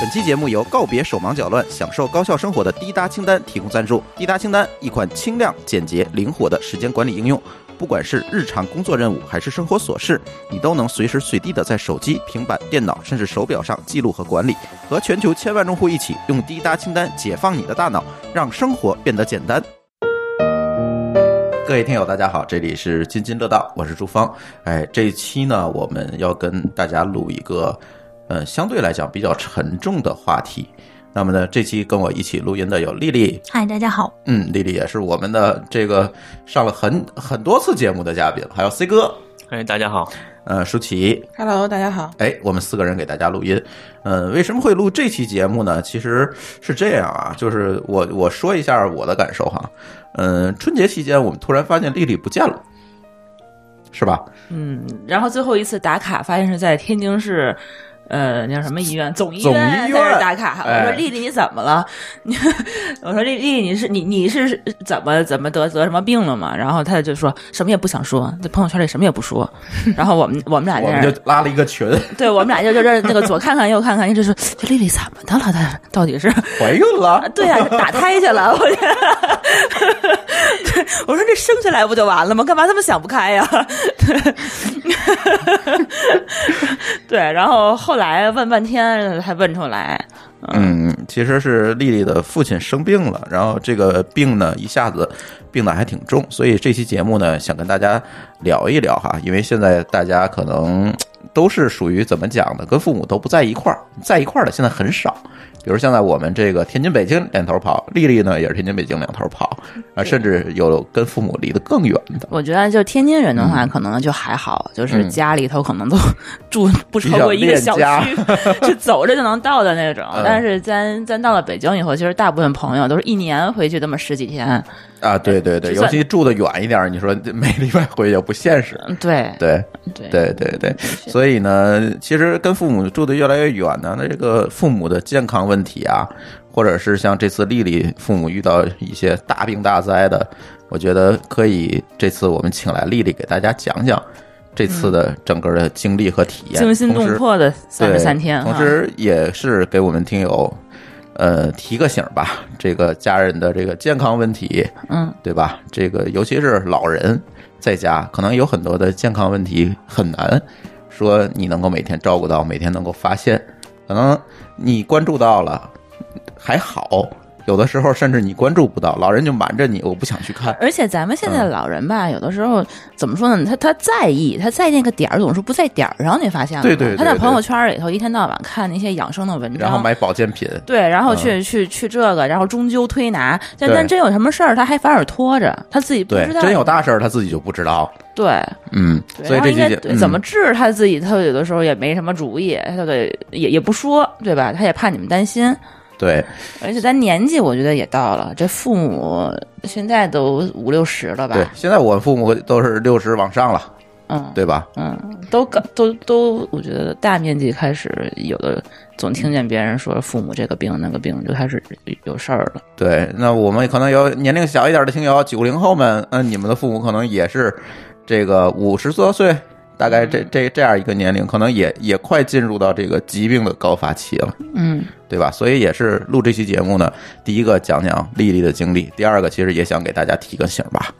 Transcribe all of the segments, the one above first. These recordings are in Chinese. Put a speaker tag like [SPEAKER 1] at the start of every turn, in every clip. [SPEAKER 1] 本期节目由告别手忙脚乱，享受高效生活的滴答清单提供赞助。滴答清单，一款轻量、简洁、灵活的时间管理应用。不管是日常工作任务还是生活琐事，你都能随时随地的在手机、平板、电脑甚至手表上记录和管理。和全球千万用户一起用滴答清单解放你的大脑，让生活变得简单。各位听友，大家好，这里是津津乐道，我是朱芳。哎，这一期呢，我们要跟大家录一个，呃，相对来讲比较沉重的话题。那么呢，这期跟我一起录音的有丽丽，
[SPEAKER 2] 嗨，大家好，
[SPEAKER 1] 嗯，丽丽也是我们的这个上了很很多次节目的嘉宾，还有 C 哥，
[SPEAKER 3] 哎，大家好，
[SPEAKER 1] 呃，舒淇，
[SPEAKER 4] Hello，大家好。
[SPEAKER 1] 哎，我们四个人给大家录音。嗯、为什么会录这期节目呢？其实是这样啊，就是我我说一下我的感受哈。嗯、春节期间我们突然发现丽丽不见了，是吧？
[SPEAKER 4] 嗯，然后最后一次打卡发现是在天津市，呃，那叫什么医院？总医院
[SPEAKER 1] 总医院
[SPEAKER 4] 在这儿打卡。
[SPEAKER 1] 哎
[SPEAKER 4] 我说丽丽你怎么了？ 我说丽丽丽你是你你是怎么怎么得得什么病了吗？然后她就说什么也不想说，在朋友圈里什么也不说。 然后我们我们俩在
[SPEAKER 1] 我
[SPEAKER 4] 那
[SPEAKER 1] 们
[SPEAKER 4] 儿
[SPEAKER 1] 就拉了一个群，
[SPEAKER 4] 对，我们俩就就这那个左看看右看看，一直说这丽丽怎么的了？她到底是？
[SPEAKER 1] 怀孕了
[SPEAKER 4] 啊，。对呀、打胎去了，我觉得。 对，我说这生下来不就完了吗？干嘛这么想不开呀、 对，然后后来问半天才问出来，
[SPEAKER 1] 嗯，其实是丽丽的父亲生病了，然后这个病呢一下子病得还挺重，所以这期节目呢想跟大家聊一聊哈，因为现在大家可能都是属于怎么讲呢，跟父母都不在一块儿，在一块儿的现在很少。比如现在我们这个天津北京两头跑，丽丽呢也是天津北京两头跑啊，甚至有跟父母离得更远的，
[SPEAKER 4] 我觉得就天津人的话，可能就还好，就是
[SPEAKER 1] 嗯
[SPEAKER 4] 家里头可 能都住不超过一个
[SPEAKER 1] 比较
[SPEAKER 4] 小
[SPEAKER 1] 恋家
[SPEAKER 4] 区，就走着就能到的那种
[SPEAKER 1] 嗯。
[SPEAKER 4] 但是咱咱到了北京以后，其实大部分朋友都是一年回去这么十几天，
[SPEAKER 1] 啊，对对对，尤
[SPEAKER 4] 就算
[SPEAKER 1] 其住得远一点儿，你说每礼拜回也不现实，
[SPEAKER 4] 嗯，对
[SPEAKER 1] 对。
[SPEAKER 4] 对
[SPEAKER 1] 对对对，所以呢，其实跟父母住的越来越远呢，那这个父母的健康问题啊，或者是像这次丽丽父母遇到一些大病大灾的，我觉得可以这次我们请来丽丽给大家讲讲这次的整个的经历和体验，
[SPEAKER 4] 嗯惊心动魄的
[SPEAKER 1] 同
[SPEAKER 4] 三
[SPEAKER 1] 时。
[SPEAKER 4] 十三天，
[SPEAKER 1] 对
[SPEAKER 4] 哈
[SPEAKER 1] 同时也是给我们听友。呃，提个醒儿吧，这个家人的这个健康问题，
[SPEAKER 4] 嗯，
[SPEAKER 1] 对吧？这个尤其是老人在家，可能有很多的健康问题很难说你能够每天照顾到，每天能够发现。可能你关注到了还好，有的时候甚至你关注不到，老人就瞒着你，我不想去看。
[SPEAKER 4] 而且咱们现在
[SPEAKER 1] 嗯
[SPEAKER 4] 的老人吧，有的时候怎么说呢？他他在意，他在意那个点儿，总是不在点儿上，你发现了吗？
[SPEAKER 1] 对对对
[SPEAKER 4] 他在
[SPEAKER 1] 对
[SPEAKER 4] 朋友圈里头一天到晚看那些养生的文章，
[SPEAKER 1] 然后买保健品，
[SPEAKER 4] 对，然后去、去去这个，然后终究推拿，但
[SPEAKER 1] 对
[SPEAKER 4] 但真有什么事儿，他还反而拖着，他自己不
[SPEAKER 1] 对
[SPEAKER 4] 知，道。
[SPEAKER 1] 真有大事儿他自己就不知道。
[SPEAKER 4] 对，
[SPEAKER 1] 嗯，
[SPEAKER 4] 对
[SPEAKER 1] 所以
[SPEAKER 4] 然后
[SPEAKER 1] 这
[SPEAKER 4] 应
[SPEAKER 1] 期
[SPEAKER 4] 该
[SPEAKER 1] 节嗯
[SPEAKER 4] 对怎么治他自己，他有的时候也没什么主意，他就得也也不说，对吧？他也怕你们担心，
[SPEAKER 1] 嗯对
[SPEAKER 4] 而且咱年纪我觉得也到了，这父母现在都五六十了吧？
[SPEAKER 1] 对？现在我父母都是六十往上了，
[SPEAKER 4] 嗯，
[SPEAKER 1] 对吧？
[SPEAKER 4] 嗯，都搞都都，我觉得大面积开始有的，总听见别人说父母这个病那个病，就开始有事儿了。
[SPEAKER 1] 对，那我们可能有年龄小一点的听友，九零后们，嗯，你们的父母可能也是这个五十多岁，大概这这这样一个年龄，可能也也快进入到这个疾病的高发期了，
[SPEAKER 4] 嗯，
[SPEAKER 1] 对吧？所以也是录这期节目呢，第一个讲讲丽丽的经历，第二个其实也想给大家提个醒吧。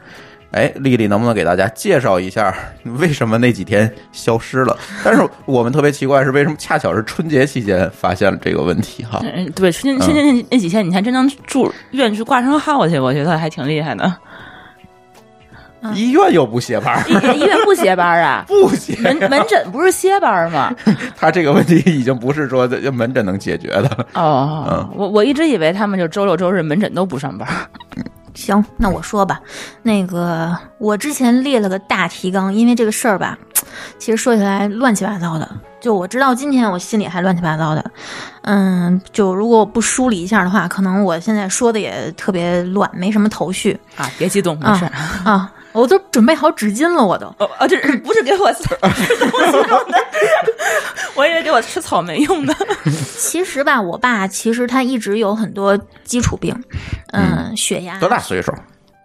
[SPEAKER 1] 哎，丽丽能不能给大家介绍一下为什么那几天消失了？但是我们特别奇怪是为什么恰巧是春节期间发现了这个问题哈？
[SPEAKER 4] 嗯，对，春节春节那那几天，你还真能住院去挂上号去，我觉得还挺厉害的。
[SPEAKER 1] 医院又不歇班儿，？
[SPEAKER 4] 医医院不歇班儿啊
[SPEAKER 1] 不歇
[SPEAKER 4] 门门诊不是歇班儿吗？
[SPEAKER 1] 他这个问题已经不是说这门诊能解决的。
[SPEAKER 4] 哦，我我一直以为他们就周六周日门诊都不上班儿。
[SPEAKER 2] 行，那我说吧，那个我之前列了个大提纲，因为这个事儿吧，其实说起来乱七八糟的，就我知道今天我心里还乱七八糟的，嗯，就如果我不梳理一下的话，可能我现在说的也特别乱，没什么 头绪
[SPEAKER 4] 啊，别激动，没事儿。
[SPEAKER 2] 啊，我都准备好纸巾了，我都。
[SPEAKER 4] 哦哦，这是不是给我吃东西用的？ 我以为给我吃草莓用的。
[SPEAKER 2] 其实吧，我爸其实他一直有很多基础病，嗯，血压
[SPEAKER 1] 多大岁数？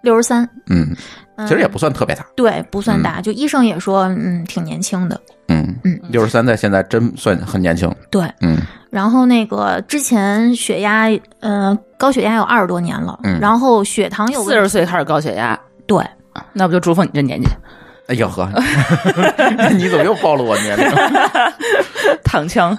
[SPEAKER 2] 六十三，
[SPEAKER 1] 嗯，
[SPEAKER 2] 嗯
[SPEAKER 1] 其实也不算特别大。
[SPEAKER 2] 对，不算大，就医生也嗯说，嗯，挺年轻的，
[SPEAKER 1] 嗯
[SPEAKER 2] 嗯
[SPEAKER 1] 六十三在现在真算很年轻。
[SPEAKER 2] 对。
[SPEAKER 1] 嗯
[SPEAKER 2] 然后那个之前血压，呃，高血压有二十多年了，
[SPEAKER 1] 嗯
[SPEAKER 2] 然后血糖有
[SPEAKER 4] 四十岁开始高血压，
[SPEAKER 2] 对，
[SPEAKER 4] 那不就祝福你这年纪，
[SPEAKER 1] 哎呦呵，你怎么又暴露我年龄？
[SPEAKER 4] 躺枪。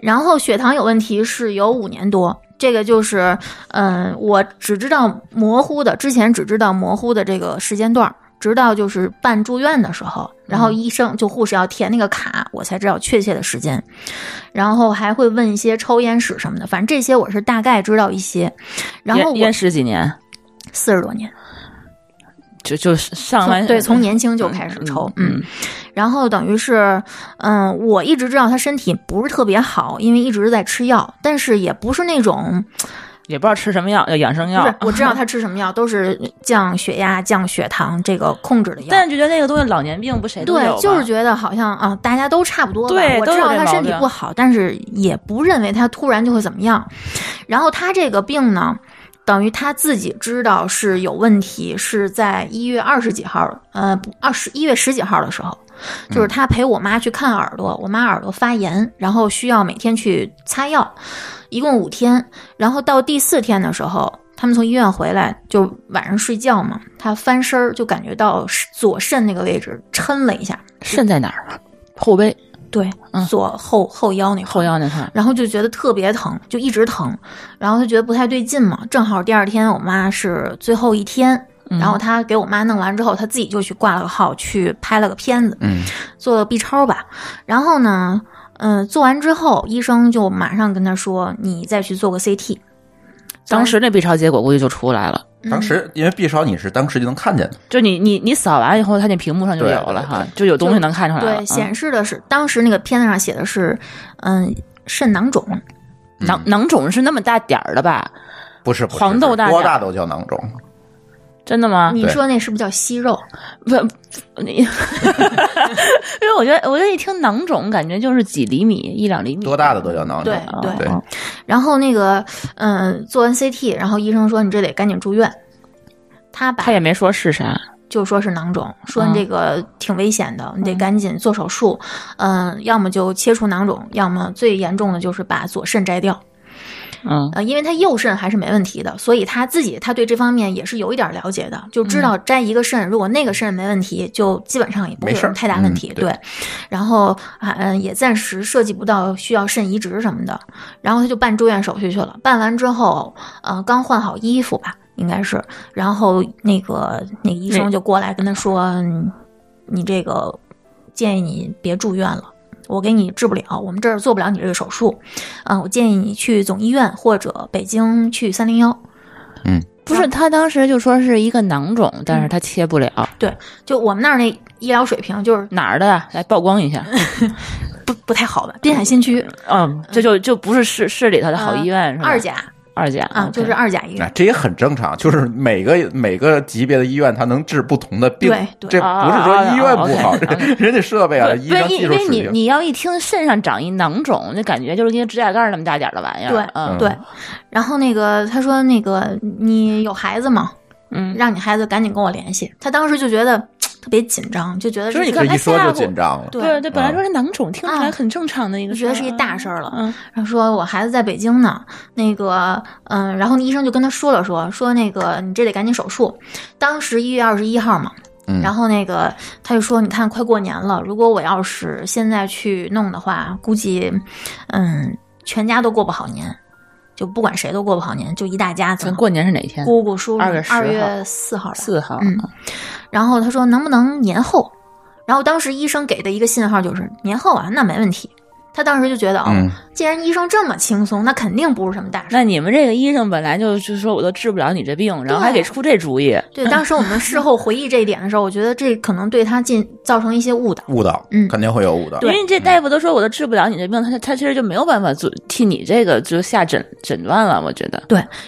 [SPEAKER 2] 然后血糖有问题是有五年多，这个就是，嗯，我只知道模糊的，之前只知道模糊的这个时间段儿，直到就是办住院的时候，然后医生就护士要填那个卡，我才知道确切的时间，然后还会问一些抽烟史什么的，反正这些我是大概知道一些，然后
[SPEAKER 4] 烟
[SPEAKER 2] 我
[SPEAKER 4] 烟十几年，
[SPEAKER 2] 四十多年，
[SPEAKER 4] 就就是上完呃嗯
[SPEAKER 2] 从对从年轻就开始抽，嗯，然后等于是，嗯，我一直知道他身体不是特别好，因为一直在吃药，但是也不是那种。
[SPEAKER 4] 也不知道吃什么药，要养生
[SPEAKER 2] 不
[SPEAKER 4] 药
[SPEAKER 2] 是。，我知 道他吃什么药，都是降血压、降血糖这个控制的药。
[SPEAKER 4] 但是就觉得那个东西老年病不谁都有
[SPEAKER 2] 对，
[SPEAKER 4] 吗
[SPEAKER 2] 就是觉得好像啊，大家都差不多吧。
[SPEAKER 4] 对
[SPEAKER 2] 我
[SPEAKER 4] 都
[SPEAKER 2] 知
[SPEAKER 4] 有
[SPEAKER 2] 道
[SPEAKER 4] 这
[SPEAKER 2] 他身
[SPEAKER 4] 毛
[SPEAKER 2] 体
[SPEAKER 4] 病
[SPEAKER 2] 不好，但是也不认为他突然就会怎么样。然后他这个病呢，等于他自己知道是有问题，是在一月二十几号，呃，不二十一月十几号的时候，
[SPEAKER 4] 嗯
[SPEAKER 2] 就是他陪我妈去看耳朵，我妈耳朵发炎，然后需要每天去擦药，一共五天。然后到第四天的时候，他们从医院回来，就晚上睡觉嘛，他翻身儿就感觉到左肾那个位置抻了一下，
[SPEAKER 4] 肾在哪儿啊？后背、
[SPEAKER 2] 对，
[SPEAKER 4] 嗯
[SPEAKER 2] 左后后腰那块儿
[SPEAKER 4] 后腰那块儿。
[SPEAKER 2] 然后就觉得特别疼，就一直疼，然后他觉得不太对劲嘛。正好第二天我妈是最后一天，
[SPEAKER 1] 嗯
[SPEAKER 2] 然后他给我妈弄完之后，他自己就去挂了个号，去拍了个片子，
[SPEAKER 1] 嗯，
[SPEAKER 2] 做了 B 超吧。然后呢，嗯、做完之后，医生就马上跟他说，你再去做个 CT。
[SPEAKER 4] 当时那 B 超结果估计就出来了，
[SPEAKER 1] 嗯当时因为 B 超你是当时就能看见的，
[SPEAKER 4] 就你你你扫完以后，它那屏幕上就
[SPEAKER 1] 对
[SPEAKER 4] 有了哈，就有东西能看出来
[SPEAKER 1] 啊
[SPEAKER 4] 了。
[SPEAKER 2] 对，
[SPEAKER 4] 嗯
[SPEAKER 2] 显示的是、当时那个片子上写的是，嗯、肾囊肿，
[SPEAKER 4] 囊
[SPEAKER 1] 嗯
[SPEAKER 4] 囊肿是那么大点儿的吧？
[SPEAKER 1] 不是不是
[SPEAKER 4] 黄豆大
[SPEAKER 1] 是多
[SPEAKER 4] 点儿
[SPEAKER 1] 大都叫囊肿，
[SPEAKER 4] 真的吗？
[SPEAKER 2] 你
[SPEAKER 1] 啊对
[SPEAKER 2] 说那是不是叫息肉？
[SPEAKER 4] 不，你， 因为我觉得我觉得一听囊肿，感觉就是几厘米一两厘米。
[SPEAKER 1] 多大的都叫囊肿。
[SPEAKER 2] 对
[SPEAKER 4] 啊？
[SPEAKER 2] 对
[SPEAKER 1] 对
[SPEAKER 4] 啊
[SPEAKER 2] 然后那个，嗯，做完 CT，然后医生说你这得赶紧住院。他把
[SPEAKER 4] 他也没说是啥，
[SPEAKER 2] 就说是囊肿，说
[SPEAKER 1] 嗯
[SPEAKER 2] 你这个挺危险的，你得赶紧做手术。嗯，要么就切除囊肿，要么最严重的就是把左肾摘掉。
[SPEAKER 4] 嗯，
[SPEAKER 2] 呃，因为他右肾还是没问题的，所以他自己他对这方面也是有一点了解的，就知道摘一个肾，如果那个肾没问题，就基本上也不
[SPEAKER 1] 嗯没
[SPEAKER 2] 会有
[SPEAKER 1] 事儿
[SPEAKER 2] 什么太大问题。
[SPEAKER 1] 嗯对
[SPEAKER 2] 对，然后啊嗯也暂时涉及不到需要肾移植什么的，然后他就办住院手续去了。办完之后，呃，刚换好衣服吧，应该是，然后那个那个医生
[SPEAKER 4] 那
[SPEAKER 2] 就过来跟他说，嗯你这个建议你别住院了。我给你治不了，我们这儿做不了你这个手术，嗯，我建议你去总医院或者北京去三零幺。
[SPEAKER 4] 不是，他当时就说是一个囊肿，但是他切不了，
[SPEAKER 2] 就我们那儿那医疗水平就是
[SPEAKER 4] 哪儿的呀？来曝光一下。
[SPEAKER 2] 不不太好吧，滨海新区嗯
[SPEAKER 4] 嗯，这就就不是市市里头的好医
[SPEAKER 1] 嗯
[SPEAKER 4] 院是吧？
[SPEAKER 2] 二甲
[SPEAKER 4] 二甲
[SPEAKER 2] 啊，就是二甲医
[SPEAKER 1] 哎
[SPEAKER 2] 院。，
[SPEAKER 1] 这也很正常，就是每个每个级别的医院，它能治不同的病，
[SPEAKER 2] 对对
[SPEAKER 1] 这不是说医院不
[SPEAKER 4] 啊啊
[SPEAKER 1] 好
[SPEAKER 4] 啊啊，
[SPEAKER 1] 人家设备啊，
[SPEAKER 4] 不
[SPEAKER 1] 医
[SPEAKER 4] 不是
[SPEAKER 1] 疗
[SPEAKER 4] 因
[SPEAKER 1] 技
[SPEAKER 4] 因
[SPEAKER 1] 术
[SPEAKER 4] 为
[SPEAKER 1] 水
[SPEAKER 4] 你
[SPEAKER 1] 平，
[SPEAKER 4] 你要一听肾上长一囊肿，那感觉就是跟指甲盖儿那么大点儿的玩意儿。
[SPEAKER 2] 对
[SPEAKER 4] 嗯
[SPEAKER 2] 对，然后那个他说那个你有孩子吗？
[SPEAKER 4] 嗯，
[SPEAKER 2] 让你孩子赶紧跟我联系。他当时就觉得特别紧张，就觉得
[SPEAKER 4] 就是你
[SPEAKER 2] 这哎
[SPEAKER 1] 这
[SPEAKER 4] 看
[SPEAKER 1] 一
[SPEAKER 4] 他
[SPEAKER 1] 说
[SPEAKER 4] 吓
[SPEAKER 1] 就
[SPEAKER 4] 唬
[SPEAKER 1] 紧张了。
[SPEAKER 2] 对
[SPEAKER 4] 对对，
[SPEAKER 1] 嗯
[SPEAKER 4] 本来说是囊肿，听起来很正常的一个
[SPEAKER 2] 就
[SPEAKER 4] 事
[SPEAKER 2] 觉
[SPEAKER 4] 儿，
[SPEAKER 2] 得是一大事儿了。
[SPEAKER 4] 啊嗯，
[SPEAKER 2] 然后说我孩子在北京呢，那个，嗯，然后医生就跟他说了说，说那个你这得赶紧手术。当时一月二十一号嘛，
[SPEAKER 1] 嗯
[SPEAKER 2] 然后那个他就说，你看快过年了，如果我要是现在去弄的话，估计，嗯，全家都过不好年，就不管谁都过不好年，就一大家子
[SPEAKER 4] 咱，过年是哪天？
[SPEAKER 2] 姑姑叔叔，
[SPEAKER 4] 二月
[SPEAKER 2] 二月四
[SPEAKER 4] 10
[SPEAKER 2] 号吧，
[SPEAKER 4] 四号。
[SPEAKER 2] 嗯然后他说能不能年后？然后当时医生给的一个信号就是年后啊，那没问题。他当时就觉得哦，
[SPEAKER 1] 嗯
[SPEAKER 2] 既然医生这么轻松，那肯定不是什么大事。
[SPEAKER 4] 那你们这个医生本来就就说我都治不了你这病，然后还给出这主意，
[SPEAKER 2] 对，当时我们事后回忆这一点的时候，我觉得这可能对他进造成一些误导。
[SPEAKER 1] 误导，
[SPEAKER 2] 嗯
[SPEAKER 1] 肯定会有误导。
[SPEAKER 4] 因为这大夫都说我都治不了你这病，他他其实就没有办法做替你这个就下诊诊断了，我觉得。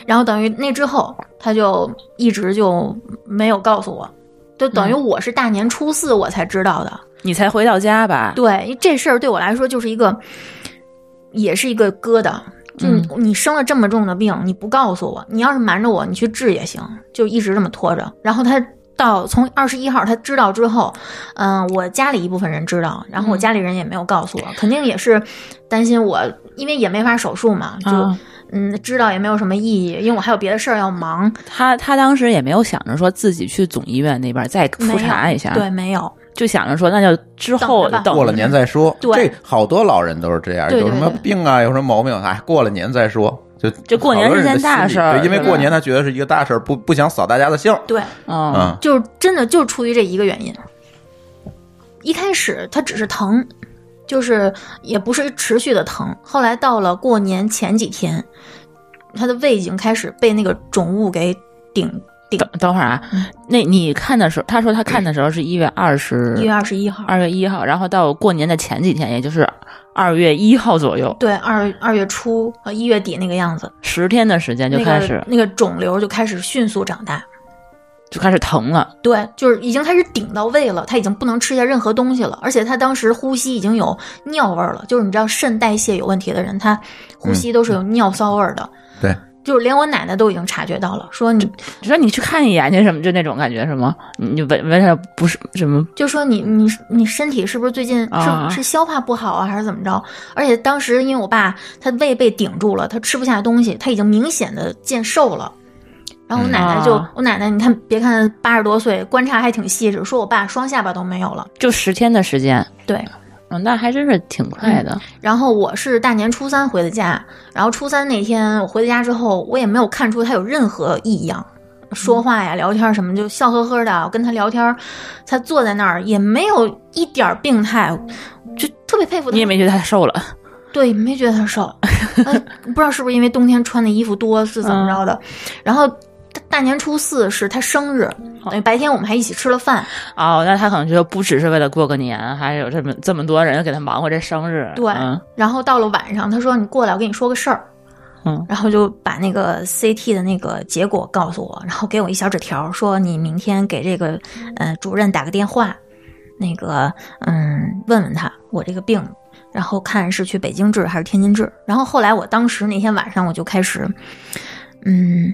[SPEAKER 2] 然后等于那之后，他就一直就没有告诉我，就等于我是大年初四我才知道的。
[SPEAKER 4] 你才回到家吧？
[SPEAKER 2] 对，因为这事儿对我来说就是一个，也是一个疙瘩。就你
[SPEAKER 4] 嗯
[SPEAKER 2] 你生了这么重的病，你不告诉我，你要是瞒着我，你去治也行，就一直这么拖着。然后他到从二十一号他知道之后，嗯、我家里一部分人知道，然后我
[SPEAKER 4] 嗯
[SPEAKER 2] 家里人也没有告诉我，肯定也是担心我，因为也没法手术嘛，就、
[SPEAKER 4] 啊
[SPEAKER 2] 嗯，知道也没有什么意义，因为我还有别的事儿要忙，
[SPEAKER 4] 他他当时也没有想着说自己去总医院那边再
[SPEAKER 2] 没
[SPEAKER 4] 复查
[SPEAKER 2] 有
[SPEAKER 4] 一下，
[SPEAKER 2] 对，，没有，
[SPEAKER 4] 就想着说那就之后
[SPEAKER 2] 等着吧
[SPEAKER 4] 等
[SPEAKER 1] 过了年再说。
[SPEAKER 2] 对
[SPEAKER 1] 这好多老人都是这样，
[SPEAKER 2] 对对
[SPEAKER 1] 有什么病啊，有什么毛病，哎，过了年再说。就
[SPEAKER 4] 就过年是件大事儿
[SPEAKER 1] 好多人的心理对因为
[SPEAKER 4] 对吧
[SPEAKER 1] 过年他觉得是一个大事儿，不不想扫大家的兴儿。
[SPEAKER 2] 对，
[SPEAKER 4] 嗯
[SPEAKER 1] 嗯，
[SPEAKER 2] 就是真的就出于这一个原因。一开始它只是疼，就是也不是持续的疼。后来到了过年前几天，他的胃已经开始被那个肿物给顶顶。
[SPEAKER 4] 等等会儿啊，那你看的时候，他说他看的时候是一月二十
[SPEAKER 2] 一月二十一号，
[SPEAKER 4] 二月一号，然后到过年的前几天，也就是二月一号左右，
[SPEAKER 2] 对，二二月初呃一月底那个样子，
[SPEAKER 4] 十天的时间就开始、
[SPEAKER 2] 那个那个肿瘤就开始迅速长大。
[SPEAKER 4] 就开始疼了，
[SPEAKER 2] 对，就是已经开始顶到胃了，他已经不能吃下任何东西了，而且他当时呼吸已经有尿味儿了，就是你知道肾代谢有问题的人，他呼
[SPEAKER 4] 嗯
[SPEAKER 2] 吸都是有尿骚味儿的，
[SPEAKER 1] 对，
[SPEAKER 2] 就是连我奶奶都已经察觉到了，说你
[SPEAKER 4] 就说你去看一眼，那什么就那种感觉是吗？你闻闻着不是什么
[SPEAKER 2] 就说你你你身体是不是最近是、
[SPEAKER 4] 啊
[SPEAKER 2] 是消化不好啊，还是怎么着？而且当时因为我爸他胃被顶住了，他吃不下东西，他已经明显的见瘦了。然后我奶奶就、
[SPEAKER 4] 嗯啊
[SPEAKER 2] 我奶奶，你看别看八十多岁，观察还挺细致，说我爸双下巴都没有了。
[SPEAKER 4] 就十天的时间，
[SPEAKER 2] 对，嗯
[SPEAKER 4] 嗯，那还真是挺快的。
[SPEAKER 2] 然后我是大年初三回的家，然后初三那天我回到家之后，我也没有看出他有任何异样，说话呀、聊天什么就笑呵呵的。我跟他聊天，他坐在那儿也没有一点儿病态，就特别佩服他。
[SPEAKER 4] 你也没觉得他瘦了，
[SPEAKER 2] 对，没觉得他 瘦，呃不知道是不是因为冬天穿的衣服多是怎么着
[SPEAKER 4] 嗯
[SPEAKER 2] 的。然后大大年初四是他生日，等于白天我们还一起吃了饭。
[SPEAKER 4] 哦，那他可能就不只是为了过个年，还有这么这么多人给他忙活这生日。
[SPEAKER 2] 对
[SPEAKER 4] 嗯
[SPEAKER 2] 然后到了晚上，他说：“你过来，我跟你说个事儿。”
[SPEAKER 4] 嗯
[SPEAKER 2] 然后就把那个 CT 的那个结果告诉我，然后给我一小纸条，说你明天给这个呃主任打个电话，那个嗯问问他我这个病，然后看是去北京治还是天津治。然后后来我当时那天晚上我就开始，嗯，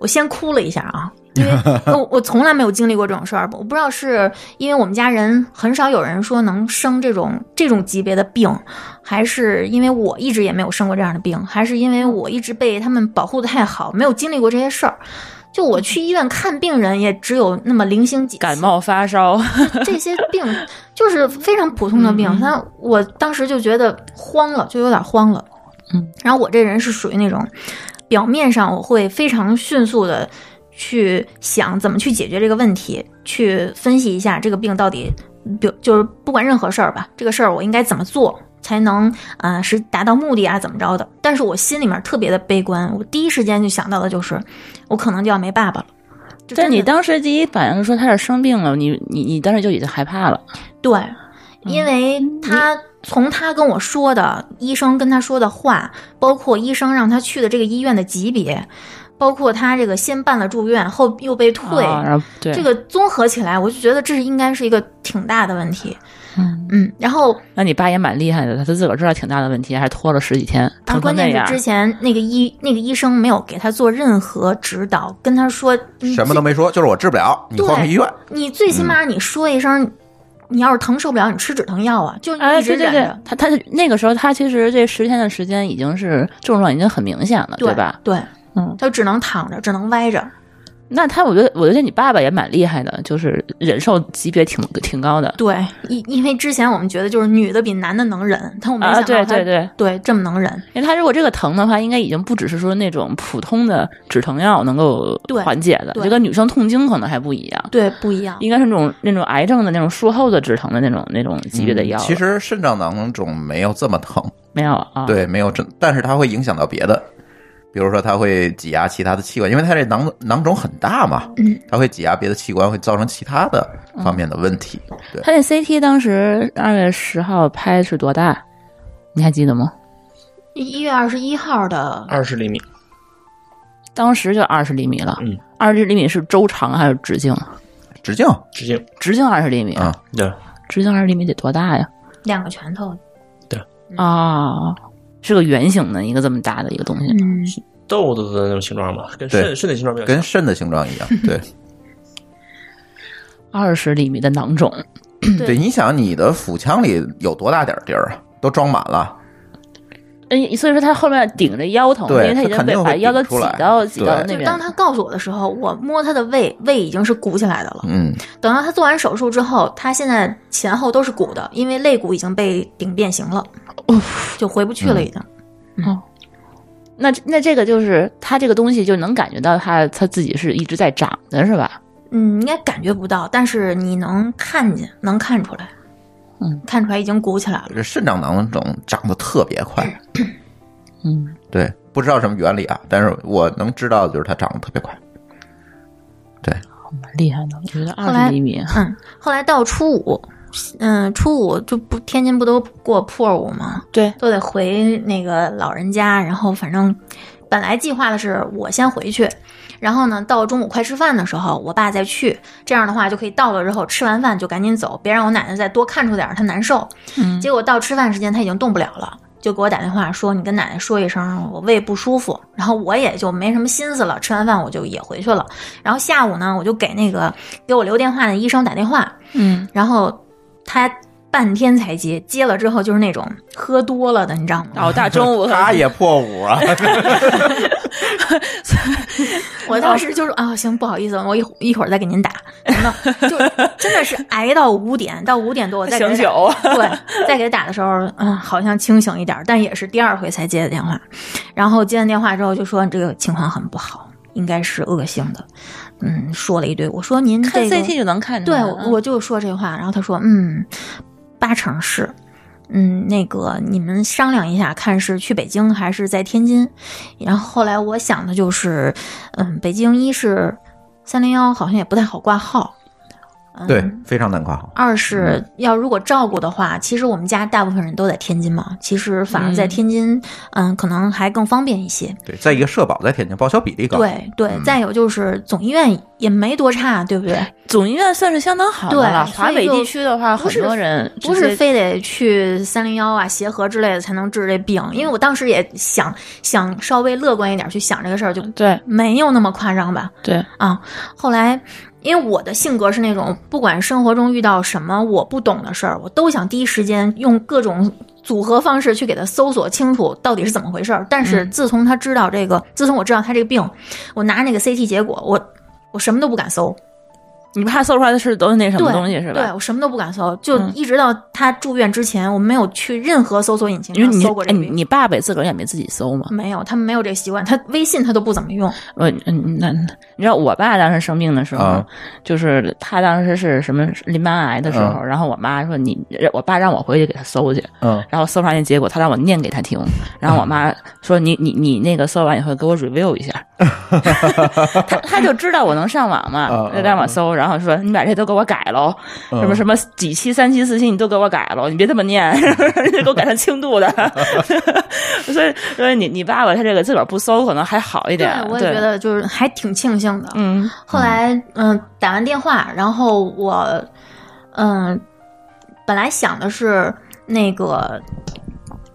[SPEAKER 2] 我先哭了一下啊，因为我我从来没有经历过这种事儿，我不知道是因为我们家人很少有人说能生这种这种级别的病，还是因为我一直也没有生过这样的病，还是因为我一直被他们保护的太好，没有经历过这些事儿。就我去医院看病人，也只有那么零星几次
[SPEAKER 4] 感冒发烧，
[SPEAKER 2] 这些病就是非常普通的病
[SPEAKER 4] 嗯，
[SPEAKER 2] 但我当时就觉得慌了，就有点慌了。
[SPEAKER 4] 嗯，
[SPEAKER 2] 然后我这人是属于那种，表面上我会非常迅速的去想怎么去解决这个问题，去分析一下这个病到底，比如就是不管任何事儿吧，这个事儿我应该怎么做才能啊是达到目的啊怎么着的？但是我心里面特别的悲观，我第一时间就想到的就是，我可能就要没爸爸了。就
[SPEAKER 4] 但
[SPEAKER 2] 真的
[SPEAKER 4] 你当时第一反应说他是生病了，你你你当时就已经害怕了。
[SPEAKER 2] 对，
[SPEAKER 4] 嗯
[SPEAKER 2] 因为他从他跟我说的，医生跟他说的话，包括医生让他去的这个医院的级别，包括他这个先办了住院，后又被退，
[SPEAKER 4] 啊然后对
[SPEAKER 2] 这，个综合起来，我就觉得这是应该是一个挺大的问题。
[SPEAKER 4] 嗯
[SPEAKER 2] 嗯，然后
[SPEAKER 4] 那你爸也蛮厉害的，他自个儿知道挺大的问题，还拖了十几天，
[SPEAKER 2] 啊，
[SPEAKER 4] 疼成
[SPEAKER 2] 关
[SPEAKER 4] 那
[SPEAKER 2] 键
[SPEAKER 4] 样
[SPEAKER 2] 是。之前那个医那个医生没有给他做任何指导，跟他说你
[SPEAKER 1] 嗯什么都没嗯说，就是我治不了，你
[SPEAKER 2] 对
[SPEAKER 1] 换个医院。
[SPEAKER 2] 你最起码你说一声，你要是疼受不了，你吃止疼药啊，就
[SPEAKER 4] 哎，
[SPEAKER 2] 一直
[SPEAKER 4] 对对
[SPEAKER 2] 忍
[SPEAKER 4] 对
[SPEAKER 2] 着，，
[SPEAKER 4] 他他那个时候，他其实这十天的时间已经是症状已经很明显了，对吧？？
[SPEAKER 2] 对，
[SPEAKER 4] 嗯，
[SPEAKER 2] 他只能躺着，只能歪着。
[SPEAKER 4] 那他，我觉得，我觉得你爸爸也蛮厉害的，就是忍受级别挺挺高的。
[SPEAKER 2] 对，因因为之前我们觉得就是女的比男的能忍，但我没
[SPEAKER 4] 啊，
[SPEAKER 2] 想到
[SPEAKER 4] 对
[SPEAKER 2] 她
[SPEAKER 4] 对对，
[SPEAKER 2] 对这么能忍。
[SPEAKER 4] 因为他如果这个疼的话，应该已经不只是说那种普通的止疼药能够
[SPEAKER 2] 对
[SPEAKER 4] 缓解的，
[SPEAKER 2] 对
[SPEAKER 4] 这跟女生痛经可能还不一样，
[SPEAKER 2] 对，不一样。
[SPEAKER 4] 应该是那种那种癌症的那种术后的止疼的那种那种级别的药
[SPEAKER 1] 嗯
[SPEAKER 4] 了。
[SPEAKER 1] 其实肾脏囊肿没有这么疼，
[SPEAKER 4] 没有啊，，
[SPEAKER 1] 对，没有真，但是它会影响到别的，比如说它会挤压其他的器官，因为它这囊囊肿很大嘛，
[SPEAKER 2] 嗯，
[SPEAKER 1] 它会挤压别的器官，会造成其他的方面的问题。对，
[SPEAKER 4] 他那 CT 当时二月十号拍是多大？你还记得吗？
[SPEAKER 2] 一月二十一号的，
[SPEAKER 3] 二十厘米，
[SPEAKER 4] 当时就二十厘米了
[SPEAKER 3] 嗯，
[SPEAKER 4] 二十厘米是周长还是直径？嗯
[SPEAKER 1] 直径
[SPEAKER 3] 直径，
[SPEAKER 4] 直径二十厘米，
[SPEAKER 1] 啊，
[SPEAKER 3] 对，
[SPEAKER 4] 直径二十厘米得多大呀？
[SPEAKER 2] 两个拳头，
[SPEAKER 4] 啊，是个圆形的一个这么大的一个东西。
[SPEAKER 2] 嗯，
[SPEAKER 3] 豆子的那种形状吧，跟
[SPEAKER 1] 对
[SPEAKER 3] 肾肾的形状比较像
[SPEAKER 1] 跟肾的形状一样。对，
[SPEAKER 4] 二十厘米的囊肿，
[SPEAKER 1] 对，你想你的腹腔里有多大点儿地儿啊？都装满了，
[SPEAKER 4] 嗯，所以说他后面顶着腰疼，因
[SPEAKER 1] 对
[SPEAKER 4] 为他已
[SPEAKER 1] 他
[SPEAKER 4] 经
[SPEAKER 1] 肯
[SPEAKER 4] 被
[SPEAKER 1] 定会
[SPEAKER 4] 把腰都
[SPEAKER 1] 顶
[SPEAKER 4] 挤
[SPEAKER 1] 出来
[SPEAKER 4] 到挤到
[SPEAKER 1] 对
[SPEAKER 4] 那
[SPEAKER 2] 就是
[SPEAKER 4] 边。
[SPEAKER 2] 当他告诉我的时候，我摸他的胃，胃已经是鼓起来的了。
[SPEAKER 1] 嗯，
[SPEAKER 2] 等到他做完手术之后，他现在前后都是鼓的，因为肋骨已经被顶变形了，就回不去了，已经。
[SPEAKER 4] 那那这个就是他这个东西就能感觉到他他自己是一直在长的是吧？
[SPEAKER 2] 嗯，应该感觉不到，但是你能看见，能看出来，
[SPEAKER 4] 嗯，
[SPEAKER 2] 看出来已经鼓起来了。
[SPEAKER 1] 这肾脏囊肿长得特别快，
[SPEAKER 4] 嗯，
[SPEAKER 1] 对，不知道什么原理啊，但是我能知道的就是它长得特别快。
[SPEAKER 4] 蛮厉害的，我觉得
[SPEAKER 2] 后
[SPEAKER 4] 二
[SPEAKER 2] 来
[SPEAKER 4] 十厘米，
[SPEAKER 2] 嗯，后来到初五，嗯，初五就不天津不都过破儿五吗？
[SPEAKER 4] 对，
[SPEAKER 2] 都得回那个老人家，然后反正本来计划的是我先回去，然后呢，到中午快吃饭的时候，我爸再去，这样的话就可以到了之后吃完饭就赶紧走，别让我奶奶再多看出点儿，她难受。
[SPEAKER 4] 嗯，
[SPEAKER 2] 结果到吃饭时间，她已经动不了了。就给我打电话说，你跟奶奶说一声，我胃不舒服。然后我也就没什么心思了，吃完饭我就也回去了。然后下午呢，我就给那个给我留电话的医生打电话，
[SPEAKER 4] 嗯，
[SPEAKER 2] 然后他半天才接，接了之后就是那种喝多了的，你知道吗？
[SPEAKER 4] 哦，大 中午
[SPEAKER 1] 他也破五啊，
[SPEAKER 2] 我当时就是啊、行，不好意思，我一会一会儿再给您 打，等到就真的是挨到五点，到五点多我再给他打
[SPEAKER 4] 醒酒，
[SPEAKER 2] 对，再给他打的时候，嗯，好像清醒一点，但也是第二回才接的电话。然后接完电话之后就说你这个情况很不好，应该是恶性的，嗯，说了一堆。我说您
[SPEAKER 4] 看
[SPEAKER 2] 这个
[SPEAKER 4] CT 就能看出
[SPEAKER 2] 对
[SPEAKER 4] 来，嗯
[SPEAKER 2] 我我就说这话，然后他说，嗯，八成是，嗯，那个你们商量一下，看是去北京还是在天津。然后后来我想的就是，嗯，北京一是三零幺好像也不太好挂号，嗯、
[SPEAKER 1] 对，嗯非常难挂号。
[SPEAKER 2] 二是要如果照顾的话，其实我们家大部分人都在天津嘛，其实反而在
[SPEAKER 4] 嗯
[SPEAKER 2] 天津，嗯，可能还更方便一些。
[SPEAKER 1] 对，再一个社保在天津报销比例高，
[SPEAKER 2] 对对
[SPEAKER 1] 嗯，
[SPEAKER 2] 再有就是总医院也没多差，对不对？
[SPEAKER 4] 总医院算是相当好的
[SPEAKER 2] 对
[SPEAKER 4] 了。
[SPEAKER 2] 所以
[SPEAKER 4] 华北
[SPEAKER 2] 就
[SPEAKER 4] 地区的话，
[SPEAKER 2] 不
[SPEAKER 4] 很
[SPEAKER 2] 是
[SPEAKER 4] 多人
[SPEAKER 2] 不
[SPEAKER 4] 直接
[SPEAKER 2] 是非得去三零幺啊、协和之类的才能治这病，因为我当时也想想稍微乐观一点去想这个事儿，就
[SPEAKER 4] 对
[SPEAKER 2] 没有那么夸张吧
[SPEAKER 4] 对，
[SPEAKER 2] 啊。后来，因为我的性格是那种不管生活中遇到什么我不懂的事儿，我都想第一时间用各种组合方式去给它搜索清楚到底是怎么回事儿。但是
[SPEAKER 4] 嗯
[SPEAKER 2] 自从他知道这个，自从我知道他这个病，我拿那个 CT 结果，我我什么都不敢搜，
[SPEAKER 4] 你怕搜出来的是都是那什
[SPEAKER 2] 对
[SPEAKER 4] 么东西是
[SPEAKER 2] 对
[SPEAKER 4] 吧？
[SPEAKER 2] 我什么都不敢搜，就
[SPEAKER 4] 嗯
[SPEAKER 2] 一直到他住院之前，我没有去任何搜索引擎
[SPEAKER 4] 因为
[SPEAKER 2] 上
[SPEAKER 4] 你
[SPEAKER 2] 搜过
[SPEAKER 4] 哎
[SPEAKER 2] 这个
[SPEAKER 4] 你
[SPEAKER 2] 病。
[SPEAKER 4] 你爸爸自个儿也没自己搜嘛，
[SPEAKER 2] 没有，他没有这个习惯，他微信他都不怎么用。
[SPEAKER 4] 我嗯，那你知道我爸当时生病的时候，
[SPEAKER 1] 啊
[SPEAKER 4] 就是他当时是什么淋巴癌的时候，然后我妈说你，我爸让我回去给他搜去，
[SPEAKER 1] 嗯，
[SPEAKER 4] 然后搜出来那结果，他让我念给他听，然后我妈说你你你那个搜完以后给我 review 一下， 他他就知道我能上网嘛
[SPEAKER 1] 啊，
[SPEAKER 4] 就让我搜，然后说你把这都给我改喽，
[SPEAKER 1] 嗯
[SPEAKER 4] 什么什么几期三期四期你都给我改喽，你别这么念， 你得给我改成轻度的， 所以所以你你爸爸他这个自个儿不搜可能还好一点，
[SPEAKER 2] 我也觉得就是还挺庆幸的。
[SPEAKER 4] 嗯。
[SPEAKER 2] 后来，嗯、打完电话，然后我，嗯、本来想的是那个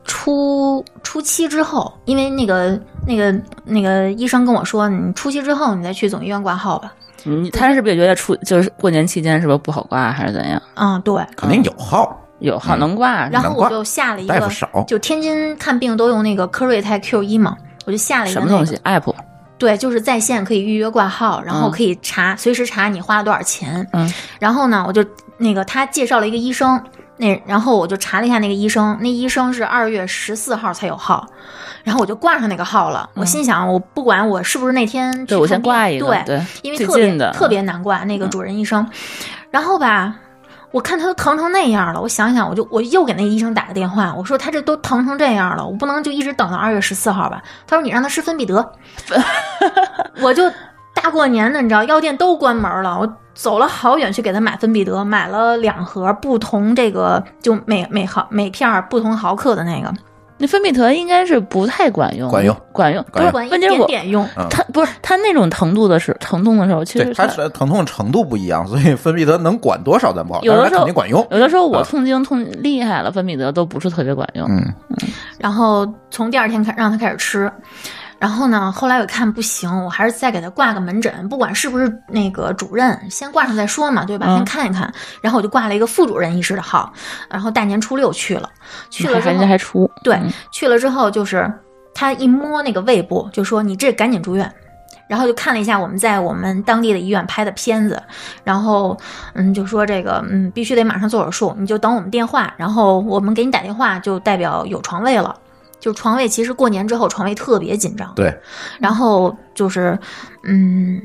[SPEAKER 2] 初初期之后，因为那个那个那个医生跟我说，你初期之后你再去总医院挂号吧。
[SPEAKER 4] 你他是不是也觉得出就是过年期间是不是不好挂还是怎样？
[SPEAKER 2] 嗯，对，
[SPEAKER 1] 肯定有号，
[SPEAKER 4] 有
[SPEAKER 1] 嗯
[SPEAKER 4] 好能挂，
[SPEAKER 2] 然后
[SPEAKER 4] 后
[SPEAKER 1] 难怪
[SPEAKER 2] 我就下了一
[SPEAKER 1] 大夫
[SPEAKER 2] 个，
[SPEAKER 1] 少
[SPEAKER 2] 就天津看病都用那个科瑞泰 Q 一嘛，我就下了一个、
[SPEAKER 4] 什
[SPEAKER 2] 那
[SPEAKER 4] 么
[SPEAKER 2] 个、
[SPEAKER 4] 东西？app
[SPEAKER 2] 对，就是在线可以预约挂号，然后
[SPEAKER 4] 嗯
[SPEAKER 2] 可以查、随时查你花了多少钱。
[SPEAKER 4] 嗯，
[SPEAKER 2] 然后呢，我就那个他介绍了一个医生，那然后我就查了一下那个医生，那医生是二月十四号才有号，然后我就挂上那个号了。我心想，我不管我是不是那天去
[SPEAKER 4] 嗯对我
[SPEAKER 2] 看
[SPEAKER 4] 先
[SPEAKER 2] 病
[SPEAKER 4] 挂一个，
[SPEAKER 2] 对，
[SPEAKER 4] 对，
[SPEAKER 2] 因为
[SPEAKER 4] 最
[SPEAKER 2] 特别
[SPEAKER 4] 近的嗯
[SPEAKER 2] 特别难挂那个主任医生。然后吧，我看他都疼成那样了，我想想，我就我又给那医生打个电话，我说他这都疼成这样了，我不能就一直等到二月十四号吧？他说你让他吃芬必 得，我就大过年的，你知道药店都关门了，我。走了好远去给他买芬必得，买了两盒不同这个就每每毫每片儿不同毫克的那个，
[SPEAKER 4] 那芬必得应该是不太管用，
[SPEAKER 1] 管用
[SPEAKER 4] 管用，
[SPEAKER 1] 管用
[SPEAKER 4] 不
[SPEAKER 2] 管一
[SPEAKER 4] 是哎问题是
[SPEAKER 2] 点
[SPEAKER 4] 我
[SPEAKER 2] 点用。
[SPEAKER 1] 嗯
[SPEAKER 4] 他不是他那种疼痛的时疼痛的时候，其
[SPEAKER 1] 对，
[SPEAKER 4] 实
[SPEAKER 1] 它是疼痛程度不一样，所以芬必得能管多少咱不好，
[SPEAKER 4] 有
[SPEAKER 1] 但
[SPEAKER 4] 的
[SPEAKER 1] 是它
[SPEAKER 4] 时
[SPEAKER 1] 肯
[SPEAKER 4] 候
[SPEAKER 1] 定管用。
[SPEAKER 4] 有的时候我
[SPEAKER 1] 啊
[SPEAKER 4] 痛经痛厉害了，芬必得都不是特别管用。
[SPEAKER 1] 嗯，
[SPEAKER 2] 然后从第二天开让他开始吃，然后呢，后来我看不行，我还是再给他挂个门诊，不管是不是那个主任，先挂上再说嘛，对吧？
[SPEAKER 4] 嗯
[SPEAKER 2] 先看一看。然后我就挂了一个副主任医师的号，然后大年初六去了，去了之
[SPEAKER 4] 人
[SPEAKER 2] 后
[SPEAKER 4] 家还出，
[SPEAKER 2] 对
[SPEAKER 4] 嗯，
[SPEAKER 2] 去了之后就是他一摸那个胃部，就说你这赶紧住院。然后就看了一下我们在我们当地的医院拍的片子，然后嗯就说这个嗯必须得马上做手术，你就等我们电话，然后我们给你打电话就代表有床位了。就床位其实过年之后床位特别紧张，
[SPEAKER 1] 对，
[SPEAKER 2] 然后就是嗯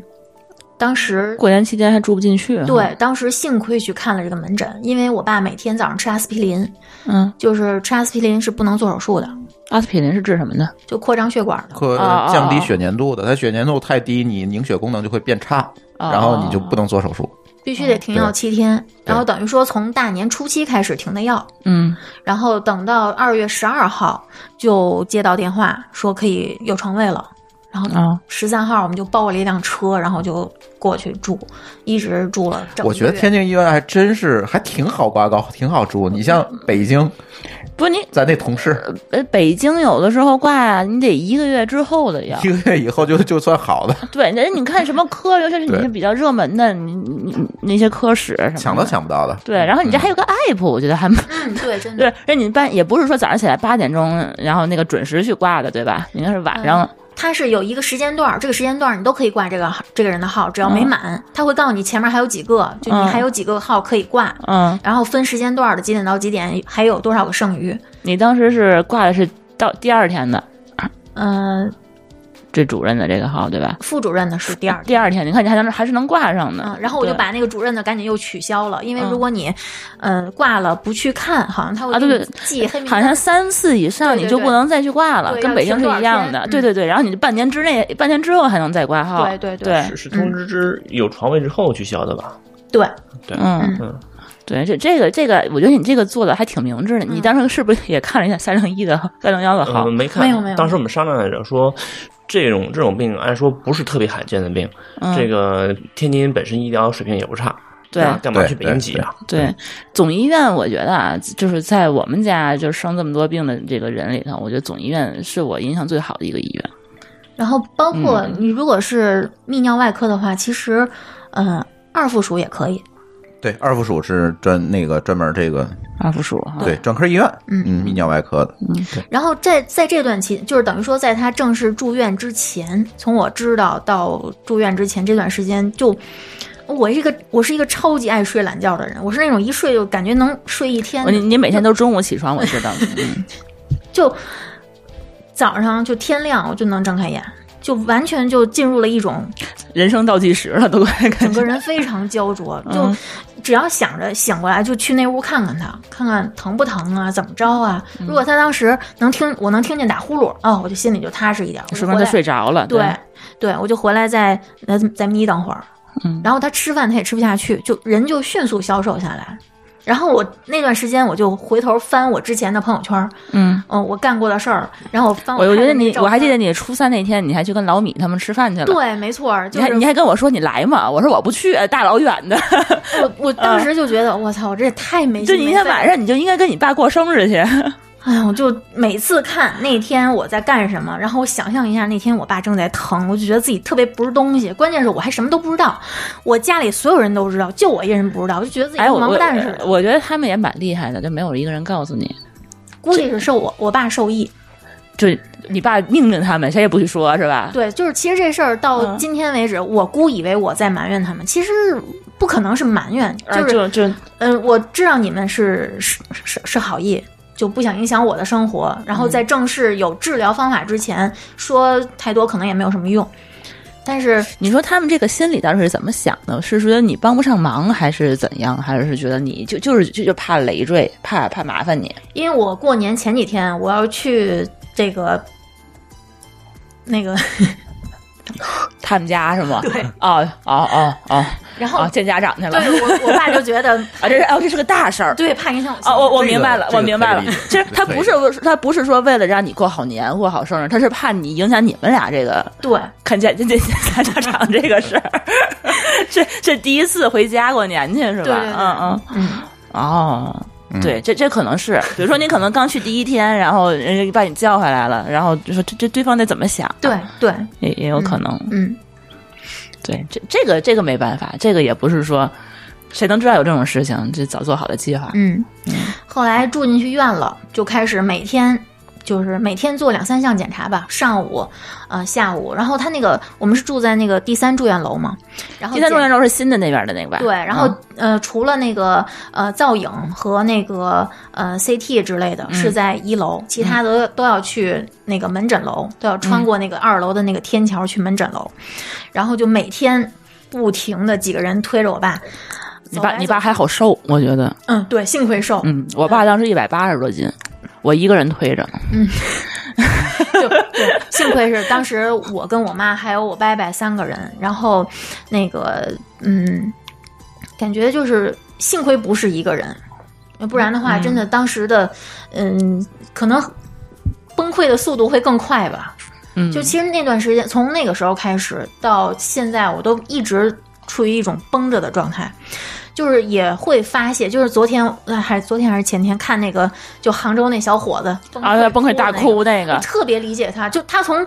[SPEAKER 2] 当时
[SPEAKER 4] 过年期间还住不进去，，
[SPEAKER 2] 对当时幸亏去看了这个门诊，因为我爸每天早上吃阿司匹林，
[SPEAKER 4] 嗯，
[SPEAKER 2] 就是吃阿司匹林是不能做手术的，
[SPEAKER 4] 阿司匹林是治什么的？
[SPEAKER 2] 就扩张血管的。
[SPEAKER 1] 可
[SPEAKER 4] 哦哦
[SPEAKER 1] 降低血粘度的，它血粘度太低，你凝血功能就会变差，
[SPEAKER 4] 哦
[SPEAKER 1] 嗯然后你就不能做手术。
[SPEAKER 2] 必须得停药
[SPEAKER 1] 嗯对
[SPEAKER 2] 七天，然后等于说从大年初七开始停的药，
[SPEAKER 4] 嗯，
[SPEAKER 2] 然后等到二月十二号就接到电话说可以有床位了，然后
[SPEAKER 4] 哦
[SPEAKER 2] 十三号我们就包了一辆车，然后就过去住，一直住了整个月。
[SPEAKER 1] 我觉得天津医院还真是还挺好挂高，挺好住。你像北京，
[SPEAKER 4] 不嗯是你
[SPEAKER 1] 咱那同事
[SPEAKER 4] 呃，北京有的时候挂你得一个月之后的药
[SPEAKER 1] 一，个月以后就就算好的，
[SPEAKER 4] 对，那你看什 么科，尤其是你
[SPEAKER 1] 对
[SPEAKER 4] 是比较热门的，你你你那些科室什么的
[SPEAKER 1] 抢嗯都抢不 到的。
[SPEAKER 4] 对，然后你这还有个 app，我觉得还蛮
[SPEAKER 2] 嗯，对，真的
[SPEAKER 4] 对，那你办也不是说早上起来八点钟，然后那个准时去挂的，对吧？应该是晚上，
[SPEAKER 2] 它是有一个时间段儿，这个时间段儿你都可以挂这个号这个人的号，只要没
[SPEAKER 4] 嗯
[SPEAKER 2] 满，他会告诉你前面还有几个，就你
[SPEAKER 4] 嗯
[SPEAKER 2] 还有几个号可以挂，
[SPEAKER 4] 嗯，
[SPEAKER 2] 然后分时间段儿的几点到几点，还有多少个剩余。
[SPEAKER 4] 你当时是挂的是到第二天的
[SPEAKER 2] 嗯、
[SPEAKER 4] 这主任的这个号，对吧？
[SPEAKER 2] 副主任的是第二
[SPEAKER 4] 第二天，你看你还能还是能挂上的。
[SPEAKER 2] 嗯，然后我就
[SPEAKER 4] 对
[SPEAKER 2] 把那个主任的赶紧又取消了，因为如
[SPEAKER 4] 嗯
[SPEAKER 2] 果你，呃，挂了不去看，好像他会
[SPEAKER 4] 啊
[SPEAKER 2] 给
[SPEAKER 4] 对
[SPEAKER 2] 你
[SPEAKER 4] 对
[SPEAKER 2] 记黑名
[SPEAKER 4] 好
[SPEAKER 2] 单。
[SPEAKER 4] 像三次以上
[SPEAKER 2] 对对
[SPEAKER 4] 你就不能再去挂了，
[SPEAKER 2] 对
[SPEAKER 4] 跟
[SPEAKER 2] 要
[SPEAKER 4] 北京
[SPEAKER 2] 停
[SPEAKER 4] 是
[SPEAKER 2] 多少
[SPEAKER 4] 一样的。
[SPEAKER 2] 天嗯
[SPEAKER 4] 对对对，然后你就半年之内、半年之后还能再挂号。
[SPEAKER 2] 对对对
[SPEAKER 4] 对
[SPEAKER 3] 是是通知之有床位之后取消的吧？
[SPEAKER 2] 对，
[SPEAKER 4] 嗯
[SPEAKER 3] 嗯，
[SPEAKER 4] 对，这这个这个，我觉得你这个做的还挺明智的。
[SPEAKER 2] 嗯
[SPEAKER 4] 你当时是不是也看了一下三零一的三零幺的号
[SPEAKER 3] 嗯，？没看，
[SPEAKER 2] 没有没有
[SPEAKER 3] 当时我们商量来着，说这种这种病，按说不是特别罕见的病，
[SPEAKER 4] 嗯
[SPEAKER 3] 这个天津本身医疗水平也不差，
[SPEAKER 4] 对
[SPEAKER 3] 那干嘛
[SPEAKER 1] 对
[SPEAKER 3] 去北京挤啊？
[SPEAKER 4] 对，总医院我觉得啊，就是在我们家就是生这么多病的这个人里头，我觉得总医院是我印象最好的一个医院。
[SPEAKER 2] 然后包括
[SPEAKER 4] 嗯
[SPEAKER 2] 你如果是泌尿外科的话，其实，呃，二附属也可以。
[SPEAKER 1] 对，二附属是专那个专门这个
[SPEAKER 4] 二附属哈，
[SPEAKER 1] 对专科医院，
[SPEAKER 2] 嗯
[SPEAKER 1] 嗯，泌尿外科的，
[SPEAKER 2] 然后在在这段期，就是等于说，在他正式住院之前，从我知道到住院之前这段时间，就我一个我是一个超级爱睡懒觉的人，我是那种一睡就感觉能睡一天
[SPEAKER 4] 哦我。你你每天都中午起床，我知道。嗯
[SPEAKER 2] 就早上就天亮我就能睁开眼，就完全就进入了一种
[SPEAKER 4] 人生倒计时了，都快感
[SPEAKER 2] 整个
[SPEAKER 4] 觉。
[SPEAKER 2] 人非常焦灼，
[SPEAKER 4] 嗯
[SPEAKER 2] 就只要想着醒过来就去那屋看看他，看看疼不疼啊，怎么着啊。
[SPEAKER 4] 嗯
[SPEAKER 2] 如果他当时能听，我能听见打呼噜，哦，我就心里就踏实一点。我就
[SPEAKER 4] 说
[SPEAKER 2] 回
[SPEAKER 4] 明
[SPEAKER 2] 来
[SPEAKER 4] 他睡着了，
[SPEAKER 2] 对对，我就回来再呃再眯等会儿。
[SPEAKER 4] 嗯
[SPEAKER 2] 然后他吃饭他也吃不下去，就人就迅速消瘦下来。然后我那段时间我就回头翻我之前的朋友圈儿，
[SPEAKER 4] 嗯，
[SPEAKER 2] 嗯、我干过的事儿，然后翻
[SPEAKER 4] 我哎
[SPEAKER 2] 看
[SPEAKER 4] 我觉得
[SPEAKER 2] 的那
[SPEAKER 4] 你，
[SPEAKER 2] 照
[SPEAKER 4] 我还记
[SPEAKER 2] 片
[SPEAKER 4] 得
[SPEAKER 2] 儿。
[SPEAKER 4] 你初三那天，你还去跟老米他们吃饭去了。
[SPEAKER 2] 对，没错儿，就
[SPEAKER 4] 你还
[SPEAKER 2] 是
[SPEAKER 4] 你还跟我说你来嘛？我说我不去，大老远的。
[SPEAKER 2] 我我当时就觉得，我操，我这也太没
[SPEAKER 4] 就
[SPEAKER 2] 心
[SPEAKER 4] 嗯你
[SPEAKER 2] 没
[SPEAKER 4] 那
[SPEAKER 2] 肺
[SPEAKER 4] 天晚
[SPEAKER 2] 了。
[SPEAKER 4] 上你就应该跟你爸过生日去。
[SPEAKER 2] 哎呀，我就每次看那天我在干什么，然后我想象一下那天我爸正在疼，我就觉得自己特别不是东西。关键是我还什么都不知道，我家里所有人都知道，就我一人不知道，就觉得自己
[SPEAKER 4] 哎，
[SPEAKER 2] 跟
[SPEAKER 4] 我
[SPEAKER 2] 王
[SPEAKER 4] 我
[SPEAKER 2] 八蛋似的。
[SPEAKER 4] 我觉得他们也蛮厉害的，就没有一个人告诉你。
[SPEAKER 2] 估计是受我我爸受益。
[SPEAKER 4] 就你爸命令他们，谁也不许说，是吧？
[SPEAKER 2] 对，就是其实这事儿到
[SPEAKER 4] 嗯
[SPEAKER 2] 今天为止，我姑以为我在埋怨他们，其实不可能是埋怨，
[SPEAKER 4] 啊
[SPEAKER 2] 就是
[SPEAKER 4] 就就
[SPEAKER 2] 嗯、我知道你们是是是是好意，就不想影响我的生活。然后在正式有治疗方法之前，说太多可能也没有什么用。但是
[SPEAKER 4] 你说他们这个心里当时是怎么想的？是觉得你帮不上忙，还是怎样？还是觉得你就就是就就怕累赘，怕怕麻烦你？
[SPEAKER 2] 因为我过年前几天我要去这个那个，
[SPEAKER 4] 他们家是吗？
[SPEAKER 2] 对，
[SPEAKER 4] 哦哦哦哦
[SPEAKER 2] 然后、
[SPEAKER 4] 哦，见家长去了。
[SPEAKER 2] 对 我我爸就觉得
[SPEAKER 4] 啊，这是哦，这是个大事儿。
[SPEAKER 2] 对怕影响我心
[SPEAKER 4] 哦，我我
[SPEAKER 1] 这个
[SPEAKER 4] 明白了，
[SPEAKER 1] 这个
[SPEAKER 4] 我明白了
[SPEAKER 1] 可以理解。
[SPEAKER 4] 其实他不是他不是说为了让你过好年过好生日，他是怕你影响你们俩这个
[SPEAKER 2] 对。
[SPEAKER 4] 看见见见家长这个事儿。 这这第一次回家过年去是吧？
[SPEAKER 2] 对对对
[SPEAKER 4] 嗯嗯
[SPEAKER 2] 嗯
[SPEAKER 4] 哦，对，这这可能是，比如说你可能刚去第一天，然后人家把你叫回来了，然后就说这这对方得怎么想、啊
[SPEAKER 2] 对，对，
[SPEAKER 4] 也也有可能。
[SPEAKER 2] 嗯，
[SPEAKER 4] 对，这这个这个没办法，这个也不是说谁能知道有这种事情，这早做好的计划。
[SPEAKER 2] 嗯，后来住进去院了，就开始每天就是每天做两三项检查吧，上午，呃，下午。然后他那个我们是住在那个第三住院楼嘛，然后
[SPEAKER 4] 第三
[SPEAKER 2] 检
[SPEAKER 4] 住院楼是新的那边的那个吧？
[SPEAKER 2] 对，然后、
[SPEAKER 4] 嗯
[SPEAKER 2] 呃，除了那个呃造影和那个呃 CT 之类的
[SPEAKER 4] 嗯
[SPEAKER 2] 是在一楼，其他的都要去那个门诊楼，都要
[SPEAKER 4] 嗯
[SPEAKER 2] 穿过那个二楼的那个天桥去门诊楼，然后就每天不停的几个人推着我爸。
[SPEAKER 4] 你
[SPEAKER 2] 走
[SPEAKER 4] 爸
[SPEAKER 2] 来
[SPEAKER 4] 你
[SPEAKER 2] 走
[SPEAKER 4] 爸还好瘦，我觉得，
[SPEAKER 2] 嗯，对，幸亏瘦，
[SPEAKER 4] 嗯，我爸当时一百八十多斤，我一个人推着，
[SPEAKER 2] 就对，幸亏是当时我跟我妈还有我伯伯三个人，然后那个嗯，感觉就是幸亏不是一个人，不然的话，真的当时的嗯，可能崩溃的速度会更快吧。
[SPEAKER 4] 嗯，
[SPEAKER 2] 就其实那段时间，从那个时候开始到现在，我都一直处于一种绷着的状态，就是也会发泄。就是昨天呃还是昨天还是前天看那个，就杭州那小伙子崩
[SPEAKER 4] 啊，崩溃大
[SPEAKER 2] 哭的那个嗯
[SPEAKER 4] 哭那个
[SPEAKER 2] 我，特别理解他，就他从。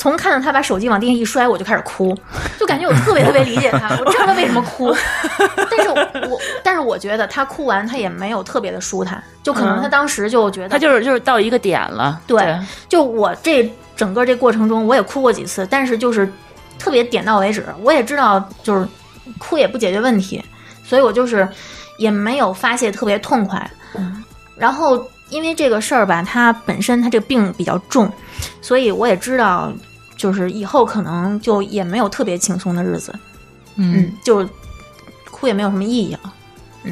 [SPEAKER 2] 从看到他把手机往地上一摔，我就开始哭，就感觉我特别特别理解 他，我知道他为什么哭。但是我，但是我觉得他哭完，他也没有特别的舒坦，就可能他当时就觉得，
[SPEAKER 4] 嗯他就是就是到一个点了，
[SPEAKER 2] 对就我这整个这过程中，我也哭过几次，但是就是特别点到为止。我也知道，就是哭也不解决问题，所以我就是也没有发泄特别痛快。然后因为这个事儿吧，他本身他这个病比较重，所以我也知道，就是以后可能就也没有特别轻松的日子。
[SPEAKER 4] 嗯
[SPEAKER 2] 嗯，，就哭也没有什么意义了。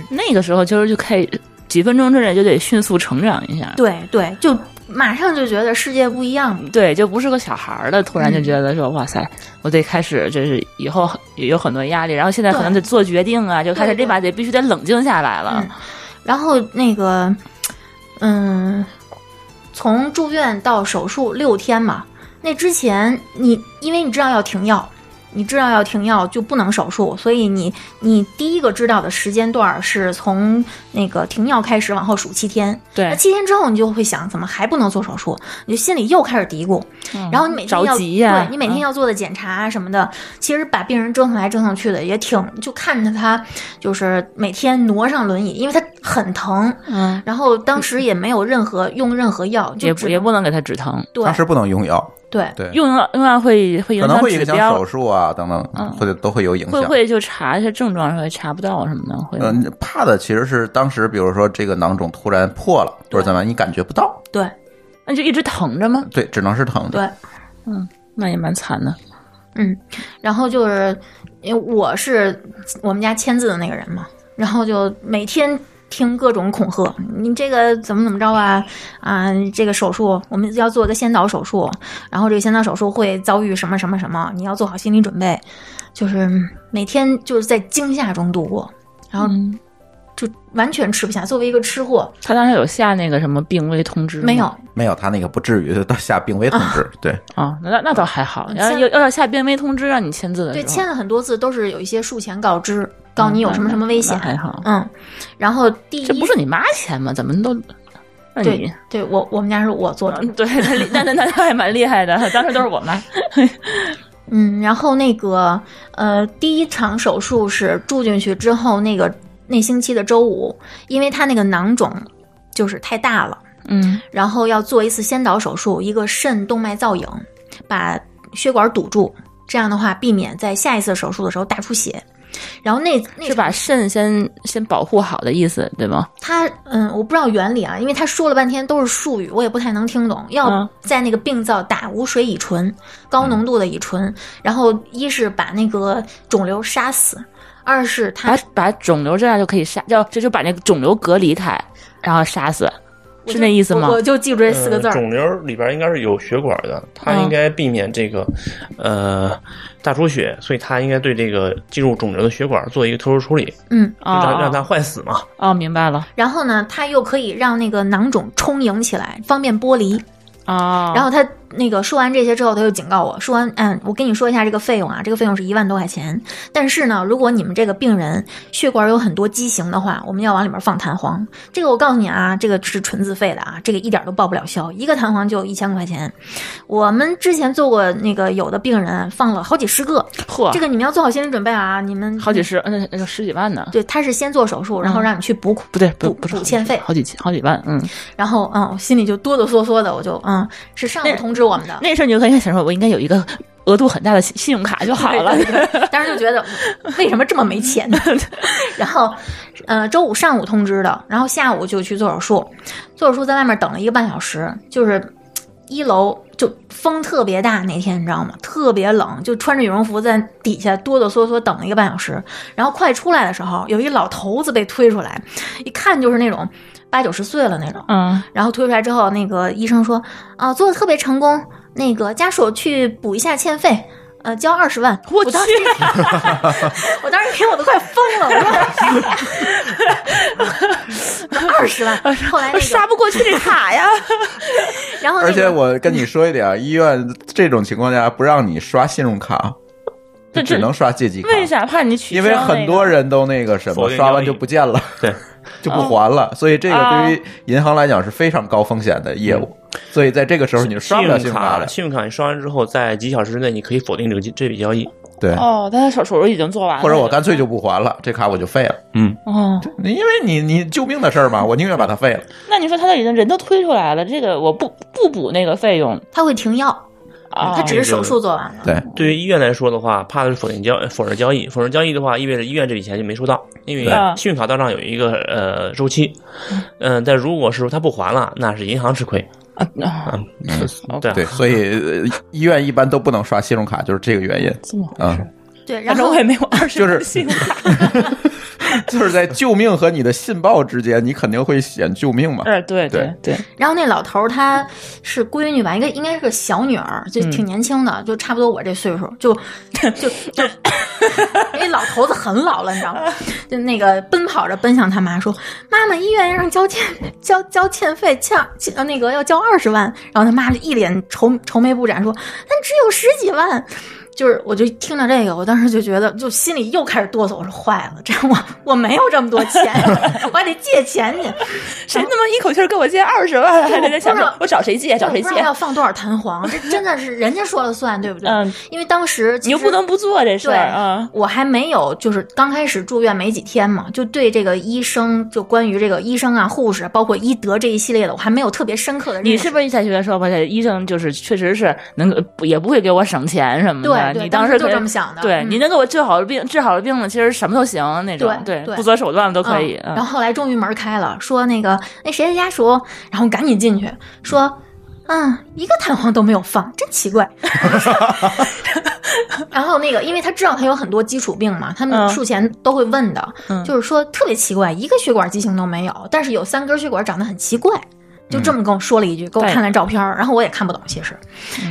[SPEAKER 4] 那个时候就是就可以几分钟之内就得迅速成长一下，
[SPEAKER 2] 对对，就马上就觉得世界不一样。
[SPEAKER 4] 对，就不是个小孩儿了，突然
[SPEAKER 2] 嗯
[SPEAKER 4] 就觉得说、哇塞，我得开始就是以后也有很多压力，然后现在可能得做决定啊，就开始
[SPEAKER 2] 对对
[SPEAKER 4] 立马得必须得冷静下来了
[SPEAKER 2] 嗯，然后那个，嗯，从住院到手术六天嘛，那之前你因为你知道要停药，你知道要停药就不能手术，所以你你第一个知道的时间段儿是从那个停药开始往后数七天。那
[SPEAKER 4] 对，
[SPEAKER 2] 七天之后，你就会想怎么还不能做手术，你就心里又开始嘀咕。然后你每天要
[SPEAKER 4] 嗯着急呀嗯
[SPEAKER 2] 对你每天要做的检查啊什么的，其实把病人折腾来折腾去的也挺，就看着他就是每天挪上轮椅，因为他很疼。
[SPEAKER 4] 嗯，
[SPEAKER 2] 然后当时也没有任何用任何药，就
[SPEAKER 4] 也
[SPEAKER 2] 只
[SPEAKER 4] 不也不能给他止疼，
[SPEAKER 2] 对
[SPEAKER 1] 当时不能用药，
[SPEAKER 2] 对
[SPEAKER 1] 对，
[SPEAKER 4] 用药用药会会
[SPEAKER 1] 可
[SPEAKER 4] 影
[SPEAKER 1] 能
[SPEAKER 4] 响
[SPEAKER 1] 会
[SPEAKER 4] 指
[SPEAKER 1] 影响
[SPEAKER 4] 标嗯
[SPEAKER 1] 手，术啊等等，或者都会有影
[SPEAKER 4] 会
[SPEAKER 1] 响
[SPEAKER 4] 不。会就查一下症状，会查不到什么的，会吗
[SPEAKER 1] 嗯，怕的其实是当时，比如说这个囊肿突然破了，或者怎么样，你感觉不到，
[SPEAKER 2] 对
[SPEAKER 4] 那就一直疼着吗？
[SPEAKER 1] 对，只能是疼的。
[SPEAKER 2] 对，
[SPEAKER 4] 那也蛮惨的，
[SPEAKER 2] 嗯，然后就是因为我是我们家签字的那个人嘛，然后就每天听各种恐吓，你这个怎么怎么着啊啊，这个手术我们要做一个先导手术，然后这个先导手术会遭遇什么什么什么，你要做好心理准备，就是每天就是在惊吓中度过，然后
[SPEAKER 4] 嗯
[SPEAKER 2] 就完全吃不下。作为一个吃货，
[SPEAKER 4] 他当时有下那个什么病危通知吗
[SPEAKER 2] 没有
[SPEAKER 1] 没有，他那个不至于到下病危通 知，对，
[SPEAKER 4] 啊？那那倒还好，
[SPEAKER 2] 嗯
[SPEAKER 4] 然后
[SPEAKER 2] 像
[SPEAKER 4] 要要下病危通知让你签字的时
[SPEAKER 2] 对
[SPEAKER 4] 候，嗯
[SPEAKER 2] 签了很多次，都是有一些术前告知，告你有什么什么危险
[SPEAKER 4] 那。还好，
[SPEAKER 2] 嗯，然后第一
[SPEAKER 4] 这不是你妈签吗？怎么都那你嗯
[SPEAKER 2] 对对，我我们家是我做的。
[SPEAKER 4] 对，他厉那那那他还蛮厉害的，当时都是我妈。
[SPEAKER 2] 嗯，然后那个呃，第一场手术是住进去之后，那个那星期的周五，因为他那个囊肿就是太大了，
[SPEAKER 4] 嗯
[SPEAKER 2] 然后要做一次先导手术，一个肾动脉造影，把血管堵住，这样的话避免在下一次手术的时候大出血。然后那那
[SPEAKER 4] 是把肾先先保护好的意思，对吗？
[SPEAKER 2] 他嗯，我不知道原理啊，因为他说了半天都是术语，我也不太能听懂。要
[SPEAKER 4] 嗯
[SPEAKER 2] 在那个病灶打无水乙醇，高浓度的乙醇，然后一是把那个肿瘤杀死，二是
[SPEAKER 4] 把
[SPEAKER 2] 它
[SPEAKER 4] 把肿瘤这样就可以杀，要这就把那个肿瘤隔离开，然后杀死，
[SPEAKER 2] 我
[SPEAKER 4] 是
[SPEAKER 2] 就
[SPEAKER 4] 那意思吗
[SPEAKER 2] 我？我就记住这四个字
[SPEAKER 3] 呃
[SPEAKER 2] 儿。
[SPEAKER 3] 肿瘤里边应该是有血管的，它
[SPEAKER 4] 嗯
[SPEAKER 3] 应该避免这个，呃，大出血，所以它应该对这个进入肿瘤的血管做一个特殊处理，
[SPEAKER 2] 嗯，
[SPEAKER 3] 就让让
[SPEAKER 4] 哦
[SPEAKER 3] 它坏死嘛。
[SPEAKER 4] 哦，明白了
[SPEAKER 2] 然后呢，它又可以让那个囊肿充盈起来，方便剥离。
[SPEAKER 4] 哦。
[SPEAKER 2] 然后它那个说完这些之后，他又警告我说完，嗯，我跟你说一下这个费用啊，这个费用是一万多块钱。但是呢，如果你们这个病人血管有很多畸形的话，我们要往里面放弹簧。这个我告诉你啊，这个是纯自费的啊，这个一点都报不了销，一个弹簧就一千块钱。我们之前做过那个有的病人啊放了好几十个，
[SPEAKER 4] 嚯，
[SPEAKER 2] 这个你们要做好心理准备啊，你们
[SPEAKER 4] 好几十，那那就十几万呢。
[SPEAKER 2] 对，他是先做手术，然后让你去补
[SPEAKER 4] 不对，
[SPEAKER 2] 补
[SPEAKER 4] 不不是
[SPEAKER 2] 补欠费
[SPEAKER 4] 好几千好几万，嗯，
[SPEAKER 2] 然后嗯，我心里就哆哆嗦嗦的，我就嗯，是上面通知我们的，
[SPEAKER 4] 那时候你就可以想说，我应该有一个额度很大的信信用卡就好了。
[SPEAKER 2] 当时就觉得 为什么这么没钱呢？然后，呃，周五上午通知的，然后下午就去做手术，做手术在外面等了一个半小时，就是一楼就风特别大，那天你知道吗？特别冷，就穿着羽绒服在底下哆哆嗦嗦等了一个半小时，然后快出来的时候，有一老头子被推出来，一看就是那种八九十岁了那种，
[SPEAKER 4] 嗯，
[SPEAKER 2] 然后推出来之后，那个医生说啊，做的特别成功，那个家属去补一下欠费，呃，交二十万。
[SPEAKER 4] 我去
[SPEAKER 2] 当时， 我当时听我都快疯了，我说二十万。后 来那
[SPEAKER 4] 刷
[SPEAKER 2] 个，
[SPEAKER 4] 不过去这卡呀。
[SPEAKER 2] 然后 那
[SPEAKER 1] 而 且
[SPEAKER 2] 个。
[SPEAKER 1] 我跟你说一点 啊，医院这种情况下不让你刷信用卡，
[SPEAKER 4] 这
[SPEAKER 1] 只能刷借记卡，
[SPEAKER 4] 为啥怕你取消
[SPEAKER 1] 啊因
[SPEAKER 4] 那个？
[SPEAKER 1] 为很多人都那个什
[SPEAKER 3] 否
[SPEAKER 1] 么，
[SPEAKER 3] 定
[SPEAKER 1] 刷完
[SPEAKER 3] 交易
[SPEAKER 1] 就不见了，
[SPEAKER 3] 对，
[SPEAKER 1] 就不还了。所以这个
[SPEAKER 4] 啊
[SPEAKER 1] 对于银行来讲是非常高风险的业务，所以在这个时候你就刷不了信
[SPEAKER 3] 信
[SPEAKER 1] 用卡了。
[SPEAKER 3] 信用卡你刷完之后，在几小时之内你可以否定这个这笔交易。
[SPEAKER 1] 对，
[SPEAKER 4] 哦，但他手手术已经做完了，
[SPEAKER 1] 或者我干脆就不还了，这卡我就废了。
[SPEAKER 3] 嗯，
[SPEAKER 4] 哦，
[SPEAKER 1] 因为你你救命的事儿嘛，我宁愿把它废了。
[SPEAKER 4] 那你说他都已经人都推出来了，这个我不不补那个费用
[SPEAKER 2] 他会停药，
[SPEAKER 4] 啊？
[SPEAKER 2] 他只是手术做完了。
[SPEAKER 1] 对，
[SPEAKER 3] 对于医院来说的话，怕的是否定交否认交易，否认交易的话，意味着医院这笔钱就没收到，因为
[SPEAKER 4] 对啊
[SPEAKER 3] 信用卡到账有一个呃周期，嗯、但如果是说他不还了，那是银行吃亏。
[SPEAKER 4] 啊啊，
[SPEAKER 3] 嗯，
[SPEAKER 4] 嗯
[SPEAKER 3] 对啊
[SPEAKER 1] 对，所以呃医院一般都不能刷信用卡，就是这个原因。
[SPEAKER 4] 这么回
[SPEAKER 1] 啊
[SPEAKER 4] 事。
[SPEAKER 2] 对，然
[SPEAKER 4] 反正
[SPEAKER 2] 后
[SPEAKER 4] 我也没有二十
[SPEAKER 1] 就是
[SPEAKER 4] 个信用 卡，
[SPEAKER 1] 就是在救命和你的信报之间，你肯定会选救命嘛。
[SPEAKER 4] 哎，对
[SPEAKER 1] 对
[SPEAKER 4] 对，
[SPEAKER 2] 然后那老头儿他是闺女吧，应该应该是个小女儿，就挺年轻的，就差不多我这岁数，就就就，那老头子很老了，你知道吗？就那个奔跑着奔向他妈说：“妈妈，医院让交欠交交欠费，欠欠呃那个要交二十万。”然后他妈就一脸愁愁眉不展说：“但只有十几万。”就是，我就听到这个，我当时就觉得，就心里又开始哆嗦。我说坏了，这我我没有这么多钱， 我还得借钱去。
[SPEAKER 4] 谁他妈一口气儿给我借二十万，还
[SPEAKER 2] 我
[SPEAKER 4] 在那想
[SPEAKER 2] 不知道
[SPEAKER 4] 着我找谁借，
[SPEAKER 2] 我
[SPEAKER 4] 找谁
[SPEAKER 2] 不知
[SPEAKER 4] 借
[SPEAKER 2] 道？要放多少弹簧，这真的是人家说了算，对不对？
[SPEAKER 4] 嗯，
[SPEAKER 2] 因为当时
[SPEAKER 4] 你又不能
[SPEAKER 2] 不
[SPEAKER 4] 不做这事
[SPEAKER 2] 对
[SPEAKER 4] 儿啊。
[SPEAKER 2] 我还没有就是刚开始住院没几天嘛，就对这个医生，就关于这个医生啊、护士啊，包括医德这一系列的，我还没有特别深刻的认识。
[SPEAKER 4] 你是不是在学院说吧？这医生就是确实是能也不会给我省钱什么的。
[SPEAKER 2] 对对，
[SPEAKER 4] 你
[SPEAKER 2] 当
[SPEAKER 4] 时
[SPEAKER 2] 就
[SPEAKER 4] 可以
[SPEAKER 2] 这么想的。
[SPEAKER 4] 对，
[SPEAKER 2] 嗯
[SPEAKER 4] 你能给我治好病，治好了病了，其实什么都行那种，
[SPEAKER 2] 对对
[SPEAKER 4] 不择手段都可以。
[SPEAKER 2] 嗯然后后来终于门开了，说那个那谁的家属，然后赶紧进去说。嗯，一个弹簧都没有放，真奇怪。 然后那个，因为他知道他有很多基础病嘛，他们
[SPEAKER 4] 嗯
[SPEAKER 2] 术前都会问的，
[SPEAKER 4] 嗯
[SPEAKER 2] 就是说特别奇怪，一个血管畸形都没有，但是有三根血管长得很奇怪，就这么跟我说了一句，给我
[SPEAKER 4] 嗯对
[SPEAKER 2] 看了照片儿，然后我也看不懂其实，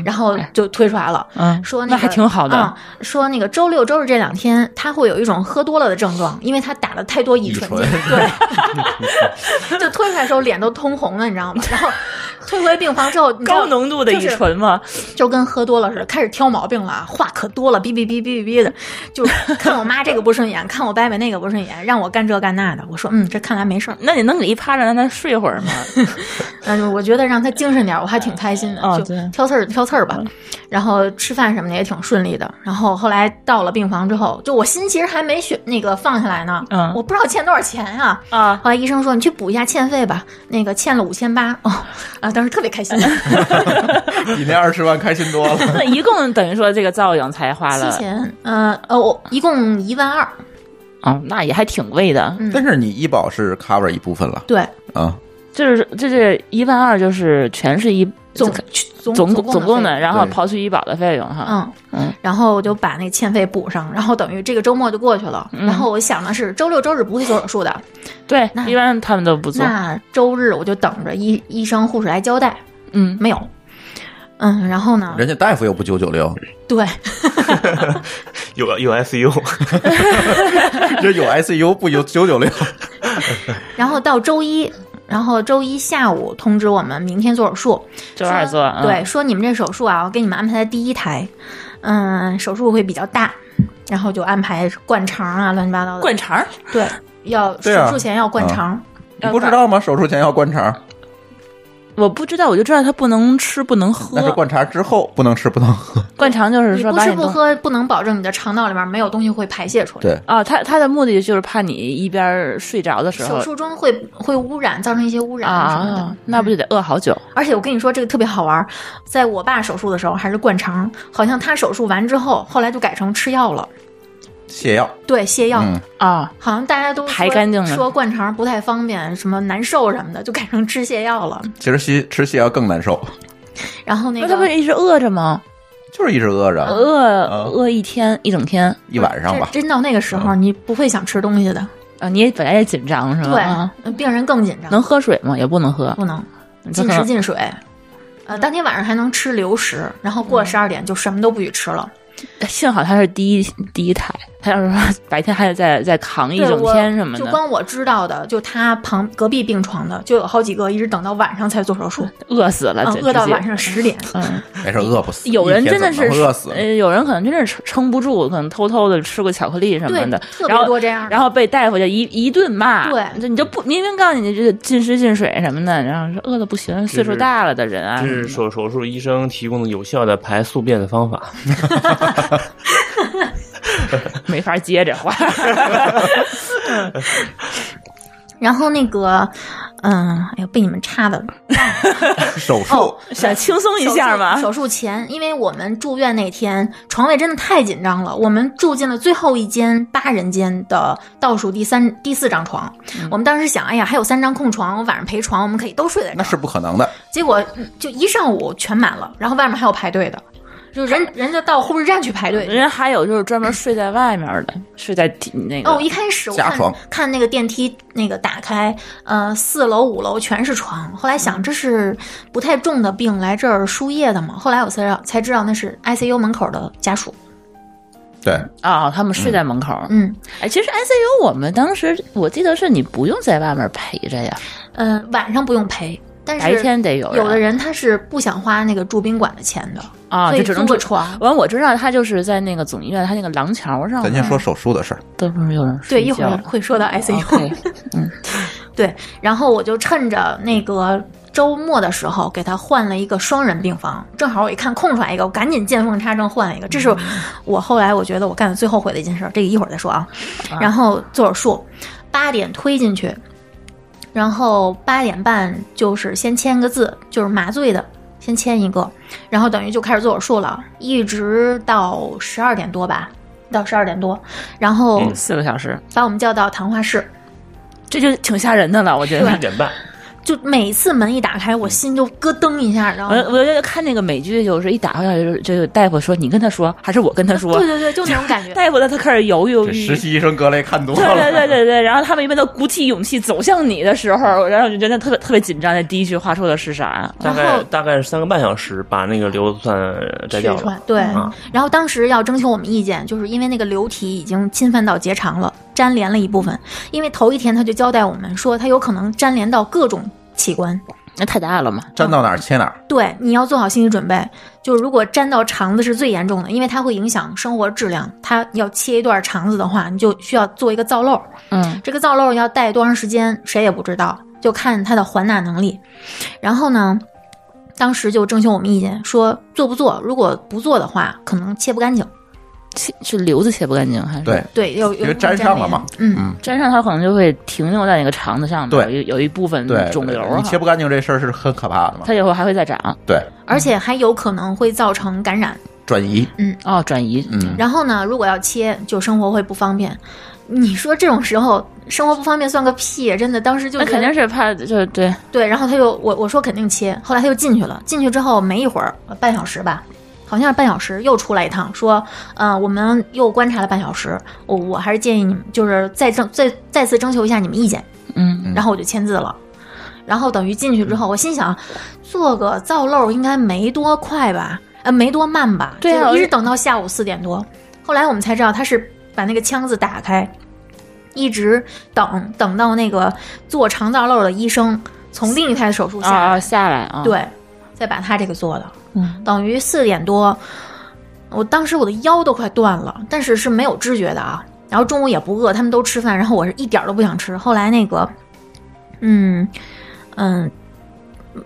[SPEAKER 2] 然后就推出来了。
[SPEAKER 4] 嗯，
[SPEAKER 2] 说
[SPEAKER 4] 那
[SPEAKER 2] 那
[SPEAKER 4] 还
[SPEAKER 2] 个
[SPEAKER 4] 挺好的
[SPEAKER 2] 嗯说那个周六周日这两天，他会有一种喝多了的症状，因为他打了太多乙醇
[SPEAKER 1] 乙
[SPEAKER 2] 进去，对，就推出来的时候脸都通红了，你知道吗？然后推回病房之后，你知道
[SPEAKER 4] 高浓度的乙醇嘛，
[SPEAKER 2] 就跟喝多了似的，开始挑毛病了，话可多了，哔哔哔哔哔哔的，就看我妈这个不顺眼，看我伯伯那个不顺眼，让我干这干那的。我说，嗯，这看来没事儿。
[SPEAKER 4] 那你能给一趴着让他睡会儿 吗？
[SPEAKER 2] 嗯，就我觉得让他精神点儿，我还挺开心的，
[SPEAKER 4] 哦
[SPEAKER 2] 就
[SPEAKER 4] 对
[SPEAKER 2] 挑刺儿挑刺儿吧。然后吃饭什么的也挺顺利的。然后后来到了病房之后，就我心其实还没血那个放下来呢，
[SPEAKER 4] 嗯
[SPEAKER 2] 我不知道欠多少钱啊。
[SPEAKER 4] 啊，
[SPEAKER 2] 后来医生说你去补一下欠费吧，那个欠了五千八哦，啊，当时特别开 心，
[SPEAKER 1] 比那二十万开心多了。
[SPEAKER 4] 那一共等于说这个造影才花
[SPEAKER 2] 七
[SPEAKER 4] 了，
[SPEAKER 2] 千，呃呃，我一共一万二，
[SPEAKER 4] 哦，那也还挺贵的。
[SPEAKER 2] 嗯
[SPEAKER 1] 但是你医保是 cover 一部分了
[SPEAKER 2] 对，
[SPEAKER 1] 啊，
[SPEAKER 4] 就是这这一万二，就是全是一
[SPEAKER 2] 总
[SPEAKER 4] 总
[SPEAKER 2] 总
[SPEAKER 4] 共
[SPEAKER 2] 总
[SPEAKER 4] 共
[SPEAKER 2] 的费
[SPEAKER 4] 的，
[SPEAKER 2] 用
[SPEAKER 4] 然后
[SPEAKER 1] 对
[SPEAKER 4] 刨去医保的费用哈。
[SPEAKER 2] 嗯
[SPEAKER 4] 嗯
[SPEAKER 2] 然后我就把那欠费补上，然后等于这个周末就过去了。然后我想的是周六周日不会做手术的，
[SPEAKER 4] 对，
[SPEAKER 2] 那
[SPEAKER 4] 一般他们都不做。
[SPEAKER 2] 那周日我就等着医医生护士来交代，
[SPEAKER 4] 嗯，
[SPEAKER 2] 没有。嗯，然后
[SPEAKER 4] 啊
[SPEAKER 2] 呢？
[SPEAKER 1] 人家大夫又不九九六，
[SPEAKER 2] 对，
[SPEAKER 3] 有有 ICU，
[SPEAKER 1] 这有 ICU 不有九九六？
[SPEAKER 2] 然后到周一，然后周一下午通知我们明天做手术，
[SPEAKER 4] 周二做，嗯
[SPEAKER 2] 对，，说你们这手术啊，我给你们安排在第一台，嗯，手术会比较大，然后就安排灌肠啊，乱七八糟的。
[SPEAKER 4] 灌嗯肠儿，
[SPEAKER 2] 对，要
[SPEAKER 1] 对啊
[SPEAKER 2] 手术前要灌肠，
[SPEAKER 1] 你不知道吗？手术前要灌肠，
[SPEAKER 4] 我不知道，我就知道他不能吃不能喝
[SPEAKER 1] 那是，灌肠之后不能吃不能 喝。
[SPEAKER 4] 灌肠就是
[SPEAKER 2] 你
[SPEAKER 4] 说
[SPEAKER 2] 不
[SPEAKER 4] 把
[SPEAKER 2] 吃
[SPEAKER 4] 你
[SPEAKER 2] 不
[SPEAKER 4] 弄
[SPEAKER 2] 喝不能保证你的肠道里面没有东西会排泄出来。
[SPEAKER 1] 对，
[SPEAKER 4] 啊，他他的目的就是怕你一边儿睡着的时候
[SPEAKER 2] 手术中会会污染，造成一些污染啊什么的。
[SPEAKER 4] 啊，那不就得饿好久？
[SPEAKER 2] 而且我跟你说，这个特别好玩儿。在我爸手术的时候还是灌肠，好像他手术完之后，后来就改成吃药了，
[SPEAKER 1] 泻药，
[SPEAKER 2] 对，泻药。
[SPEAKER 1] 嗯，
[SPEAKER 4] 啊，
[SPEAKER 2] 好像大家都
[SPEAKER 4] 排
[SPEAKER 2] 说
[SPEAKER 4] 干净了
[SPEAKER 2] 说灌肠不太方便，什么难受什么的，就改成吃泻药了。
[SPEAKER 1] 其实西吃泻药更难受，
[SPEAKER 2] 然后那
[SPEAKER 4] 那
[SPEAKER 2] 个啊
[SPEAKER 4] 他不是一直饿着吗？
[SPEAKER 1] 就是一直饿着、
[SPEAKER 4] 饿
[SPEAKER 1] 啊
[SPEAKER 4] 饿一天一整天
[SPEAKER 1] 一晚上吧。嗯
[SPEAKER 2] 这真到那个时候，你不会想吃东西的。
[SPEAKER 4] 啊，你也本来也紧张是吧？啊
[SPEAKER 2] 对，病人更紧张，
[SPEAKER 4] 能喝水吗？也不能喝，
[SPEAKER 2] 不能
[SPEAKER 4] 这
[SPEAKER 2] 进
[SPEAKER 4] 可
[SPEAKER 2] 食进水？呃，当天晚上还能吃流食，然后过了十二点就什么都不许吃了。
[SPEAKER 4] 幸好他是第一第一台，他要是说 白天还得再再扛嗯一
[SPEAKER 2] 对
[SPEAKER 4] 整
[SPEAKER 2] 我
[SPEAKER 4] 天什么
[SPEAKER 2] 就
[SPEAKER 4] 的，
[SPEAKER 2] 光我知道的，就他旁隔壁病床的，就有好几个一直等到晚上才做手术，
[SPEAKER 4] 饿死了，
[SPEAKER 2] 啊
[SPEAKER 4] 简直
[SPEAKER 2] 饿到
[SPEAKER 4] 是
[SPEAKER 2] 晚。上十点。
[SPEAKER 4] 嗯，
[SPEAKER 1] 没事，饿不死。
[SPEAKER 4] 有人
[SPEAKER 1] 一天
[SPEAKER 4] 真的
[SPEAKER 1] 怎么
[SPEAKER 4] 是
[SPEAKER 1] 能饿死呢
[SPEAKER 4] 呃，有人可能真是撑撑不住，可能偷偷的吃个巧克力什么
[SPEAKER 2] 对
[SPEAKER 4] 的，，
[SPEAKER 2] 特别
[SPEAKER 4] 然后
[SPEAKER 2] 多这样的。
[SPEAKER 4] 然后被大夫就一一顿骂，
[SPEAKER 2] 啊对
[SPEAKER 4] 就你就不明明告诉你这进食进水什么的，然后说饿的不行，岁数大了的人啊
[SPEAKER 3] 这，是手手术医生提供的有效的排宿便的方法。
[SPEAKER 4] 没法接这话。
[SPEAKER 2] 然后那个，嗯，哎呀，被你们插的。
[SPEAKER 1] 手术、
[SPEAKER 4] 想轻松哦一下嘛，
[SPEAKER 2] 手术前，因为我们住院那天床位真的太紧张了，我们住进了最后一间八人间的倒数第三、第四张床。
[SPEAKER 4] 嗯
[SPEAKER 2] 我们当时想，哎呀，还有三张空床，我晚上陪床，我们可以都睡在这
[SPEAKER 1] 那
[SPEAKER 2] 儿。
[SPEAKER 1] 是不可能的。
[SPEAKER 2] 结果嗯就一上午全满了，然后外面还有排队的，就人人家到护士站去排队去。
[SPEAKER 4] 人家还有就是专门睡在外面的，睡在体那个
[SPEAKER 2] 哦，一开始我
[SPEAKER 1] 加
[SPEAKER 2] 看
[SPEAKER 1] 床
[SPEAKER 2] 看那个电梯那个打开，呃，四楼五楼全是床。后来
[SPEAKER 4] 嗯
[SPEAKER 2] 想这是不太重的病来这儿输液的嘛，后来我才知道才知道那是 ICU 门口的家属。
[SPEAKER 1] 对，
[SPEAKER 4] 啊、他们睡在门口。
[SPEAKER 2] 嗯，
[SPEAKER 4] 哎，其实 ICU 我们当时我记得是你不用在外面陪着呀，
[SPEAKER 2] 嗯、晚上不用陪，但是
[SPEAKER 4] 白天得有
[SPEAKER 2] 有的人他是不想花那个住宾馆的钱的，
[SPEAKER 4] 啊，
[SPEAKER 2] 所
[SPEAKER 4] 就
[SPEAKER 2] 以
[SPEAKER 4] 只
[SPEAKER 2] 租
[SPEAKER 4] 能
[SPEAKER 2] 个
[SPEAKER 4] 住。
[SPEAKER 2] 床。
[SPEAKER 4] 完，我知道他就是在那个总医院，他那个廊桥上
[SPEAKER 1] 咱先说手术的事儿。
[SPEAKER 4] 都不是有人
[SPEAKER 2] 对，
[SPEAKER 4] 睡
[SPEAKER 2] 一会
[SPEAKER 4] 觉哦
[SPEAKER 2] 儿会说到 ICU。
[SPEAKER 4] OK，
[SPEAKER 2] 对，然后我就趁着那个周末的时候给他换了一个双人病房，正好我一看空出来一个，我赶紧见缝插针换了一个。这是我后来我觉得我干的最后悔的一件事，这个一会儿再说啊。然后做手术，八点推进去，然后八点半就是先签个字，就是麻醉的。先签一个，然后等于就开始做手术了，一直到十二点多吧，到十二点多，然后
[SPEAKER 4] 四个小时，
[SPEAKER 2] 把我们叫到谈话室，
[SPEAKER 4] 这就挺吓人的了，我觉得
[SPEAKER 3] 一。点半，
[SPEAKER 2] 就每次门一打开，我心就咯噔一下，然后
[SPEAKER 4] 嗯我我就看那个美剧，有时候一打开就是就是大夫说你跟他说还是我跟他说
[SPEAKER 2] 对，对对，就那种 感觉。
[SPEAKER 4] 大夫呢他开始犹豫犹
[SPEAKER 1] 这
[SPEAKER 4] 豫，
[SPEAKER 1] 实习医生格雷看多
[SPEAKER 4] 对对
[SPEAKER 1] 了，
[SPEAKER 4] 对对对，然后他们一般都鼓起勇气走向你的时候，然后我就觉得特别特别紧张。那第一句话说的是啥？
[SPEAKER 3] 大
[SPEAKER 2] 然后
[SPEAKER 3] 概大概是三个半小时把那个瘤子算摘掉
[SPEAKER 2] 试穿
[SPEAKER 3] 了。
[SPEAKER 2] 对
[SPEAKER 4] 嗯
[SPEAKER 3] 啊，
[SPEAKER 2] 然后当时要征求我们意见，就是因为那个瘤体已经侵犯到结肠了，粘连了一部分。因为头一天他就交代我们说，它有可能粘连到各种器官。
[SPEAKER 4] 那太大了嘛，
[SPEAKER 1] 粘到哪儿切哪儿。
[SPEAKER 2] 对，你要做好心理准备。就如果粘到肠子是最严重的，因为它会影响生活质量。它要切一段肠子的话，你就需要做一个造瘘。
[SPEAKER 4] 嗯，
[SPEAKER 2] 这个造瘘要戴多长时间，谁也不知道，就看它的还纳能力。然后呢，当时就征求我们意见，说做不做？如果不做的话，可能切不干净。
[SPEAKER 4] 切是瘤子切不干净还是？
[SPEAKER 1] 对，，
[SPEAKER 2] 对，有有
[SPEAKER 1] 因为粘上了嘛。
[SPEAKER 2] 嗯，
[SPEAKER 1] 嗯
[SPEAKER 4] 粘上它可能就会停留在那个肠子上面，
[SPEAKER 1] 对
[SPEAKER 4] 有有一部分
[SPEAKER 1] 对，
[SPEAKER 4] 肿瘤
[SPEAKER 1] 你
[SPEAKER 4] 啊，
[SPEAKER 1] 切不干净这事儿是很可怕的嘛。
[SPEAKER 4] 它以后还会再长
[SPEAKER 1] 对，
[SPEAKER 2] 而且还有可能会造成感染。
[SPEAKER 1] 转移，
[SPEAKER 4] 哦，转移。
[SPEAKER 1] 嗯，
[SPEAKER 2] 然后呢，如果要切，就生活会不方便。你说这种时候生活不方便算个屁，啊真的，当时就
[SPEAKER 4] 那
[SPEAKER 2] 觉
[SPEAKER 4] 肯
[SPEAKER 2] 得
[SPEAKER 4] 定是怕，就是对，
[SPEAKER 2] 对，然后他就我我说肯定切，后来他就进去了，进去之后没一会儿，呃半小时吧，好像是半小时，又出来一趟，说，呃，我们又观察了半小时，我我还是建议你们就是再征再再次征求一下你们意见，
[SPEAKER 4] 嗯，
[SPEAKER 2] 然后我就签字了。然后等于进去之后，我心想，做个造漏应该没多快吧，呃，没多慢吧？
[SPEAKER 4] 对啊
[SPEAKER 2] 结果
[SPEAKER 4] 我
[SPEAKER 2] 一直
[SPEAKER 4] 也
[SPEAKER 2] 等到下午四点多，后来我们才知道他是把那个腔子打开，一直等等到那个做肠道瘘的医生从另一台手术下来，
[SPEAKER 4] 啊，下来啊，，
[SPEAKER 2] 对，再把他这个做了，
[SPEAKER 4] 嗯，
[SPEAKER 2] 等于四点多，我当时我的腰都快断了，但是是没有知觉的啊。然后中午也不饿，他们都吃饭，然后我是一点儿都不想吃。后来那个，嗯嗯，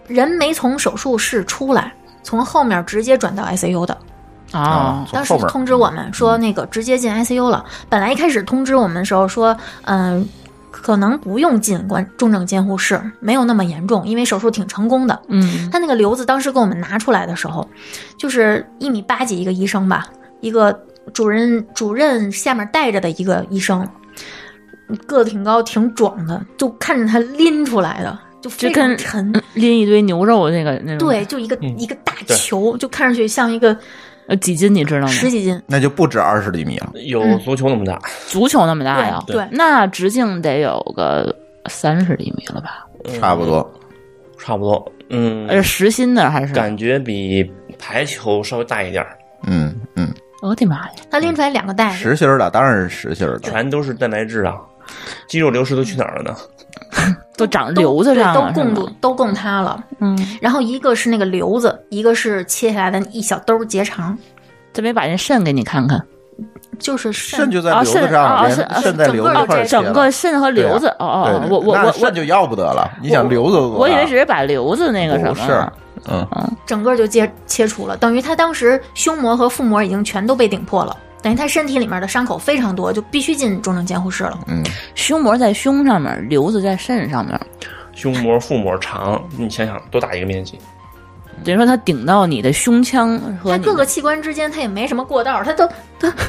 [SPEAKER 2] 人没从手术室出来，从后面直接转到 ICU 的。
[SPEAKER 4] 哦，
[SPEAKER 1] 啊从
[SPEAKER 2] 啊当时
[SPEAKER 1] 后面嗯
[SPEAKER 2] 通知我们说那个直接进 ICU 了。本来一开始通知我们的时候说，嗯、可能不用进关重症监护室，没有那么严重，因为手术挺成功的。
[SPEAKER 4] 嗯，
[SPEAKER 2] 他那个瘤子当时给我们拿出来的时候，就是一米八几一个医生吧，一个主任主任下面带着的一个医生，个子挺高挺壮的，就看着他拎出来的，就非
[SPEAKER 4] 就
[SPEAKER 2] 常
[SPEAKER 4] 跟
[SPEAKER 2] 沉，
[SPEAKER 4] 拎一堆牛肉那个那种，
[SPEAKER 2] 对，，就一个、
[SPEAKER 3] 嗯
[SPEAKER 2] 一个大
[SPEAKER 3] 对
[SPEAKER 2] 球，就看上去像一个
[SPEAKER 4] 呃，几斤你知道吗？
[SPEAKER 2] 十几斤，
[SPEAKER 1] 那就不止二十厘米了。
[SPEAKER 3] 有
[SPEAKER 2] 嗯
[SPEAKER 3] 足球那么大，
[SPEAKER 4] 足球那么大呀？
[SPEAKER 2] 对对
[SPEAKER 4] 那直径得有个三十厘米了吧？
[SPEAKER 1] 差不多，
[SPEAKER 3] 差不多，嗯，
[SPEAKER 2] 哎
[SPEAKER 4] 呃，实心的还是？
[SPEAKER 3] 感觉比排球稍微大一点儿，
[SPEAKER 1] 嗯嗯，
[SPEAKER 4] 我的妈呀！
[SPEAKER 2] 他拎出来两个袋子，
[SPEAKER 1] 实心儿的当然是实心儿的，
[SPEAKER 3] 全都是蛋白质啊，肌肉流失都去哪儿了呢？
[SPEAKER 4] 都长
[SPEAKER 2] 都
[SPEAKER 4] 瘤子
[SPEAKER 2] 对
[SPEAKER 4] 上了，
[SPEAKER 2] 都供
[SPEAKER 4] 是
[SPEAKER 2] 住
[SPEAKER 4] 吗，
[SPEAKER 2] 都供他了。
[SPEAKER 4] 嗯，
[SPEAKER 2] 然后一个是那个瘤子，一个是切下来的一小兜儿结肠，
[SPEAKER 4] 这没把人肾给你看看，
[SPEAKER 2] 就是
[SPEAKER 1] 肾
[SPEAKER 2] 肾
[SPEAKER 1] 就在
[SPEAKER 4] 啊
[SPEAKER 1] 瘤子
[SPEAKER 4] 肾
[SPEAKER 1] 上，
[SPEAKER 4] 啊
[SPEAKER 1] 连
[SPEAKER 4] 肾啊
[SPEAKER 1] 肾在
[SPEAKER 2] 整
[SPEAKER 1] 瘤
[SPEAKER 2] 个
[SPEAKER 1] 子
[SPEAKER 2] 儿
[SPEAKER 1] 一块儿切
[SPEAKER 4] 整
[SPEAKER 1] 了
[SPEAKER 4] 个肾和
[SPEAKER 1] 对啊
[SPEAKER 4] 瘤子，哦
[SPEAKER 1] 对
[SPEAKER 4] 哦，
[SPEAKER 1] 对
[SPEAKER 4] 我我
[SPEAKER 1] 那
[SPEAKER 4] 我
[SPEAKER 1] 肾
[SPEAKER 4] 我，
[SPEAKER 1] 就要不得了。你想瘤子多大，
[SPEAKER 4] 我以为只是把瘤子那个什
[SPEAKER 1] 不是
[SPEAKER 4] 么，，
[SPEAKER 1] 嗯，
[SPEAKER 2] 整个就切切除了，等于他当时胸膜和腹膜已经全都被顶破了，等于他身体里面的伤口非常多，就必须进重症监护室了。
[SPEAKER 1] 嗯
[SPEAKER 4] 胸膜在胸上面，瘤子在肾上面，
[SPEAKER 3] 胸膜、腹膜、肠，你想想多大一个面积？
[SPEAKER 4] 等于说它顶到你的胸腔和
[SPEAKER 2] 他
[SPEAKER 4] 你
[SPEAKER 2] 各个器官之间他也没什么过道，他都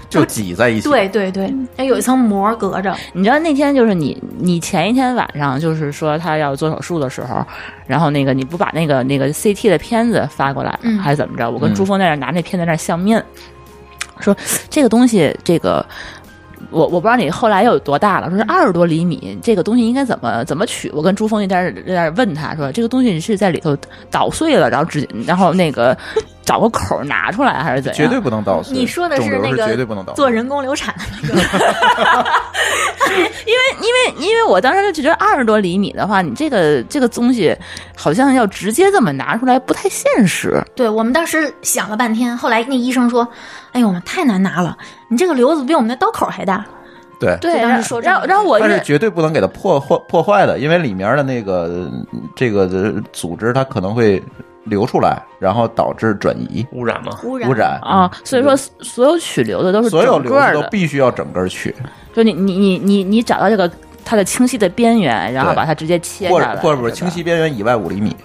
[SPEAKER 1] 就挤在一起。
[SPEAKER 2] 对对对，他有一层膜隔着，
[SPEAKER 4] 你知道那天就是你，你前一天晚上就是说他要做手术的时候，然后那个你不把那个那个 CT 的片子发过来，
[SPEAKER 2] 嗯
[SPEAKER 4] 还是怎么着？我跟
[SPEAKER 1] 嗯
[SPEAKER 4] 朱峰在那儿拿那片子在那儿相面，说这个东西这个。我我不知道你后来又有多大了，说是二十多厘米，这个东西应该怎么怎么取？我跟朱峰一在那儿在那儿问他说，这个东西是在里头捣碎了，然后直然后那个找个口儿拿出来还是怎样？
[SPEAKER 1] 绝对不能倒碎。
[SPEAKER 2] 你说的
[SPEAKER 1] 肿
[SPEAKER 2] 是
[SPEAKER 1] 瘤
[SPEAKER 2] 那
[SPEAKER 1] 是
[SPEAKER 2] 个
[SPEAKER 1] 绝对不能倒
[SPEAKER 2] 做
[SPEAKER 1] 碎。
[SPEAKER 2] 人工流产的那个，
[SPEAKER 4] 因为因为因为我当时就觉得二十多厘米的话，你这个这个东西好像要直接这么拿出来不太现实。
[SPEAKER 2] 对我们当时想了半天，后来那医生说：“哎呦，我们太难拿了，你这个瘤子比我们的刀口还大。
[SPEAKER 1] 对，
[SPEAKER 4] 对
[SPEAKER 2] 就当时
[SPEAKER 4] 然
[SPEAKER 2] 说这
[SPEAKER 4] 然
[SPEAKER 2] 么
[SPEAKER 4] 后然后我
[SPEAKER 1] 但
[SPEAKER 4] 就是
[SPEAKER 1] 绝对不能给它破坏破坏的，因为里面的那个嗯这个呃组织它可能会流出来，然后导致转移
[SPEAKER 3] 污染吗”？
[SPEAKER 2] 污染
[SPEAKER 1] 污染。
[SPEAKER 4] 啊，所以说所有取瘤的都是
[SPEAKER 1] 嗯所有
[SPEAKER 4] 整
[SPEAKER 1] 瘤
[SPEAKER 4] 个
[SPEAKER 1] 子
[SPEAKER 4] 儿
[SPEAKER 1] 都
[SPEAKER 4] 的，
[SPEAKER 1] 必须要整根儿取，
[SPEAKER 4] 就你你你你你找到这个它的清晰的边缘，然后
[SPEAKER 1] 对
[SPEAKER 4] 把它直接切下
[SPEAKER 1] 或
[SPEAKER 4] 来，
[SPEAKER 1] 者或者不
[SPEAKER 4] 是
[SPEAKER 1] 是
[SPEAKER 4] 吧
[SPEAKER 1] 清晰，边缘以外五厘米，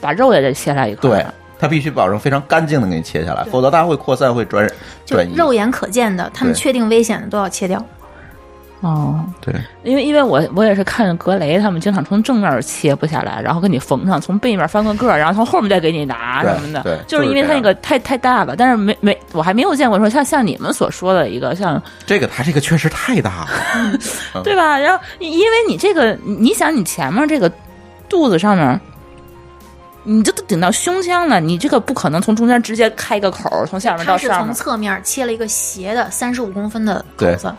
[SPEAKER 4] 把肉也得切下来一块儿
[SPEAKER 1] 对，它必须保证非常干净的给你切下来，
[SPEAKER 2] 对
[SPEAKER 1] 否则它会扩散，会转
[SPEAKER 2] 就
[SPEAKER 1] 转移。
[SPEAKER 2] 肉眼可见的，他们
[SPEAKER 1] 对
[SPEAKER 2] 确定危险的都要切掉。
[SPEAKER 4] 哦。
[SPEAKER 1] 对，
[SPEAKER 4] 因为因为我我也是看着格雷他们经常从正面切不下来，然后给你缝上，从背面翻个个儿，然后从后面再给你拿
[SPEAKER 1] 对
[SPEAKER 4] 什么
[SPEAKER 1] 对
[SPEAKER 4] 的，就
[SPEAKER 1] 就
[SPEAKER 4] 是
[SPEAKER 1] 是
[SPEAKER 4] 因为
[SPEAKER 1] 这
[SPEAKER 4] 它那
[SPEAKER 1] 样
[SPEAKER 4] 个太太大了。但是没没我还没有见过说像像你们所说的一个像
[SPEAKER 1] 这个它这个确实太 大了，
[SPEAKER 4] 对吧？然后因因为你这个，你你想你前面这个肚子上面。你这都顶到胸腔了，你这个不可能从中间直接开个口儿，从下面到
[SPEAKER 2] 他是
[SPEAKER 4] 上
[SPEAKER 2] 从
[SPEAKER 4] 面。
[SPEAKER 2] 侧面切了一个斜的三十五公分的口
[SPEAKER 1] 对
[SPEAKER 2] 子，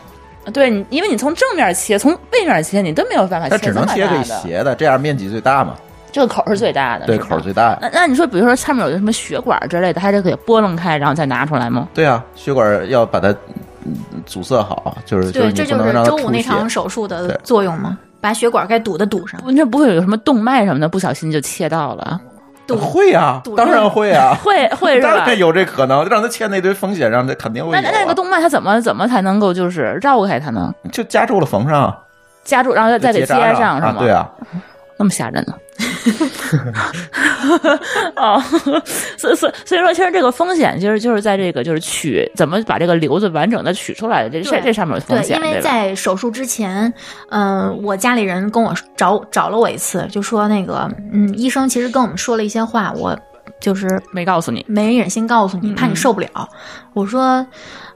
[SPEAKER 4] 对，你因为你从正面切，从背面切，你都没有办法
[SPEAKER 1] 它只
[SPEAKER 4] 切这
[SPEAKER 1] 能
[SPEAKER 4] 么大
[SPEAKER 1] 切给
[SPEAKER 4] 的。
[SPEAKER 1] 斜的，这样面积最大嘛，
[SPEAKER 4] 这个口儿是最大的，
[SPEAKER 1] 对，
[SPEAKER 4] 是吧
[SPEAKER 1] 口儿最大呀。
[SPEAKER 4] 那那你说，比如说上面有什么血管之类的，它就给拨弄开，然后再拿出来吗？
[SPEAKER 1] 对啊，血管要把它嗯阻塞好，就是
[SPEAKER 2] 对，
[SPEAKER 1] 是
[SPEAKER 2] 这
[SPEAKER 1] 你不
[SPEAKER 2] 就
[SPEAKER 1] 能
[SPEAKER 2] 是
[SPEAKER 1] 让它
[SPEAKER 2] 周
[SPEAKER 1] 吐
[SPEAKER 2] 五那
[SPEAKER 1] 血。啊
[SPEAKER 2] 场手术的
[SPEAKER 1] 对
[SPEAKER 2] 作用嘛，把血管该堵的堵上，
[SPEAKER 4] 不那不会有什么动脉什么的，不小心就切 到了，
[SPEAKER 2] 堵
[SPEAKER 1] 会啊
[SPEAKER 2] 堵，着
[SPEAKER 1] 当然会啊，
[SPEAKER 4] 会会 是
[SPEAKER 1] 当
[SPEAKER 4] 吧
[SPEAKER 1] 然？有这可能，让他欠那堆风险，让他肯定会有
[SPEAKER 4] 那
[SPEAKER 1] 啊、
[SPEAKER 4] 那那个动脉它怎么怎么才能够就是绕开它呢？
[SPEAKER 1] 就夹住了缝上啊，
[SPEAKER 4] 夹住，然后再再给
[SPEAKER 1] 结
[SPEAKER 4] 接
[SPEAKER 1] 扎上
[SPEAKER 4] 上是吗？
[SPEAKER 1] 啊，对啊，
[SPEAKER 4] 那么吓人 呢？哦， 所以所以所以说，其实这个风险就是就是在这个就是取怎么把这个瘤子完整的取出来的这这
[SPEAKER 2] 对
[SPEAKER 4] 这上面有风
[SPEAKER 2] 对，
[SPEAKER 4] 险，
[SPEAKER 2] 因为
[SPEAKER 4] 吧？
[SPEAKER 2] 在手术之前，嗯、我家里人跟我找找了我一次，就说那个，嗯，医生其实跟我们说了一些话，我就是
[SPEAKER 4] 没告诉你，
[SPEAKER 2] 没忍心告诉你，怕你受不了。我说，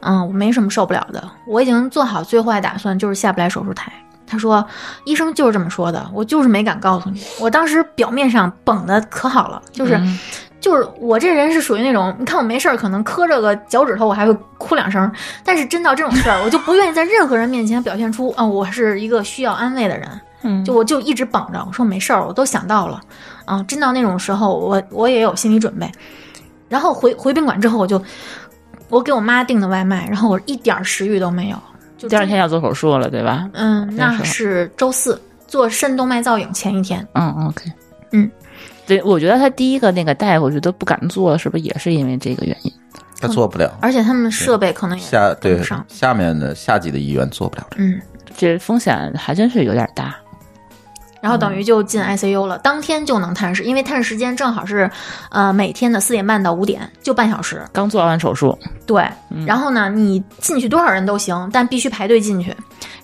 [SPEAKER 2] 嗯，我没什么受不了的，我已经做好最坏打算，就是下不来手术台。他说，医生
[SPEAKER 4] 嗯
[SPEAKER 2] 就是这么说的，我就是没敢告诉你。我当时表面上绷的可好了，就是。就是我这人是属于那种，你看我没事儿，可能磕着个脚趾头，我还会哭两声。但是真到这种事儿，我就不愿意在任何人面前表现出啊，我是一个需要安慰的人。
[SPEAKER 4] 嗯
[SPEAKER 2] 就我就一直绑着，我说没事儿，我都想到了，啊，真到那种时候，我我也有心理准备。然后回回宾馆之后，我就我给我妈订的外卖，然后我一点儿食欲都没有。就
[SPEAKER 4] 第二
[SPEAKER 2] 真
[SPEAKER 4] 天要做手术了，对吧？
[SPEAKER 2] 嗯，
[SPEAKER 4] 那
[SPEAKER 2] 那
[SPEAKER 4] 时候
[SPEAKER 2] 是周四做肾动脉造影前一天。
[SPEAKER 4] 嗯，OK，
[SPEAKER 2] 嗯，
[SPEAKER 4] 对，我觉得他第一个那个大夫，我觉得不敢做，是不是也是因为这个原因？
[SPEAKER 1] 他做不了。
[SPEAKER 2] 而且他们设备可能也
[SPEAKER 1] 下
[SPEAKER 2] 跟
[SPEAKER 1] 对
[SPEAKER 2] 不上。
[SPEAKER 1] 下面的下级的医院做不了这
[SPEAKER 2] 嗯，
[SPEAKER 4] 这风险还真是有点大。
[SPEAKER 2] 然后等于就进 ICU 了，当天就能探视，因为探视时间正好是，呃，每天的四点半到五点，就半小时。
[SPEAKER 4] 刚做完手术，
[SPEAKER 2] 对，然后呢，你进去多少人都行，但必须排队进去。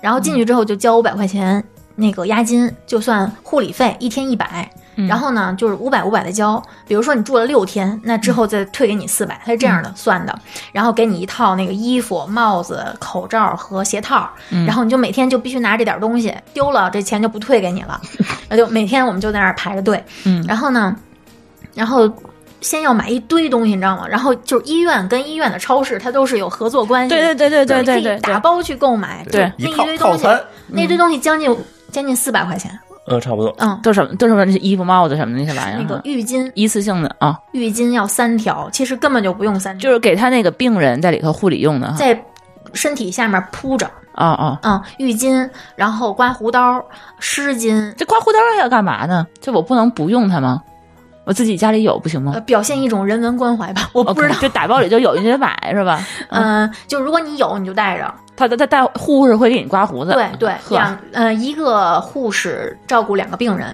[SPEAKER 2] 然后进去之后就交五百块钱那个押金，就算护理费，一天一百。
[SPEAKER 4] 嗯
[SPEAKER 2] 然后呢，就是五百五百的交，比如说你住了六天，那之后再退给你四百，它是这样
[SPEAKER 4] 嗯
[SPEAKER 2] 的算的。然后给你一套那个衣服、帽子、口罩和鞋套，
[SPEAKER 4] 嗯
[SPEAKER 2] 然后你就每天就必须拿这点东西，丢了这钱就不退给你 了。那就每天我们就在那儿排着队，
[SPEAKER 4] 嗯
[SPEAKER 2] 然后呢，然后先要买一堆东西，你知道吗？然后就是医院跟医院的超市，它都是有合作关系，
[SPEAKER 4] 对对对对对嗯
[SPEAKER 2] 可以打包去购买，
[SPEAKER 1] 个。
[SPEAKER 4] 对
[SPEAKER 2] 就
[SPEAKER 1] 一
[SPEAKER 2] 那一
[SPEAKER 1] 套
[SPEAKER 2] 堆
[SPEAKER 1] 套
[SPEAKER 2] 东西
[SPEAKER 1] 餐，
[SPEAKER 2] 那堆东西将近将近四百块钱，
[SPEAKER 3] 嗯，差不多。
[SPEAKER 2] 嗯，
[SPEAKER 4] 都什么都什么衣服、帽子什么的那些玩意儿，
[SPEAKER 2] 那个浴巾
[SPEAKER 4] 一次性的啊，
[SPEAKER 2] 浴巾要三条，其实根本就不用三条，
[SPEAKER 4] 就是给他那个病人在里头护理用的哈。
[SPEAKER 2] 在身体下面铺着，
[SPEAKER 4] 哦哦，
[SPEAKER 2] 嗯，浴巾，然后刮胡刀、湿巾，
[SPEAKER 4] 这刮胡刀要干嘛呢？这我不能不用它吗？我自己家里有不行吗
[SPEAKER 2] 呃，？表现一种人文关怀吧，我不知道
[SPEAKER 4] OK，，就打包里就有，你得买是吧？
[SPEAKER 2] 嗯，就如果你有你就带着，
[SPEAKER 4] 他他他带护士会给你刮胡子，
[SPEAKER 2] 对对，
[SPEAKER 4] 呵
[SPEAKER 2] 两呃一个护士照顾两个病人，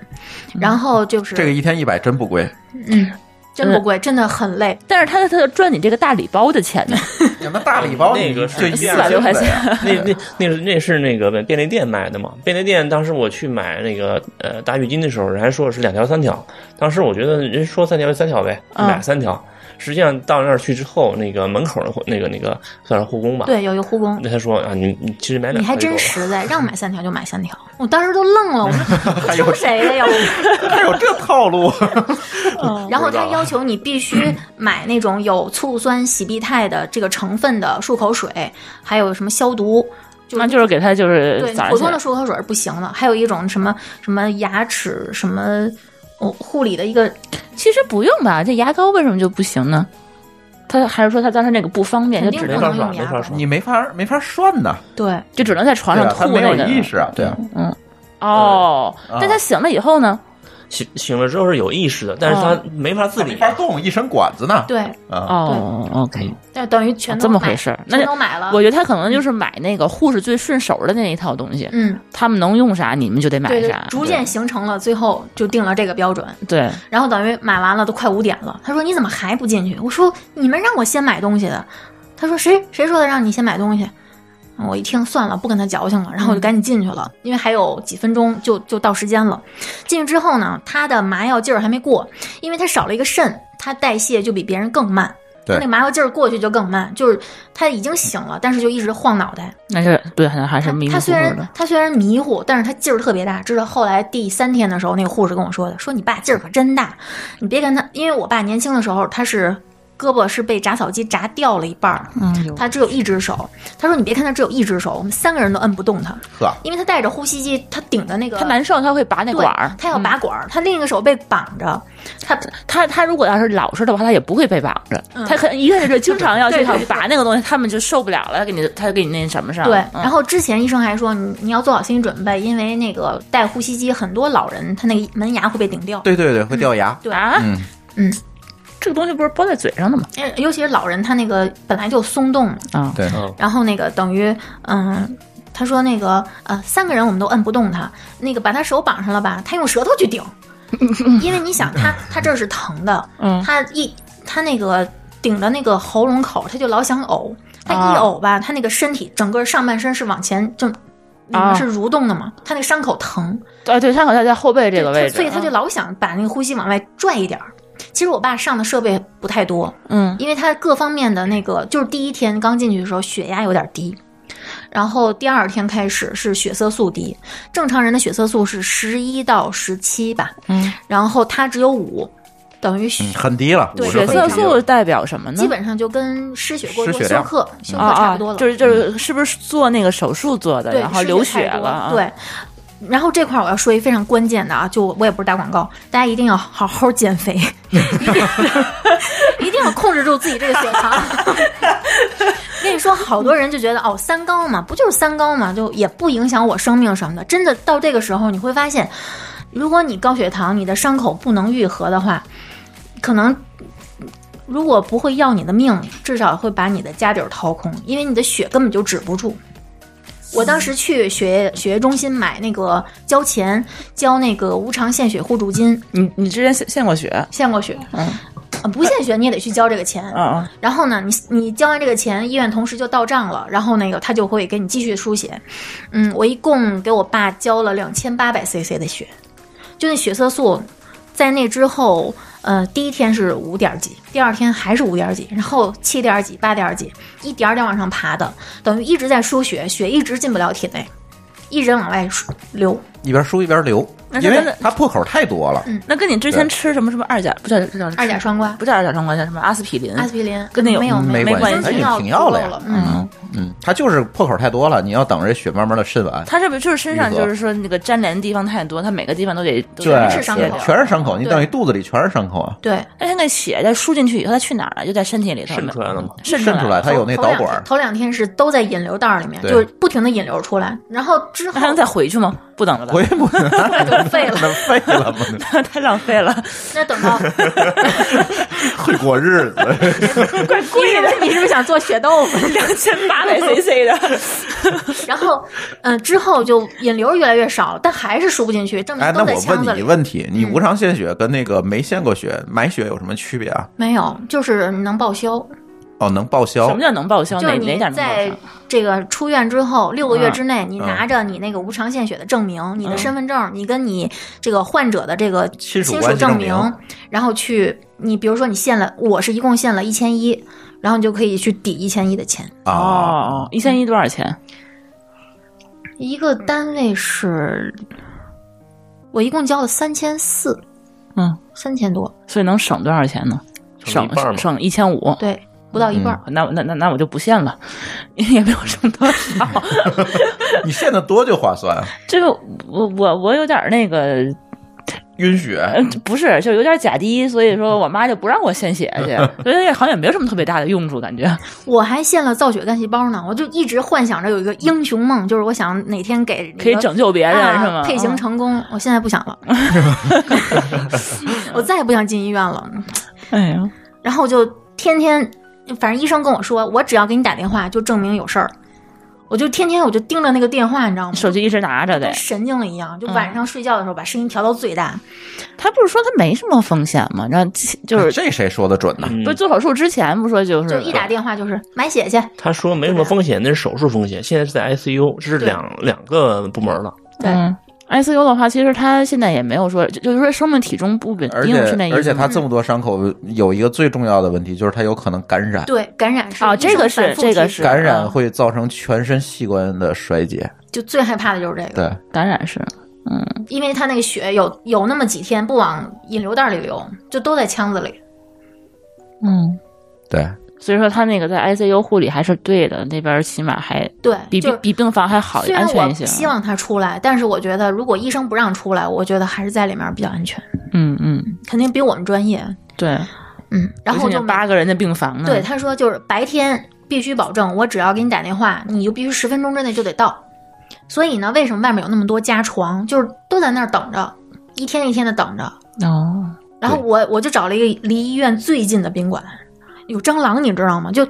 [SPEAKER 4] 嗯
[SPEAKER 2] 然后就是
[SPEAKER 1] 这个一天一百真不 贵，
[SPEAKER 2] 嗯，真不贵，真的很累。
[SPEAKER 4] 但是他他就赚你这个大礼包的钱呢，
[SPEAKER 1] 什么大礼包
[SPEAKER 3] 那个
[SPEAKER 1] 就是一
[SPEAKER 4] 400多块 钱
[SPEAKER 1] 样
[SPEAKER 3] 那那那是那是那个便利店买的嘛？便利店当时我去买那个呃打浴巾的时候，人还说是两条三条，当时我觉得人说三条就三条呗，
[SPEAKER 4] 嗯
[SPEAKER 3] 买三条。实际上到那儿去之后，那个门口的护那个那个算是护工吧，
[SPEAKER 2] 对，有一个护工，
[SPEAKER 3] 那他说啊，你你其实买两
[SPEAKER 2] 你还
[SPEAKER 3] 条就够
[SPEAKER 2] 真
[SPEAKER 3] 了。
[SPEAKER 2] 实在，让买三条就买三条。我当时都愣了，我 说听谁的呀？
[SPEAKER 1] 还有这套路，
[SPEAKER 2] 然后
[SPEAKER 3] 不知
[SPEAKER 2] 他
[SPEAKER 4] 啊
[SPEAKER 3] 道
[SPEAKER 2] 要求你必须买那种有醋酸洗必肽的这个成分的漱口水，还有什么消毒，就
[SPEAKER 4] 那
[SPEAKER 2] 是。
[SPEAKER 4] 就是给他就是
[SPEAKER 2] 对，
[SPEAKER 4] 早上
[SPEAKER 2] 普
[SPEAKER 4] 起
[SPEAKER 2] 通
[SPEAKER 4] 来
[SPEAKER 2] 的漱口水是不行的，还有一种什么什么牙齿什么哦护理的一个
[SPEAKER 4] 其实不用吧，这牙膏为什么就不行呢？他还是说他当时那个不方便，就
[SPEAKER 2] 肯定
[SPEAKER 4] 只
[SPEAKER 2] 不
[SPEAKER 4] 能
[SPEAKER 2] 能
[SPEAKER 3] 法刷
[SPEAKER 2] 用
[SPEAKER 3] 没
[SPEAKER 2] 牙
[SPEAKER 3] 法
[SPEAKER 2] 膏，
[SPEAKER 3] 刷
[SPEAKER 1] 你没法没法涮呐，
[SPEAKER 2] 对，
[SPEAKER 4] 就只能在床
[SPEAKER 1] 对
[SPEAKER 4] 上
[SPEAKER 1] 啊，他
[SPEAKER 4] 吐
[SPEAKER 1] 没
[SPEAKER 4] 那
[SPEAKER 1] 有
[SPEAKER 4] 个。
[SPEAKER 1] 意识啊，对啊，
[SPEAKER 4] 哦，
[SPEAKER 1] 嗯
[SPEAKER 4] 但他醒了以后呢？
[SPEAKER 3] 醒醒了之后是有意识的，但是他
[SPEAKER 2] 嗯
[SPEAKER 3] 没法自
[SPEAKER 1] 他
[SPEAKER 3] 理
[SPEAKER 1] 没。法动，一身管子呢，
[SPEAKER 2] 对，
[SPEAKER 1] 啊，
[SPEAKER 4] 哦，OK，
[SPEAKER 2] 但等于全
[SPEAKER 4] 哦
[SPEAKER 2] 都
[SPEAKER 4] 这么
[SPEAKER 2] 买
[SPEAKER 4] 回事儿那
[SPEAKER 2] 全
[SPEAKER 4] 就
[SPEAKER 2] 都买了。
[SPEAKER 4] 我觉得他可能就是买那个护士最顺手的那一套东西，
[SPEAKER 2] 嗯，
[SPEAKER 4] 他们能用啥，你们就得买啊
[SPEAKER 2] 对对
[SPEAKER 4] 啥，。
[SPEAKER 2] 逐渐形成了，最后就定了这个标准。
[SPEAKER 4] 对，
[SPEAKER 2] 然后等于买完了都快五点了，他说你怎么还不进去？我说你们让我先买东西的。他说谁谁说的让你先买东西？我一听算了，不跟他矫情了，然后我就赶紧进去了，因为还有几分钟就就到时间了。进去之后呢，他的麻药劲儿还没过，因为他少了一个肾，他代谢就比别人更慢。
[SPEAKER 1] 对
[SPEAKER 2] 他那麻药劲儿过去就更慢，就是他已经醒了，但是就一直晃脑袋。
[SPEAKER 4] 那就是对，还还是迷迷
[SPEAKER 2] 他
[SPEAKER 4] 糊糊
[SPEAKER 2] 虽然
[SPEAKER 4] 的。
[SPEAKER 2] 他虽然迷糊，但是他劲儿特别大。这是后来第三天的时候，那个护士跟我说的，说你爸劲儿可真大，你别跟他，因为我爸年轻的时候他是胳膊是被炸草机炸掉了一半儿，
[SPEAKER 4] 嗯，
[SPEAKER 2] 他只有一只手。他说你别看他只有一只手，我们三个人都摁不动他，
[SPEAKER 1] 呵，
[SPEAKER 2] 因为他带着呼吸机，他顶着那个
[SPEAKER 4] 他难受，他会拔那
[SPEAKER 2] 对
[SPEAKER 4] 管儿。嗯啊
[SPEAKER 2] 他要拔管儿，他另一个手被绑着，他
[SPEAKER 4] 他他如果要是老实的话，他也不会被绑着。
[SPEAKER 2] 嗯
[SPEAKER 4] 他可一个是经常要
[SPEAKER 2] 对
[SPEAKER 4] 去
[SPEAKER 2] 对对
[SPEAKER 4] 拔那个东西，他们就受不了了，他给你他给你那什么上。
[SPEAKER 2] 对，
[SPEAKER 4] 嗯
[SPEAKER 2] 然后之前医生还说你你要做好心理准备，因为那个带呼吸机很多老人他那个门牙会被顶掉，
[SPEAKER 1] 对对对，会掉牙，
[SPEAKER 2] 对
[SPEAKER 4] 啊，
[SPEAKER 1] 嗯，
[SPEAKER 4] 这个东西不是包在嘴上的吗？
[SPEAKER 2] 哎尤其是老人他那个本来就松动嘛
[SPEAKER 4] 啊，
[SPEAKER 1] 对，
[SPEAKER 3] 嗯，
[SPEAKER 2] 然后那个等于，嗯，他说那个呃，三个人我们都摁不动他，那个把他手绑上了吧，他用舌头去 顶，因为你想他他这儿是疼的，
[SPEAKER 4] 嗯
[SPEAKER 2] 他一他那个顶着那个喉咙口，他就老想呕，他一
[SPEAKER 4] 啊
[SPEAKER 2] 呕吧，他那个身体整个上半身是往前就。里
[SPEAKER 4] 啊
[SPEAKER 2] 面是蠕动的嘛，他那个伤口疼，
[SPEAKER 4] 啊，对，伤口在在后背这个
[SPEAKER 2] 对
[SPEAKER 4] 位置，啊
[SPEAKER 2] 所以他就老想把那个呼吸往外拽一点儿。其实我爸上的设备不太多，
[SPEAKER 4] 嗯
[SPEAKER 2] 因为他各方面的那个，就是第一天刚进去的时候血压有点低，然后第二天开始是血色素低，正常人的血色素是十一到十七吧，
[SPEAKER 4] 嗯
[SPEAKER 2] 然后他只有五，等于
[SPEAKER 1] 嗯，很低了，
[SPEAKER 2] 对
[SPEAKER 1] 50
[SPEAKER 4] 血
[SPEAKER 1] 很低
[SPEAKER 4] 色
[SPEAKER 1] 了
[SPEAKER 4] 素代表什么呢？
[SPEAKER 2] 基本上就跟失血过
[SPEAKER 1] 失
[SPEAKER 2] 多
[SPEAKER 1] 血
[SPEAKER 2] 休
[SPEAKER 1] 量嗯
[SPEAKER 2] 克休
[SPEAKER 4] 啊
[SPEAKER 2] 克差不
[SPEAKER 4] 啊
[SPEAKER 2] 多了，，
[SPEAKER 4] 就是就是是不是做那个手术做的，
[SPEAKER 2] 对，
[SPEAKER 4] 然后
[SPEAKER 2] 失
[SPEAKER 4] 流
[SPEAKER 2] 太
[SPEAKER 4] 血
[SPEAKER 2] 多
[SPEAKER 4] 了啊？
[SPEAKER 2] 对。然后这块儿我要说一非常关键的啊，就我也不是打广告，大家一定要好好减 肥，一定要控制住自己这个血糖。跟你说，好多人就觉得哦，三高嘛，不就是三高嘛，就也不影响我生命什么的。真的到这个时候，你会发现，如果你高血糖，你的伤口不能愈合的话，可能如果不会要你的命，至少会把你的家底儿掏空，因为你的血根本就止不住。我当时去血液血液中心买那个交钱，交那个无偿献血互助金，
[SPEAKER 4] 你你之前献献过血？
[SPEAKER 2] 献过血，
[SPEAKER 4] 嗯
[SPEAKER 2] 呃不献血你也得去交这个钱。
[SPEAKER 4] 嗯嗯，
[SPEAKER 2] 然后呢，你你交完这个钱，医院同时就到账了，然后那个他就会给你继续输血。嗯，我一共给我爸交了两千八百 cc 的血，就那血色素，在那之后，呃，第一天是五点儿几，第二天还是五点儿几，然后七点儿几、八点儿几，一点儿点儿往上爬的，等于一直在输血，血一直进不了体内，一直往外输流。
[SPEAKER 1] 一边输一边流，
[SPEAKER 4] 那是
[SPEAKER 1] 因
[SPEAKER 4] 真
[SPEAKER 1] 为
[SPEAKER 4] 的嗯
[SPEAKER 1] 它破口太多了。
[SPEAKER 4] 那跟你之前吃什么什么二甲不叫这叫
[SPEAKER 2] 二甲双胍、
[SPEAKER 4] 不叫二甲双胍，叫什么阿司匹林？
[SPEAKER 2] 阿司匹林
[SPEAKER 4] 跟那有
[SPEAKER 2] 没有
[SPEAKER 1] 没
[SPEAKER 2] 没
[SPEAKER 4] 关系
[SPEAKER 1] 哎，
[SPEAKER 2] 已
[SPEAKER 1] 也
[SPEAKER 2] 经
[SPEAKER 1] 停药了
[SPEAKER 2] 足够
[SPEAKER 1] 呀
[SPEAKER 2] 了。嗯，
[SPEAKER 1] 嗯，它就是破口太多了，你要等着血慢慢的渗完。
[SPEAKER 4] 它是不是就是身上
[SPEAKER 1] 愈合
[SPEAKER 4] 就是说那个粘连的地方太多，它每个地方都得都
[SPEAKER 1] 对
[SPEAKER 4] 得
[SPEAKER 2] 是伤口
[SPEAKER 4] 切掉
[SPEAKER 1] 全是伤口，你
[SPEAKER 2] 对
[SPEAKER 1] 等于肚子里全是伤口啊，
[SPEAKER 2] 对。
[SPEAKER 4] 但是那血在输进去以后，它去哪儿了？就在身体里头
[SPEAKER 3] 渗出来了吗
[SPEAKER 4] 渗
[SPEAKER 1] 渗出
[SPEAKER 4] 出
[SPEAKER 1] 来，它有那
[SPEAKER 2] 头
[SPEAKER 1] 导
[SPEAKER 2] 两
[SPEAKER 1] 管
[SPEAKER 2] 天
[SPEAKER 1] 儿，
[SPEAKER 2] 头两天是都在引流道里面，
[SPEAKER 1] 对
[SPEAKER 2] 就是不停的引流出来，然后之
[SPEAKER 4] 那
[SPEAKER 2] 后
[SPEAKER 4] 还能再回去吗？不等了吧
[SPEAKER 1] 我，也不 能
[SPEAKER 2] 就废 了。
[SPEAKER 1] 那废了不能
[SPEAKER 4] 太浪费了。
[SPEAKER 2] 那等到
[SPEAKER 1] 会过日子。
[SPEAKER 2] 你是不是你是不是想做血豆腐？
[SPEAKER 4] 两千八百 CC 的，
[SPEAKER 2] 然后，嗯、之后就引流越来越少，但还是输不进去，证
[SPEAKER 1] 哎，
[SPEAKER 2] 明
[SPEAKER 1] 那
[SPEAKER 2] 都在
[SPEAKER 1] 我
[SPEAKER 2] 腔
[SPEAKER 1] 问
[SPEAKER 2] 子
[SPEAKER 1] 你一
[SPEAKER 2] 里。嗯
[SPEAKER 1] 个问题，你无偿献血跟那个没献过血买血有什么区别啊？
[SPEAKER 2] 没有，就是能报销，
[SPEAKER 1] 哦，能报销
[SPEAKER 4] 什么叫能报
[SPEAKER 1] 哦
[SPEAKER 4] 销？
[SPEAKER 2] 就
[SPEAKER 4] 哪
[SPEAKER 2] 是
[SPEAKER 4] 哪
[SPEAKER 2] 你
[SPEAKER 4] 点能报
[SPEAKER 2] 在
[SPEAKER 4] 销？
[SPEAKER 2] 这个出院之后六个月之内，你
[SPEAKER 1] 嗯
[SPEAKER 2] 拿着你那个无偿献血的证明、你的身份证、你跟你这个患者的这个
[SPEAKER 1] 亲属
[SPEAKER 2] 属
[SPEAKER 1] 关系
[SPEAKER 2] 证
[SPEAKER 1] 证明
[SPEAKER 2] 然后去你比如说你献了，我是一共献了一千一，然后你就可以去抵一千一的钱。
[SPEAKER 1] 啊？
[SPEAKER 4] 哦，一千一多少钱？
[SPEAKER 2] 一个单位是，我一共交了三千四，
[SPEAKER 4] 嗯，
[SPEAKER 2] 三千多，
[SPEAKER 4] 所以能省多少钱呢？
[SPEAKER 3] 省
[SPEAKER 4] 省
[SPEAKER 3] 一半嘛
[SPEAKER 4] 省一千五。
[SPEAKER 2] 对，不到一
[SPEAKER 1] 嗯
[SPEAKER 2] 半儿。
[SPEAKER 4] 那那那那我就不献了， 因为也没有剩多少。
[SPEAKER 1] 你献的多就划算，
[SPEAKER 4] 这个我我我有点儿那个，
[SPEAKER 1] 晕血
[SPEAKER 4] 呃，
[SPEAKER 2] 嗯
[SPEAKER 4] 不是，就有点儿假低，所以说我妈就不让我献血 去，所以好像也没有什么特别大的用处，感觉。
[SPEAKER 2] 我还献了造血干细胞呢，我就一直幻想着有一个英雄梦，就是我想哪天给
[SPEAKER 4] 可以拯救别
[SPEAKER 2] 别
[SPEAKER 4] 人、是吗？
[SPEAKER 2] 啊
[SPEAKER 4] 哦
[SPEAKER 2] 配型成功，我现在不想 了，我再也不想进医院了。
[SPEAKER 4] 哎呀，
[SPEAKER 2] 然后我就天天，反正医生跟我说，我只要给你打电话，就证明有事儿。我就天天我就盯着那个电话，你知道吗？
[SPEAKER 4] 手机一直拿着得
[SPEAKER 2] 跟。神经了一
[SPEAKER 4] 嗯
[SPEAKER 2] 样，就晚上睡觉的时候把声音调到最大。
[SPEAKER 4] 他不是说他没什么风险吗？然后就是
[SPEAKER 1] 这谁说的准
[SPEAKER 2] 嗯
[SPEAKER 3] 嗯
[SPEAKER 1] 呢？
[SPEAKER 4] 不是做手术之前不说就是嗯
[SPEAKER 2] 就一打电话就是买血去，
[SPEAKER 3] 他说没什么风险，那是手术风险，现在是在 ICU，这是
[SPEAKER 2] 对
[SPEAKER 3] 两两个部门了。
[SPEAKER 2] 对
[SPEAKER 4] 嗯 ICU 的话，其实他现在也没有说，就就是说生命体重不稳
[SPEAKER 1] 而
[SPEAKER 4] 定
[SPEAKER 1] 且
[SPEAKER 4] 是那意思吗。
[SPEAKER 1] 而且
[SPEAKER 2] 嗯
[SPEAKER 1] 他这么多伤口，有一个最重要的问题就是他有可能感染，
[SPEAKER 2] 对，感染是
[SPEAKER 4] 哦
[SPEAKER 2] 医生
[SPEAKER 4] 这个是
[SPEAKER 2] 反复
[SPEAKER 4] 这个
[SPEAKER 2] 提
[SPEAKER 4] 是
[SPEAKER 1] 感染
[SPEAKER 2] 啊
[SPEAKER 4] 嗯
[SPEAKER 1] 会造成全身器官的衰竭。
[SPEAKER 2] 就最害怕的就是这个，
[SPEAKER 1] 对，
[SPEAKER 4] 感染是，
[SPEAKER 2] 因为他那个血有有那么几天不往引流袋里流，就都在腔子里。
[SPEAKER 4] 嗯，
[SPEAKER 1] 对，
[SPEAKER 2] 啊
[SPEAKER 4] 所以说他那个在 ICU 护理还是对的，那边起码还
[SPEAKER 2] 对，
[SPEAKER 4] 比
[SPEAKER 2] 就
[SPEAKER 4] 比
[SPEAKER 2] 是
[SPEAKER 4] 比病房还好，
[SPEAKER 2] 虽
[SPEAKER 4] 安
[SPEAKER 2] 然
[SPEAKER 4] 全
[SPEAKER 2] 我
[SPEAKER 4] 一些。啊
[SPEAKER 2] 希望他出来，但是我觉得如果医生不让出来，我觉得还是在里面比较安全，
[SPEAKER 4] 嗯嗯，
[SPEAKER 2] 肯定比我们专业。
[SPEAKER 4] 对。
[SPEAKER 2] 嗯，然后
[SPEAKER 4] 尤
[SPEAKER 2] 我
[SPEAKER 4] 其
[SPEAKER 2] 就
[SPEAKER 4] 那八个嗯人的病房呢，
[SPEAKER 2] 对，他说就是白天必须保证，我只要给你打电话，你就必须十分钟之内就得到。所以呢，为什么外面有那么多家床，就是都在那儿等着，一天一天的等着。
[SPEAKER 4] 哦，
[SPEAKER 2] 然后我我就找了一个离医院最近的宾馆，有蟑螂，你知道吗？就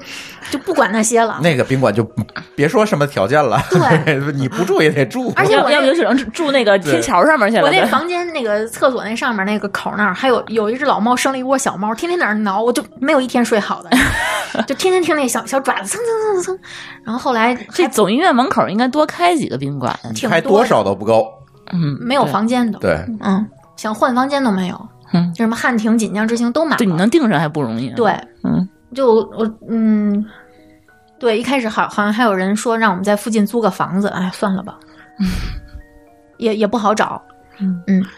[SPEAKER 2] 就不管那些 了。
[SPEAKER 1] 那个宾馆就别说什么条件了，
[SPEAKER 2] 对
[SPEAKER 1] 你不住也得住。
[SPEAKER 2] 而且
[SPEAKER 4] 要
[SPEAKER 2] 我
[SPEAKER 4] 要不
[SPEAKER 2] 那
[SPEAKER 4] 就只能住那个天桥上面去了。
[SPEAKER 2] 我那
[SPEAKER 4] 对
[SPEAKER 2] 房间那个厕所那上面那个口那儿，还有有一只老猫生了一窝小猫，天天在那儿挠，我就没有一天睡 好的，就天天听那小小爪子蹭蹭蹭蹭蹭。然后后来
[SPEAKER 4] 这
[SPEAKER 2] 还
[SPEAKER 4] 总医院门口应该多开几个宾馆，
[SPEAKER 2] 挺
[SPEAKER 1] 开
[SPEAKER 2] 多
[SPEAKER 1] 多
[SPEAKER 2] 的
[SPEAKER 1] 少都不够，
[SPEAKER 4] 嗯，
[SPEAKER 2] 没有
[SPEAKER 4] 对，
[SPEAKER 2] 房间的，
[SPEAKER 1] 对，
[SPEAKER 2] 嗯，想换房间都没有，
[SPEAKER 4] 嗯
[SPEAKER 2] 就什么汉庭、锦江之星都买了，
[SPEAKER 4] 对，你能定上还不容易。，
[SPEAKER 2] 对，
[SPEAKER 4] 嗯，
[SPEAKER 2] 就我嗯，对，一开始好好像还有 人说让我们在附近租个房子，哎，算了吧，也也不好找，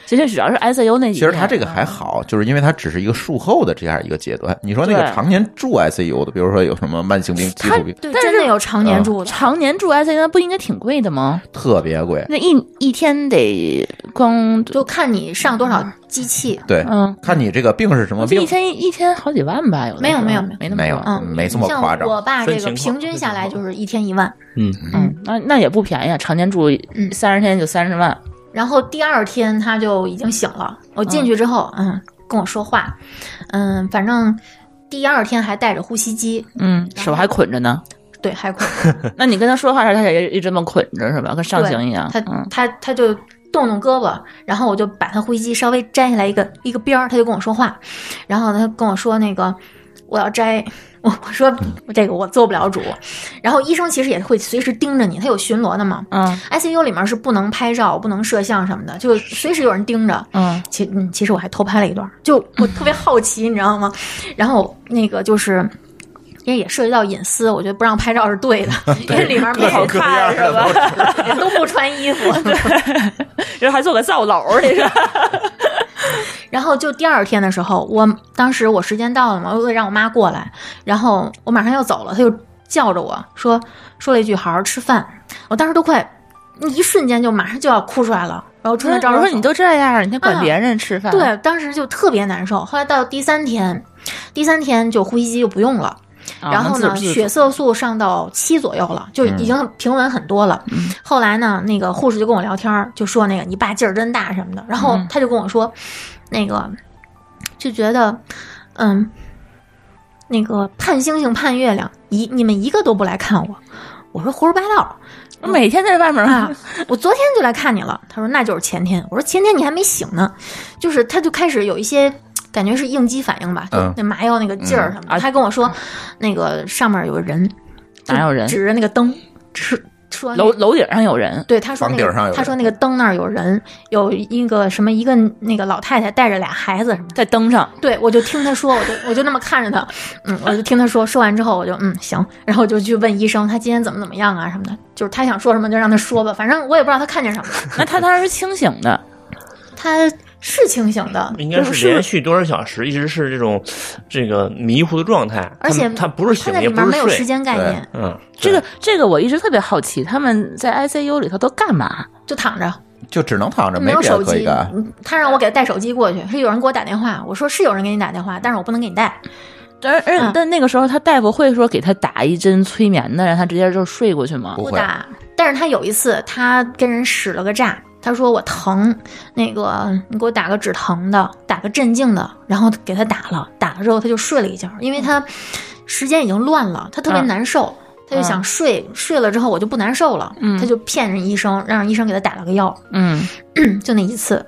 [SPEAKER 4] 其实主要是 ICU 那几
[SPEAKER 1] 其实他
[SPEAKER 4] 天啊
[SPEAKER 1] 这个还好，就是因为他只是一个术后的这样一个阶段。你说那个
[SPEAKER 4] 对
[SPEAKER 1] 常年住 ICU 的，比如说有什么慢性病、基础病，
[SPEAKER 2] 对，
[SPEAKER 4] 但是呃
[SPEAKER 2] 真的有常年
[SPEAKER 1] 嗯
[SPEAKER 2] 住的，
[SPEAKER 4] 常年住 ICU 那不应该挺贵的吗？
[SPEAKER 1] 特别贵。
[SPEAKER 4] 那一一天得光
[SPEAKER 2] 就看你上多少机器。
[SPEAKER 1] 对，
[SPEAKER 4] 嗯，
[SPEAKER 1] 看你这个病是什么
[SPEAKER 4] 这一
[SPEAKER 1] 病，
[SPEAKER 4] 天一天好几万吧？有的
[SPEAKER 2] 没有
[SPEAKER 4] 时候
[SPEAKER 2] 没有没有
[SPEAKER 4] 没那么
[SPEAKER 1] 没有
[SPEAKER 4] 多
[SPEAKER 2] 嗯，
[SPEAKER 1] 没这么夸张
[SPEAKER 2] 像我爸这个
[SPEAKER 3] 分情
[SPEAKER 2] 平
[SPEAKER 3] 况
[SPEAKER 2] 均下来就是一天一万，
[SPEAKER 3] 嗯，
[SPEAKER 4] 嗯，那那也不便宜啊，常年住
[SPEAKER 2] 嗯
[SPEAKER 4] 三十天就三十万，
[SPEAKER 2] 然后第二天他就已经醒了。我进去之后，嗯，跟我说话，嗯，反正第二天还带着呼吸机，
[SPEAKER 4] 嗯，手还捆 着呢。
[SPEAKER 2] 对，还困，
[SPEAKER 4] 那你跟他说话时，他也一直这么捆着是吧？跟上刑一样。
[SPEAKER 2] 他
[SPEAKER 4] 嗯，
[SPEAKER 2] 他他就动动胳膊，然后我就把他呼吸机稍微摘下来一个一个边儿，他就跟我说话，然后他跟我说那个我要摘，我我说这个我做不了主，然后医生其实也会随时盯着你，他有巡逻的嘛。
[SPEAKER 4] 嗯
[SPEAKER 2] ICU 里面是不能拍照、不能摄像什么的，就随时有人盯着。
[SPEAKER 4] 嗯
[SPEAKER 2] 其嗯，其实我还偷拍了一段儿， 就我特别好奇，你知道吗？然后那个就是。因为也涉及到隐私，我觉得不让拍照是对 的，因为里面没人看，是吧？也都不穿衣 服。
[SPEAKER 4] 人还做个灶篓儿，这是。
[SPEAKER 2] 然后就第二天的时候，我当时我时间到了嘛，我得让我妈过来，然后我马上要走了，她就叫着我说说了一句“好好吃饭”，我当时都快一瞬间就马上就要 哭出来了，然后
[SPEAKER 4] 嗯我
[SPEAKER 2] 冲她招招
[SPEAKER 4] 说
[SPEAKER 2] 手
[SPEAKER 4] 你都这样了，你还管
[SPEAKER 2] 啊
[SPEAKER 4] 别人吃饭？，
[SPEAKER 2] 对，当时就特别难受。后来到第三天，第三天就呼吸机就不用了，
[SPEAKER 4] 啊
[SPEAKER 2] 然后呢，血色素上到七左右了，就已经平稳很多了。后来呢，那个护士就跟我聊天儿，就说那个你爸劲儿真大什么的，然后
[SPEAKER 4] 嗯
[SPEAKER 2] 他就跟我说，那个就觉得，嗯，那个盼星星盼月亮，一你们一个都不来看我。我说胡说八道
[SPEAKER 4] 我每天在外面
[SPEAKER 2] 啊！我昨天就来看你了。他说那就是前天。我说前天你还没醒呢，就是他就开始有一些感觉是应激反应吧，就
[SPEAKER 1] 嗯
[SPEAKER 2] 那麻药那个劲儿什么的。
[SPEAKER 4] 啊
[SPEAKER 2] 他跟我说，那个上面有个人，
[SPEAKER 4] 哪有人？
[SPEAKER 2] 指着那个灯，指说那
[SPEAKER 4] 楼楼顶上有人。
[SPEAKER 2] 对他说
[SPEAKER 1] 房
[SPEAKER 2] 那个
[SPEAKER 1] 顶上有人
[SPEAKER 2] 他说那个灯那儿有人，有一个什么一个那个老太太带着俩孩子什么的。
[SPEAKER 4] 在灯上，
[SPEAKER 2] 对，我就听他说，我就 我就那么看着他，嗯，我就听他说，说完之后我就嗯行，然后我就去问医生他今天怎么怎么样啊什么的，就是他想说什么就让他说吧，反正我也不知道他看见什么，
[SPEAKER 4] 那他当时是清醒的，
[SPEAKER 2] 他是清醒的，
[SPEAKER 3] 应该
[SPEAKER 2] 就是
[SPEAKER 3] 连续多少小时一直是这种这个迷糊的状态，
[SPEAKER 2] 而且
[SPEAKER 3] 他不是
[SPEAKER 2] 他
[SPEAKER 3] 醒
[SPEAKER 2] 在
[SPEAKER 3] 也
[SPEAKER 2] 里面
[SPEAKER 3] 不
[SPEAKER 2] 没有
[SPEAKER 3] 是
[SPEAKER 2] 时
[SPEAKER 3] 睡，
[SPEAKER 2] 间概
[SPEAKER 1] 对
[SPEAKER 2] 念，
[SPEAKER 3] 嗯，
[SPEAKER 4] 这
[SPEAKER 3] 对
[SPEAKER 4] 个这个我一直特别好奇，他们在 ICU 里头都干嘛？
[SPEAKER 2] 就躺着。
[SPEAKER 1] 就只能躺着，
[SPEAKER 2] 没
[SPEAKER 1] 没
[SPEAKER 2] 有
[SPEAKER 1] 别
[SPEAKER 2] 手
[SPEAKER 1] 的可以
[SPEAKER 2] 机
[SPEAKER 1] 干。，
[SPEAKER 2] 嗯他让我给他带手机过去，是有人给我打电话，我说是有人给你打电话，但是我不能给你带。
[SPEAKER 4] 而而
[SPEAKER 2] 嗯
[SPEAKER 4] 但那个时候，他大夫会说给他打一针催眠的，让他直接就睡过去吗？
[SPEAKER 1] 不会
[SPEAKER 2] 打，但是他有一次他跟人使了个诈，他说我疼，那个你给我打个止疼的，打个镇静的，然后给他打了，打了之后他就睡了一觉，因为他时间已经乱了，他特别
[SPEAKER 4] 嗯
[SPEAKER 2] 难受。他就
[SPEAKER 3] 嗯
[SPEAKER 2] 想睡，睡了之后我就不难受了，
[SPEAKER 4] 嗯
[SPEAKER 2] 他就骗人医生，让人医生给他打了个药，
[SPEAKER 4] 嗯，
[SPEAKER 2] 就那一次，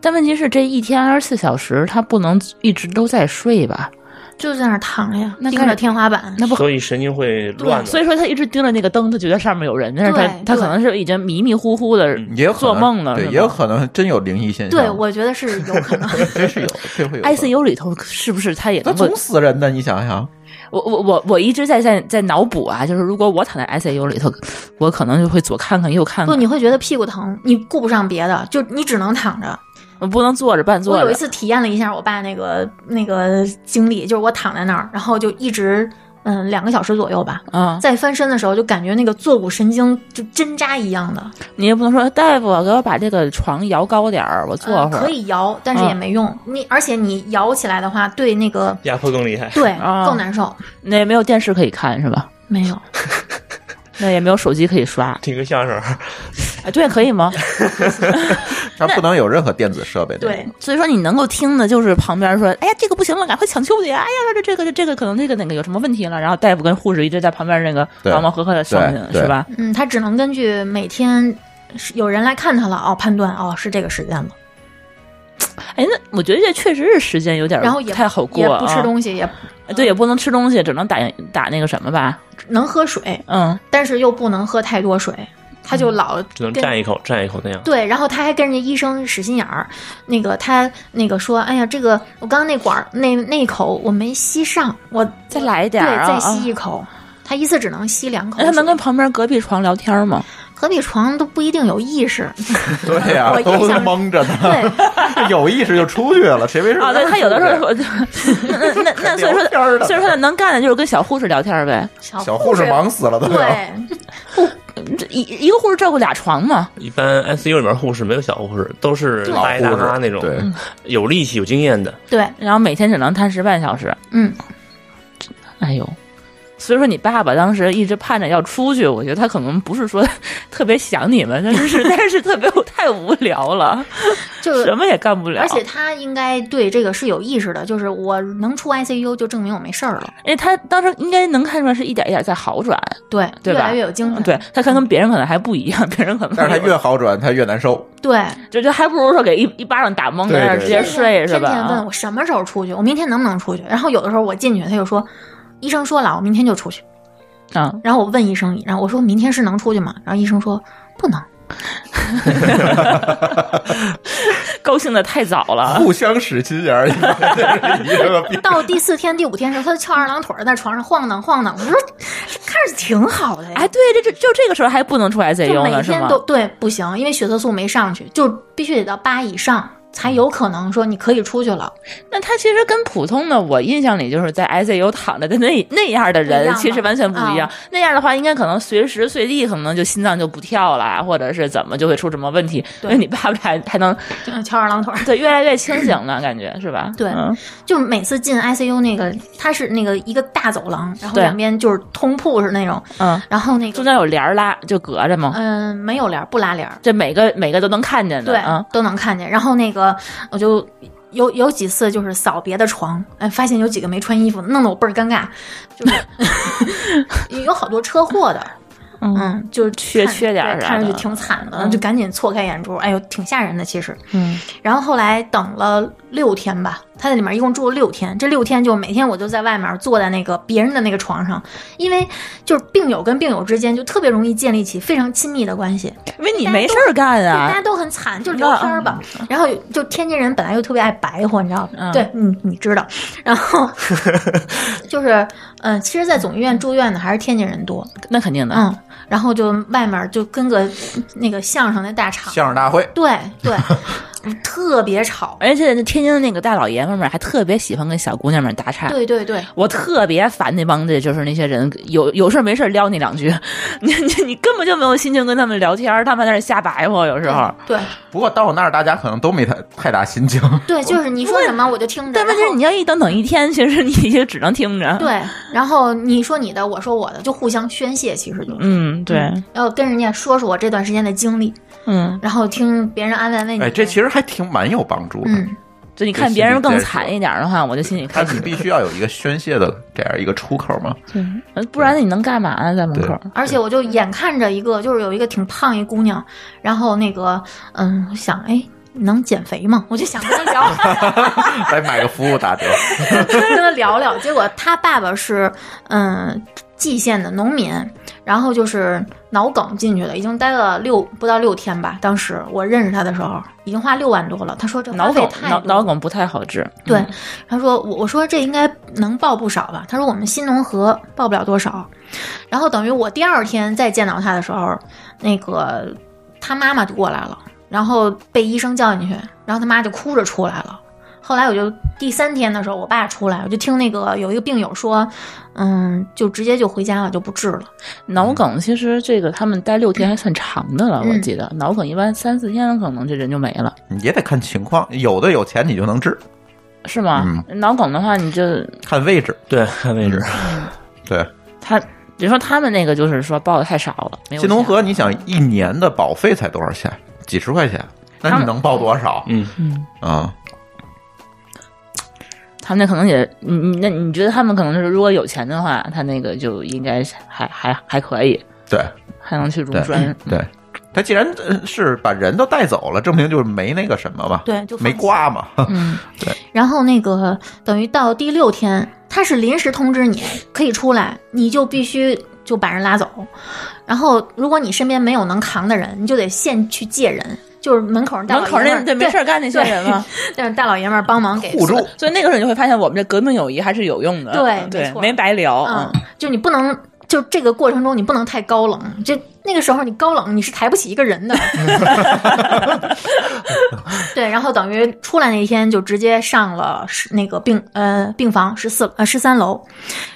[SPEAKER 4] 但问题是这一天二十四小时，他不能一直都在睡吧？
[SPEAKER 2] 就在那儿躺着呀，
[SPEAKER 4] 那
[SPEAKER 2] 盯
[SPEAKER 4] 看
[SPEAKER 2] 着
[SPEAKER 4] 着
[SPEAKER 2] 天花板，
[SPEAKER 4] 那不
[SPEAKER 3] 所以神经会乱的。
[SPEAKER 4] 所以说他一直盯着那个灯，他觉得上面有人，但是他
[SPEAKER 2] 对
[SPEAKER 4] 他
[SPEAKER 2] 对
[SPEAKER 4] 可能是已经迷迷糊糊的
[SPEAKER 3] 嗯
[SPEAKER 1] 也有可能
[SPEAKER 4] 做梦了，
[SPEAKER 1] 对，
[SPEAKER 4] 是
[SPEAKER 1] 也有
[SPEAKER 4] 吗
[SPEAKER 1] 可能真有灵异现象。
[SPEAKER 2] 对我觉得是有可 能。
[SPEAKER 1] 真是有，这会有可能。
[SPEAKER 4] ICU 里头是不是他也
[SPEAKER 1] 那
[SPEAKER 4] 能够
[SPEAKER 1] 总？死人呢，你想想，
[SPEAKER 4] 我我我我一直在在在脑补啊，就是如果我躺在 ICU 里头，我可能就会左看看右看
[SPEAKER 2] 不，
[SPEAKER 4] 看，
[SPEAKER 2] 你会觉得屁股疼，你顾不上别的，就你只能躺着。
[SPEAKER 4] 我不能坐着半
[SPEAKER 2] 我
[SPEAKER 4] 坐
[SPEAKER 2] 有
[SPEAKER 4] 着
[SPEAKER 2] 一。次体验了一下我爸那个那个经历，就是我躺在那儿，然后就一直嗯两个小时左右吧，
[SPEAKER 4] 啊、
[SPEAKER 2] 在翻身的时候就感觉那个坐骨神经就针扎一样的，
[SPEAKER 4] 你也不能说大夫，给我把这个床摇高点儿，我坐
[SPEAKER 2] 呃
[SPEAKER 4] 会儿。
[SPEAKER 2] 可以摇，但是也
[SPEAKER 4] 嗯
[SPEAKER 2] 没用。你而且你摇起来的话，对那个
[SPEAKER 3] 压迫更厉害，
[SPEAKER 2] 对
[SPEAKER 4] 啊
[SPEAKER 2] 更难受。
[SPEAKER 4] 那也没有电视可以看是吧？
[SPEAKER 2] 没有，
[SPEAKER 4] 那也没有手机可以刷。
[SPEAKER 3] 听个相声，
[SPEAKER 4] 哎，对，可以吗？
[SPEAKER 1] 它不能有任何电子设备。
[SPEAKER 2] 对，
[SPEAKER 4] 所以说你能够听的就是旁边说，哎呀，这个不行了，赶快抢救去！哎呀，这这个这个可能这个那个有什么问题了，然后大夫跟护士一直在旁边那个
[SPEAKER 1] 对
[SPEAKER 4] 忙忙呵呵的商量，
[SPEAKER 1] 对
[SPEAKER 4] 是吧？
[SPEAKER 2] 嗯，他只能根据每天是有人来看他了哦，判断哦是这个时间了，
[SPEAKER 4] 哎，那我觉得这确实是时间有点儿
[SPEAKER 2] 然后也
[SPEAKER 4] 不太好过
[SPEAKER 2] 也
[SPEAKER 4] 啊，
[SPEAKER 2] 不吃东西，也
[SPEAKER 4] 对，也不能吃东西，只能打打那个什么吧，
[SPEAKER 2] 能喝水，
[SPEAKER 4] 嗯，
[SPEAKER 2] 但是又不能喝太多水，他就老
[SPEAKER 3] 只能
[SPEAKER 2] 跟
[SPEAKER 3] 蘸一口，蘸一口那样。
[SPEAKER 2] 对，然后他还跟人家医生使心眼儿，那个他那个说，哎呀，这个我刚刚那管儿那那一口我没吸上，我
[SPEAKER 4] 再来一点
[SPEAKER 2] 对
[SPEAKER 4] 儿啊，
[SPEAKER 2] 再吸一
[SPEAKER 4] 啊
[SPEAKER 2] 口，他一次只能吸两口
[SPEAKER 4] 哎
[SPEAKER 2] 水。
[SPEAKER 4] 他能跟旁边隔壁床聊天吗？
[SPEAKER 2] 可隔壁床都不一定有意 识。
[SPEAKER 1] 对呀、
[SPEAKER 2] 我印
[SPEAKER 1] 都
[SPEAKER 2] 象是
[SPEAKER 1] 蒙着呢，
[SPEAKER 2] 对，
[SPEAKER 1] 有意识就出去了，谁没事？
[SPEAKER 4] 啊，对他有的时候，那那那所以
[SPEAKER 1] 聊天儿呢
[SPEAKER 4] 说，所以说他能干的就是跟小护士聊天儿呗。
[SPEAKER 1] 小护士忙死了都要。
[SPEAKER 2] 对，
[SPEAKER 4] 这一一个护士照顾俩床嘛，
[SPEAKER 3] 一般 ICU 里面护士没有小护士，都是
[SPEAKER 1] 老
[SPEAKER 3] 大爷大
[SPEAKER 1] 护士
[SPEAKER 3] 妈那种，
[SPEAKER 1] 对，
[SPEAKER 4] 嗯
[SPEAKER 3] 有力气、有经验的。
[SPEAKER 2] 对，
[SPEAKER 4] 然后每天只能探十半小时。
[SPEAKER 2] 嗯，
[SPEAKER 4] 哎呦，所以说你爸爸当时一直盼着要出去，我觉得他可能不是说特别想你们，但是但是特别太无聊了，
[SPEAKER 2] 就是
[SPEAKER 4] 什么也干不了。
[SPEAKER 2] 而且，他应该对这个是有意识的，就是我能出 ICU 就证明我没事儿了，
[SPEAKER 4] 因为哎他当时应该能看出来是一点一点在好转，
[SPEAKER 2] 对，
[SPEAKER 4] 对吧
[SPEAKER 2] 越来越有精神，
[SPEAKER 4] 对他可能跟别人可能还不一样， 别人可能
[SPEAKER 1] 但是他
[SPEAKER 4] 有
[SPEAKER 1] 越好转，他越难受。
[SPEAKER 2] 对，
[SPEAKER 4] 就就还不如说给一一巴掌打懵
[SPEAKER 1] 对
[SPEAKER 4] 在那儿
[SPEAKER 1] 对
[SPEAKER 4] 直接
[SPEAKER 1] 对
[SPEAKER 4] 睡是
[SPEAKER 2] 天天问
[SPEAKER 4] 吧？
[SPEAKER 2] 我什么时候出去，我明天能不能出去？然后有的时候我进去，他就说，医生说了，我明天就出去。
[SPEAKER 4] 啊，
[SPEAKER 2] 然后我问医生，然后我说明天是能出去吗？然后医生说不能。
[SPEAKER 4] 高兴的太早了。
[SPEAKER 1] 互相使心眼儿，就是一个个病。
[SPEAKER 2] 到第四天、第五天的时候，他就翘二郎腿儿在床上晃荡晃荡。我说这看着挺好的呀，
[SPEAKER 4] 哎，对，这这就这个时候还不能出 ICU
[SPEAKER 2] 就每
[SPEAKER 4] 呢，是
[SPEAKER 2] 天
[SPEAKER 4] 吗？
[SPEAKER 2] 都对不行，因为血色素没上去，就必须得到八以上才有可能说你可以出去 了。
[SPEAKER 4] 那他其实跟普通的我印象里就是在 ICU 躺着的那那样的
[SPEAKER 2] 不一
[SPEAKER 4] 人，
[SPEAKER 2] 样吧
[SPEAKER 4] 其实完全不一样。
[SPEAKER 2] 啊
[SPEAKER 4] 那样的话，应该可能随时随地可能就心脏就不跳了，或者是怎么就会出什么问题。因
[SPEAKER 2] 对
[SPEAKER 4] 为你爸爸还还能
[SPEAKER 2] 就翘二郎腿儿，
[SPEAKER 4] 对越来越清醒 了，感觉是吧？
[SPEAKER 2] 对
[SPEAKER 4] 嗯
[SPEAKER 2] 就每次进 ICU 那个，它是那个一个大走廊，然后
[SPEAKER 4] 对
[SPEAKER 2] 两边就是通铺是那种，
[SPEAKER 4] 嗯，
[SPEAKER 2] 然后那个
[SPEAKER 4] 中间有帘儿拉就隔着嘛，
[SPEAKER 2] 嗯、没有帘儿，不拉帘儿，
[SPEAKER 4] 这每个每个都能看见的。
[SPEAKER 2] 对，
[SPEAKER 4] 嗯，
[SPEAKER 2] 都能看见。然后那个我就有有几次就是扫别的床，哎，发现有几个没穿衣服，弄得我倍儿尴尬，就是 有好多车祸的。
[SPEAKER 4] 嗯
[SPEAKER 2] 嗯，就是
[SPEAKER 4] 缺
[SPEAKER 2] 看
[SPEAKER 4] 缺点儿
[SPEAKER 2] 对
[SPEAKER 4] 啥
[SPEAKER 2] 看上去
[SPEAKER 4] 的
[SPEAKER 2] 挺惨的，
[SPEAKER 4] 嗯
[SPEAKER 2] 就赶紧错开眼珠。哎呦，挺吓人的，其实。
[SPEAKER 4] 嗯，
[SPEAKER 2] 然后后来等了六天吧，他在里面一共住了六天。这六天就每天我就在外面坐在那个别人的那个床上，因为就是病友跟病友之间就特别容易建立起非常亲密的关系。
[SPEAKER 4] 因为你没事儿干
[SPEAKER 2] 对，大
[SPEAKER 4] 啊
[SPEAKER 2] 家。都很惨，就聊天儿吧。然后就天津人本来又特别爱白活，你知道吧？
[SPEAKER 4] 嗯
[SPEAKER 2] 对，嗯，你知道。然 后就是，嗯、其实，在总医院住院的还是天津人多，
[SPEAKER 4] 那肯定的，
[SPEAKER 2] 嗯。然后就外面就跟个那个相声的大 场，
[SPEAKER 1] 相声大会，
[SPEAKER 2] 对对，特别 吵。
[SPEAKER 4] 而且那天津的那个大老爷们儿们还特别喜欢跟小姑娘们搭讪。
[SPEAKER 2] 对对对，
[SPEAKER 4] 我特别烦那帮的，就是那些人有有事儿没事儿撩你两句， 你你你根本就没有心情跟他们聊天儿，他们在那儿瞎白活，有时候。
[SPEAKER 2] 对
[SPEAKER 1] 不过到那儿大家可能都没太太大心情。
[SPEAKER 2] 对，就是你说什么我就听着。
[SPEAKER 4] 但问题
[SPEAKER 2] 然
[SPEAKER 4] 是，
[SPEAKER 2] 后
[SPEAKER 4] 你要一等等一天，其实你就只能听着。，
[SPEAKER 2] 对，然后你说你的，我说我的，就互相宣泄，其实就是。
[SPEAKER 4] 嗯，对，
[SPEAKER 2] 然后跟人家说说我这段时间的经历，
[SPEAKER 4] 嗯，
[SPEAKER 2] 然后听别人安慰安慰你。
[SPEAKER 1] 哎，这其实还挺蛮有帮助的。
[SPEAKER 2] 嗯，
[SPEAKER 4] 就你看别人更惨一点儿的话，我就心里
[SPEAKER 1] 他
[SPEAKER 4] 开
[SPEAKER 1] 你
[SPEAKER 4] 始，
[SPEAKER 1] 必须要有一个宣泄的这样一个出口嘛。
[SPEAKER 4] 呃不然你能干嘛呢？在门口，
[SPEAKER 2] 而且我就眼看着一个，就是有一个挺胖一姑娘，然后那个，嗯，我想，哎，能减肥吗？我就想跟她聊，
[SPEAKER 1] 来买个服务打折，
[SPEAKER 2] 跟她聊聊。结果她爸爸是，嗯，蓟县的农民，然后就是脑梗进去的，已经待了六不到六天吧。当时我认识他的时候，已经花六万多了。他说这花
[SPEAKER 4] 脑
[SPEAKER 2] 费
[SPEAKER 4] 梗
[SPEAKER 2] 太
[SPEAKER 4] 脑
[SPEAKER 2] 多
[SPEAKER 4] 脑
[SPEAKER 2] 了
[SPEAKER 4] 梗不太好治。嗯
[SPEAKER 2] 对，他说我我说这应该能报不少吧？他说我们新农合报不了多少，然后等于我第二天再见到他的时候，那个他妈妈就过来了，然后被医生叫进去，然后他妈就哭着出来了。后来我就第三天的时候，我爸出来，我就听那个有一个病友说，嗯，就直接就回家了，就不治了。
[SPEAKER 4] 脑梗其实这个他们待六天还算长的了，我
[SPEAKER 2] 嗯
[SPEAKER 4] 记得脑梗一般三四天可能这人就没了，
[SPEAKER 1] 你也得看情况，有的有钱你就能治，
[SPEAKER 4] 是吗？脑梗的话，你就
[SPEAKER 1] 看位置。
[SPEAKER 3] 对，看位置。
[SPEAKER 1] 对，
[SPEAKER 4] 他，比如说他们那个就是说报的太少了，没有
[SPEAKER 1] 新农
[SPEAKER 4] 钱
[SPEAKER 1] 合，你想一年的保费才多少钱？几十块钱，那
[SPEAKER 4] 他
[SPEAKER 1] 你
[SPEAKER 4] 们
[SPEAKER 1] 能报多少？
[SPEAKER 3] 嗯，
[SPEAKER 1] 啊，
[SPEAKER 4] 他们那可能也，你你那你觉得他们可能是如果有钱的话，他那个就应该是还还还可以，
[SPEAKER 1] 对
[SPEAKER 4] 还能去熔
[SPEAKER 1] 对
[SPEAKER 4] 砖。
[SPEAKER 1] 对。他既然呃是把人都带走了，证明就是没那个什么嘛，
[SPEAKER 2] 对就放
[SPEAKER 1] 没挂嘛。
[SPEAKER 4] 嗯，
[SPEAKER 2] 然后那个等于到第六天，他是临时通知你可以出来，你就必须就把人拉走。然后如果你身边没有能扛的人，你就得现去借人，就是门口大
[SPEAKER 4] 门
[SPEAKER 2] 老爷
[SPEAKER 4] 口
[SPEAKER 2] 们
[SPEAKER 4] 那
[SPEAKER 2] 儿
[SPEAKER 4] 对没事儿干那些人 嘛，
[SPEAKER 2] 对大老爷们儿帮忙给
[SPEAKER 1] 互助，
[SPEAKER 4] 所以那个时候你就会发现我们这革命友谊还是有用的，
[SPEAKER 2] 对
[SPEAKER 4] 对
[SPEAKER 2] 没，错
[SPEAKER 4] 没白聊。啊
[SPEAKER 2] 嗯，就你不能就这个过程中你不能太高冷，这那个时候你高冷你是抬不起一个人的。 对，然后等于出来那一天就直接上了是那个病呃病房十四呃十三楼，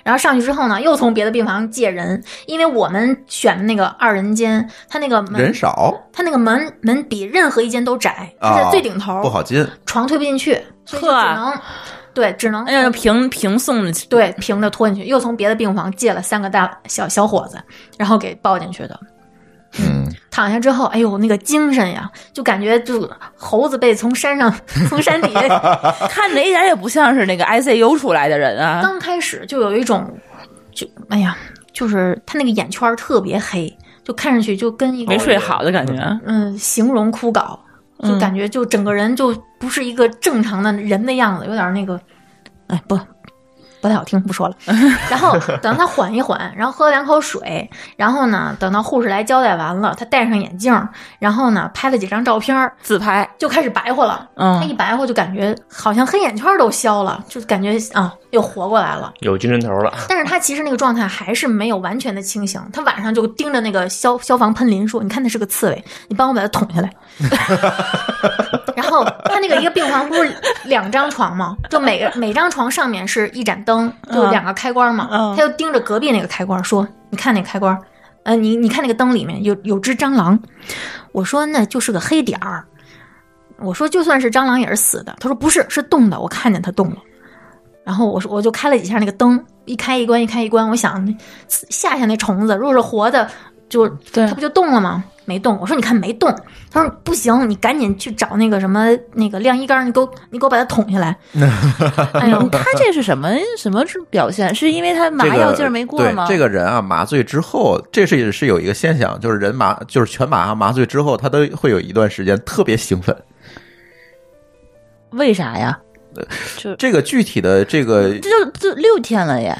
[SPEAKER 2] 然后上去之后呢，又从别的病房借人，因为我们选的那个二人间，它那个门
[SPEAKER 1] 人少
[SPEAKER 2] 它那个门门比任何一间都窄，它在
[SPEAKER 1] 啊
[SPEAKER 2] 最顶
[SPEAKER 4] 嗯
[SPEAKER 2] 头，
[SPEAKER 1] 不好 进，
[SPEAKER 2] 床推不进去，所以就只
[SPEAKER 4] 呵
[SPEAKER 2] 能对只能
[SPEAKER 4] 哎呀，平平送的，
[SPEAKER 2] 对，平着拖进去，又从别的病房借了三个大小小伙子，然后给抱进去的。
[SPEAKER 1] 嗯，
[SPEAKER 2] 躺下之后，哎呦，那个精神呀，就感觉就猴子被从山上从山底 下，
[SPEAKER 4] 看着一点也不像是那个 ICU 出来的人啊。
[SPEAKER 2] 刚开始就有一种，就哎呀，就是他那个眼圈儿特别黑，就看上去就跟一个
[SPEAKER 4] 没睡好的感觉，
[SPEAKER 2] 嗯，形容枯槁，就
[SPEAKER 4] 嗯
[SPEAKER 2] 感觉就整个人就不是一个正常的人的样子，有点那个，哎，不，不太好听，不 说了。然后等他缓一缓，然后喝两口水，然后呢，等到护士来交代完了，他戴上眼镜，然后呢，拍了几张照片儿，
[SPEAKER 4] 自拍，
[SPEAKER 2] 就开始白活了。他一
[SPEAKER 4] 嗯，
[SPEAKER 2] 白活就感觉好像黑眼圈都消了，就感觉啊又活过来了。
[SPEAKER 3] 有精神头了，
[SPEAKER 2] 但是他其实那个状态还是没有完全的清醒，他晚上就盯着那个消消防喷淋说：“你看那是个刺猬，你帮我把它捅下来。” 然后他那个一个病房不是两张床吗？就每个每张床上面是一盏灯，就
[SPEAKER 4] 嗯
[SPEAKER 2] 两个开关嘛。
[SPEAKER 4] 嗯
[SPEAKER 2] 他就盯着隔壁那个开关说：“你看那开关，呃，你你看那个灯里面有有只蟑螂。”我说：“那就是个黑点儿。”我说：“就算是蟑螂也是死的。”他说：“不是，是动的，我看见它动了。”然后我说我就开了几下那个灯，一开一关，一开一关。我想吓吓那虫子，如果是活的，就
[SPEAKER 4] 对
[SPEAKER 2] 它不就动了吗？没动。我说你看没动，他说不行，你赶紧去找那个什么那个晾衣杆，你给我你给我把它捅下来。哎呦，
[SPEAKER 4] 嗯他这是什么什么是表现？是因为他麻
[SPEAKER 1] 这个
[SPEAKER 4] 药劲儿没过吗？
[SPEAKER 1] 对，这个人啊，麻醉之后，这是也是有一个现象，就是人麻就是全麻麻醉之后，他都会有一段时间特别兴奋。
[SPEAKER 4] 为啥呀？
[SPEAKER 1] 这个具体的这个
[SPEAKER 4] 这就这六天了耶，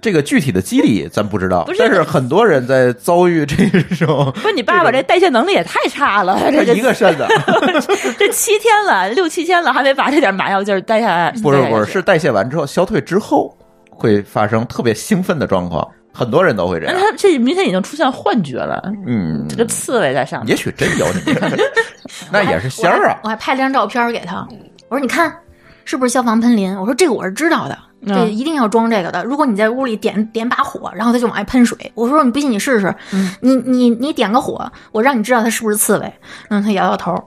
[SPEAKER 1] 这个具体的机理咱不知道，
[SPEAKER 4] 不是
[SPEAKER 1] 但是很多人在遭遇这种。
[SPEAKER 4] 不是你爸爸这代谢能力也太差了，
[SPEAKER 1] 他
[SPEAKER 4] 这
[SPEAKER 1] 一个 身子
[SPEAKER 4] 这七天了，六七天了，还没把这点麻药劲儿带下来。
[SPEAKER 1] 不是
[SPEAKER 4] 带下
[SPEAKER 1] 不是
[SPEAKER 4] 去
[SPEAKER 1] 是代谢完之后消退之后会发生特别兴奋的状况，很多人都会这
[SPEAKER 4] 那
[SPEAKER 1] 样。
[SPEAKER 4] 他这明显已经出现幻觉了，
[SPEAKER 1] 嗯，
[SPEAKER 4] 这个刺猬在上面。
[SPEAKER 1] 也许真有你， 那也是仙儿啊
[SPEAKER 2] 我还！我还拍了张照片给他，我说你看是不是消防喷淋？我说这个我是知道的，
[SPEAKER 4] 嗯
[SPEAKER 2] 这一定要装这个的。如果你在屋里点点把火，然后他就往外喷水，我说你不信你试试，
[SPEAKER 4] 嗯
[SPEAKER 2] 你你你点个火，我让你知道它是不是刺猬。嗯，他摇摇头，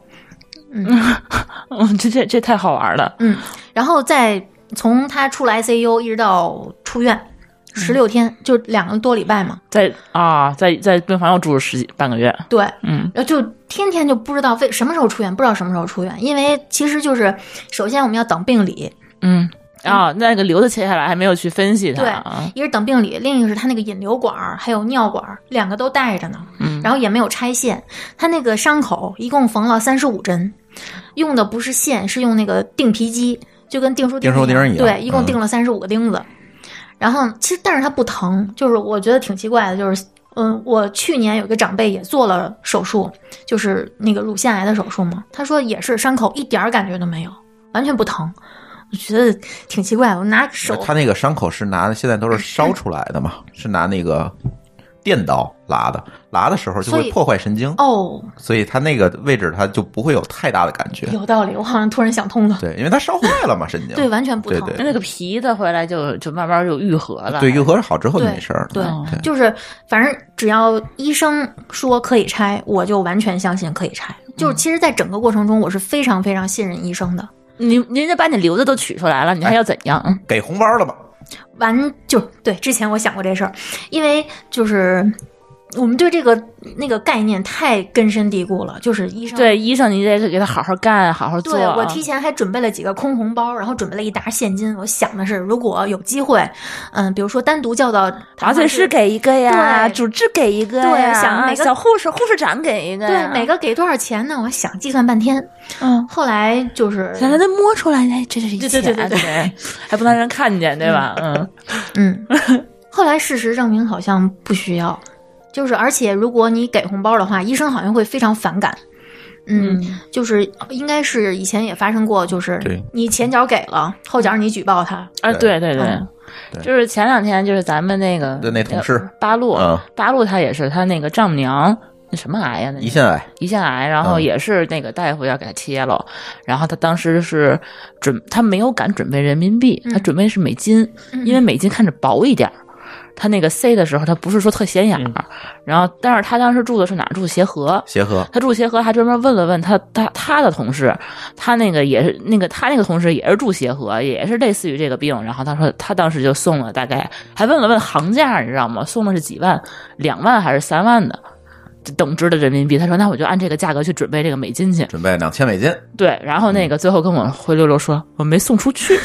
[SPEAKER 4] 嗯， 这这这太好玩了。
[SPEAKER 2] 嗯，然后再从他出来 ICU 一直到出院。
[SPEAKER 1] 嗯
[SPEAKER 2] 十六天就两个多礼拜嘛，
[SPEAKER 4] 在啊，在在病房又住了十几半个月。
[SPEAKER 2] 对，
[SPEAKER 4] 嗯，
[SPEAKER 2] 然后就天天就不知道为什么时候出院，不知道什么时候出院，因为其实就是首先我们要等病理，
[SPEAKER 4] 嗯啊，那个瘤子切下来还没有去分析它啊。
[SPEAKER 2] 一个是等病理，另一个是他那个引流管儿还有尿管儿两个都带着呢，
[SPEAKER 4] 嗯
[SPEAKER 2] 然后也没有拆线，他那个伤口一共缝了三十五针，用的不是线，是用那个钉皮机，就跟钉书钉
[SPEAKER 1] 钉书钉一样
[SPEAKER 2] 对，一共
[SPEAKER 1] 嗯
[SPEAKER 2] 钉了三十五个钉子。然后其实，但是他不疼，就是我觉得挺奇怪的，就是。嗯，我去年有个长辈也做了手术，就是那个乳腺癌的手术嘛。他说也是伤口一点儿感觉都没有，完全不疼。我觉得挺奇怪，我拿手嗯
[SPEAKER 1] 他那个伤口是拿的，现在都是烧出来的嘛，是拿那个电刀拉的，拉的时候就
[SPEAKER 2] 所
[SPEAKER 1] 会
[SPEAKER 2] 以
[SPEAKER 1] 破坏神经，
[SPEAKER 2] 哦，
[SPEAKER 1] 所以他那个位置他就不会有太大的感觉。
[SPEAKER 2] 有道理，我好像突然想通了。
[SPEAKER 1] 对，因为他烧坏了嘛，神经。
[SPEAKER 2] 对，完全不
[SPEAKER 1] 对
[SPEAKER 2] 疼。
[SPEAKER 1] 对
[SPEAKER 4] 那个皮子回来就就慢慢就愈合了。
[SPEAKER 1] 对，愈合好之后就
[SPEAKER 2] 对
[SPEAKER 1] 没事儿了。嗯
[SPEAKER 2] 对
[SPEAKER 4] 哦
[SPEAKER 2] 就是反正只要医生说可以拆，我就完全相信可以拆。就是其实，在整个过程中，我是非常非常信任医生的。
[SPEAKER 4] 你人家把你瘤子都取出来了，你还要怎样？嗯
[SPEAKER 1] 给红包了嘛？
[SPEAKER 2] 完就对，之前我想过这事儿，因为就是我们对这个那个概念太根深蒂固了，就是医生。
[SPEAKER 4] 对，医生你得给他好好干，好好
[SPEAKER 2] 对，
[SPEAKER 4] 做啊。
[SPEAKER 2] 我提前还准备了几个空红包，然后准备了一沓现金。我想的是，如果有机会，嗯，比如说单独叫到
[SPEAKER 4] 麻醉师给一个呀，
[SPEAKER 2] 对
[SPEAKER 4] 主治给一个
[SPEAKER 2] 对
[SPEAKER 4] 呀，啊
[SPEAKER 2] 想每个
[SPEAKER 4] 小护士、护士长给一个
[SPEAKER 2] 对
[SPEAKER 4] 呀，
[SPEAKER 2] 每个给多少钱呢？我想计算半天，
[SPEAKER 4] 嗯，
[SPEAKER 2] 后来就是
[SPEAKER 4] 想让他摸出来，哎，这是一
[SPEAKER 2] 对对
[SPEAKER 4] 切
[SPEAKER 2] 对
[SPEAKER 4] 啊，
[SPEAKER 2] 对对
[SPEAKER 4] 对，还不能让人看见，对吧？嗯，
[SPEAKER 2] 嗯，后来事实证明好像不需要，就是而且如果你给红包的话，医生好像会非常反感，嗯，就是应该是以前也发生过，就是
[SPEAKER 1] 对
[SPEAKER 2] 你前脚给了，后脚你举报他，
[SPEAKER 4] 啊，
[SPEAKER 1] 对
[SPEAKER 4] 对对对
[SPEAKER 2] 嗯，
[SPEAKER 1] 对
[SPEAKER 4] 就是前两天就是咱们那个
[SPEAKER 1] 的那同事
[SPEAKER 4] 呃八路
[SPEAKER 1] 嗯，
[SPEAKER 4] 八路他也是他那个丈母娘那什么癌
[SPEAKER 2] 嗯
[SPEAKER 4] 呀，那
[SPEAKER 1] 胰腺癌，
[SPEAKER 4] 胰腺癌，然后
[SPEAKER 1] 嗯
[SPEAKER 4] 也是那个大夫要给他切了，然后他当时是准，他没有敢准备人民币，
[SPEAKER 2] 嗯
[SPEAKER 4] 他准备是美金，因为美金看着薄一点儿。他那个塞的时候，他不是说特显
[SPEAKER 1] 嗯
[SPEAKER 4] 眼儿，然后但是他当时住的是哪儿？住协和，
[SPEAKER 1] 协和，
[SPEAKER 4] 他住协和还专门问了问他他他的同事，他那个也是那个他那个同事也是住协和，也是类似于这个病。然后他说他当时就送了大概，还问了问行价，你知道吗？送的是几万，两万还是三万的等值的人民币。他说那我就按这个价格去准备这个美金去。
[SPEAKER 1] 准备两千美金，
[SPEAKER 4] 对，然后
[SPEAKER 1] 嗯
[SPEAKER 4] 那个最后跟我灰溜溜说我没送出去。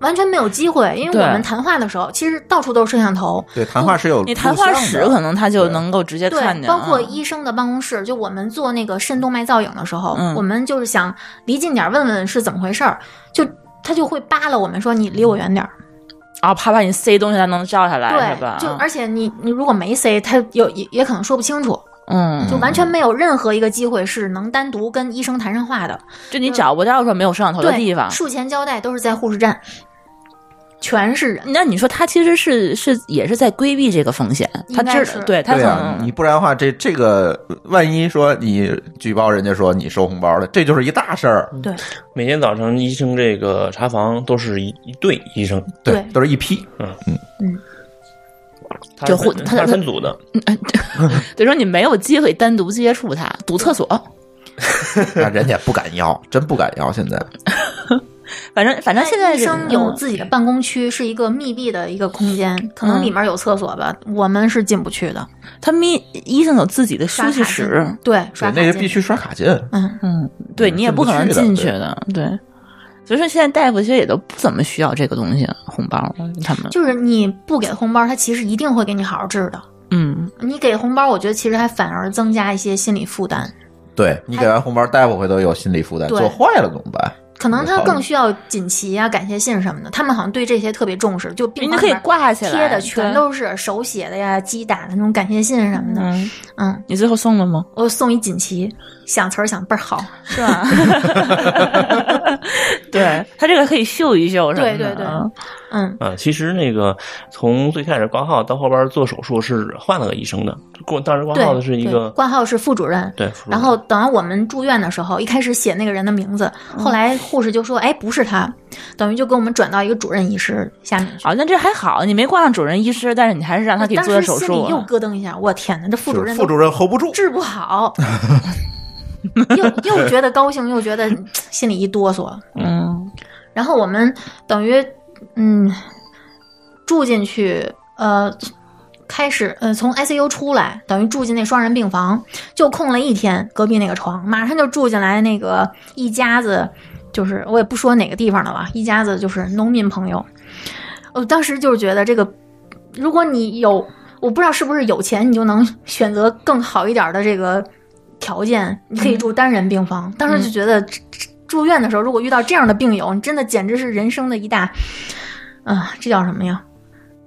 [SPEAKER 2] 完全没有机会，因为
[SPEAKER 4] 对
[SPEAKER 2] 我们谈话的时候，其实到处都是摄像头，
[SPEAKER 1] 对，谈话是
[SPEAKER 2] 哦
[SPEAKER 1] 有
[SPEAKER 4] 你谈
[SPEAKER 1] 录像
[SPEAKER 4] 话
[SPEAKER 1] 的
[SPEAKER 4] 室可能他就能够直接看
[SPEAKER 2] 对，
[SPEAKER 4] 见，
[SPEAKER 2] 包括
[SPEAKER 4] 嗯
[SPEAKER 2] 医生的办公室，就我们做那个肾动脉造影的时候，
[SPEAKER 4] 嗯
[SPEAKER 2] 我们就是想离近点儿问问是怎么回事儿，就他就会扒拉我们说你离我远点儿，
[SPEAKER 4] 啊，怕把你塞东西他能照下来是吧嗯
[SPEAKER 2] 对，？就而且你你如果没塞，他有也也可能说不清楚，
[SPEAKER 4] 嗯，
[SPEAKER 2] 就完全没有任何一个机会是能单独跟医生谈上话的，
[SPEAKER 4] 就你找不到说没有摄像头的
[SPEAKER 2] 对，
[SPEAKER 4] 地方，
[SPEAKER 2] 术前交代都是在护士站，全是人，
[SPEAKER 4] 那你说他其实是是也是在规避这个风险，
[SPEAKER 2] 应
[SPEAKER 4] 他
[SPEAKER 2] 该
[SPEAKER 4] 知
[SPEAKER 2] 是
[SPEAKER 4] 对他可
[SPEAKER 1] 对啊，
[SPEAKER 4] 能
[SPEAKER 1] 你不然的话，这这个万一说你举报人家说你收红包了，这就是一大事儿，
[SPEAKER 2] 对
[SPEAKER 3] 每天早上医生这个查房都是一一对医生，
[SPEAKER 1] 对，
[SPEAKER 2] 对
[SPEAKER 1] 都是一批，
[SPEAKER 3] 他
[SPEAKER 4] 就是互
[SPEAKER 3] 分
[SPEAKER 4] 他
[SPEAKER 3] 他是
[SPEAKER 4] 他
[SPEAKER 3] 分组的，
[SPEAKER 4] 对说你没有机会单独接触他，堵厕所，
[SPEAKER 1] 那啊人家不敢要，真不敢要，现在
[SPEAKER 4] 反正反正哎现在
[SPEAKER 2] 医
[SPEAKER 4] 是
[SPEAKER 2] 生有
[SPEAKER 4] 嗯
[SPEAKER 2] 自己的办公区，是一个密闭的一个空间，可能
[SPEAKER 4] 嗯
[SPEAKER 2] 里面有厕所吧，我们是进不去的。
[SPEAKER 4] 他咪医生有自己的
[SPEAKER 2] 刷
[SPEAKER 4] 休
[SPEAKER 2] 卡
[SPEAKER 4] 息
[SPEAKER 2] 进
[SPEAKER 4] 室，，
[SPEAKER 2] 对，刷
[SPEAKER 1] 对，
[SPEAKER 2] 卡
[SPEAKER 1] 那是
[SPEAKER 2] 进
[SPEAKER 1] 必。须刷卡进，
[SPEAKER 2] 嗯，
[SPEAKER 4] 嗯，对
[SPEAKER 1] 嗯
[SPEAKER 4] 你也
[SPEAKER 1] 进不
[SPEAKER 4] 不可能
[SPEAKER 1] 去的
[SPEAKER 4] 进去的，对。所以说现在大夫其实也都不怎么需要这个东西，红包他们，
[SPEAKER 2] 嗯就是你不给红包，他其实一定会给你好好治的。
[SPEAKER 4] 嗯，
[SPEAKER 2] 你给红包，我觉得其实还反而增加一些心理负担，
[SPEAKER 1] 对你给完红包，大夫回头有心理负担，
[SPEAKER 2] 对
[SPEAKER 1] 做坏了怎么办？
[SPEAKER 2] 可能
[SPEAKER 1] 有
[SPEAKER 2] 他
[SPEAKER 1] 道理
[SPEAKER 2] 更需要锦旗啊、感谢信什么的。他们好像对这些特别重视，就病
[SPEAKER 4] 人
[SPEAKER 2] 房里
[SPEAKER 4] 家可以
[SPEAKER 2] 面
[SPEAKER 4] 挂起来，
[SPEAKER 2] 贴的全
[SPEAKER 4] 对
[SPEAKER 2] 都是手写的呀、机打的那种感谢信什么的。
[SPEAKER 4] 嗯，
[SPEAKER 2] 嗯，
[SPEAKER 4] 你最后送了吗？
[SPEAKER 2] 我送一锦旗，想词儿想倍儿好。
[SPEAKER 4] 是吧？ 对他这个可以秀一秀什么的，
[SPEAKER 2] 对对对
[SPEAKER 4] 嗯
[SPEAKER 2] 嗯，
[SPEAKER 3] 啊，其实那个从最开始挂号到后边做手术是换了个医生的，过当时挂
[SPEAKER 2] 对
[SPEAKER 3] 号的是一
[SPEAKER 2] 对
[SPEAKER 3] 个
[SPEAKER 2] 挂号是副主任，
[SPEAKER 3] 对，
[SPEAKER 2] 然后等到我们住院的时候，一开始写那个人的名字，
[SPEAKER 4] 嗯
[SPEAKER 2] 后来护士就说：“哎，不是他。”等于就给我们转到一个主任医师下面去。
[SPEAKER 4] 哦，那这还好，你没挂上主任医师，但是你还是让他给你
[SPEAKER 2] 当
[SPEAKER 4] 做的
[SPEAKER 2] 时
[SPEAKER 4] 手
[SPEAKER 2] 心里
[SPEAKER 4] 术啊
[SPEAKER 2] 又。咯噔一下，我天哪，这副主
[SPEAKER 1] 就是
[SPEAKER 2] 任
[SPEAKER 1] 副主任 hold 不住
[SPEAKER 2] 都，治不好，又又觉得高兴，又觉得嗯心里一哆嗦。
[SPEAKER 4] 嗯，
[SPEAKER 2] 然后我们等于嗯住进去，呃，开始呃从 ICU 出来，等于住进那双人病房，就空了一天，隔壁那个床，马上就住进来那个一家子，就是我也不说哪个地方的了，一家子就是农民朋友。我当时就是觉得这个，如果你有，我不知道是不是有钱，你就能选择更好一点的这个条件，你可以住单人病房。当时就觉得这。这住院的时候，如果遇到这样的病友，你真的简直是人生的一大，啊、这叫什么呀？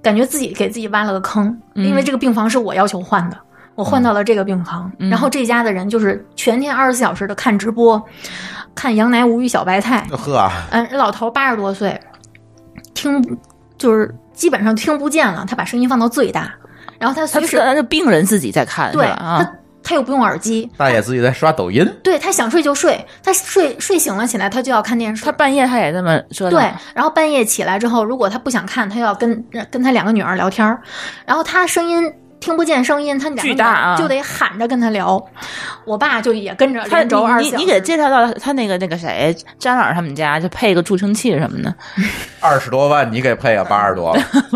[SPEAKER 2] 感觉自己给自己挖了个坑，因为这个病房是我要求换的，我换到了这个病房，
[SPEAKER 4] 嗯
[SPEAKER 2] 然后这家的人就是全天二十四小时的看直播，看杨乃武与小白菜，
[SPEAKER 1] 呵啊，
[SPEAKER 2] 嗯，老头八十多岁，听不就是基本上听不见了，他把声音放到最大，然后他
[SPEAKER 4] 他
[SPEAKER 2] 随时
[SPEAKER 4] 那就病人自己在看，
[SPEAKER 2] 对
[SPEAKER 4] 是吧啊
[SPEAKER 2] 他，他又不用耳机，
[SPEAKER 1] 大爷自己在刷抖音，
[SPEAKER 2] 对他想睡就睡，他睡睡醒了起来他就要看电视，
[SPEAKER 4] 他半夜他也这么说的。
[SPEAKER 2] 对，然后半夜起来之后，如果他不想看，他又要跟呃跟他两个女儿聊天儿，然后他声音听不见声音，他两个
[SPEAKER 4] 巨
[SPEAKER 2] 女
[SPEAKER 4] 大
[SPEAKER 2] 儿
[SPEAKER 4] 啊
[SPEAKER 2] 就得喊着跟他聊。我爸就也跟着
[SPEAKER 4] 他
[SPEAKER 2] 连轴二
[SPEAKER 4] 你
[SPEAKER 2] 十
[SPEAKER 4] 你你给介绍到他那个那个谁张老师他们家，就配个助听器什么的。
[SPEAKER 1] 二十多万你给配个啊八十多，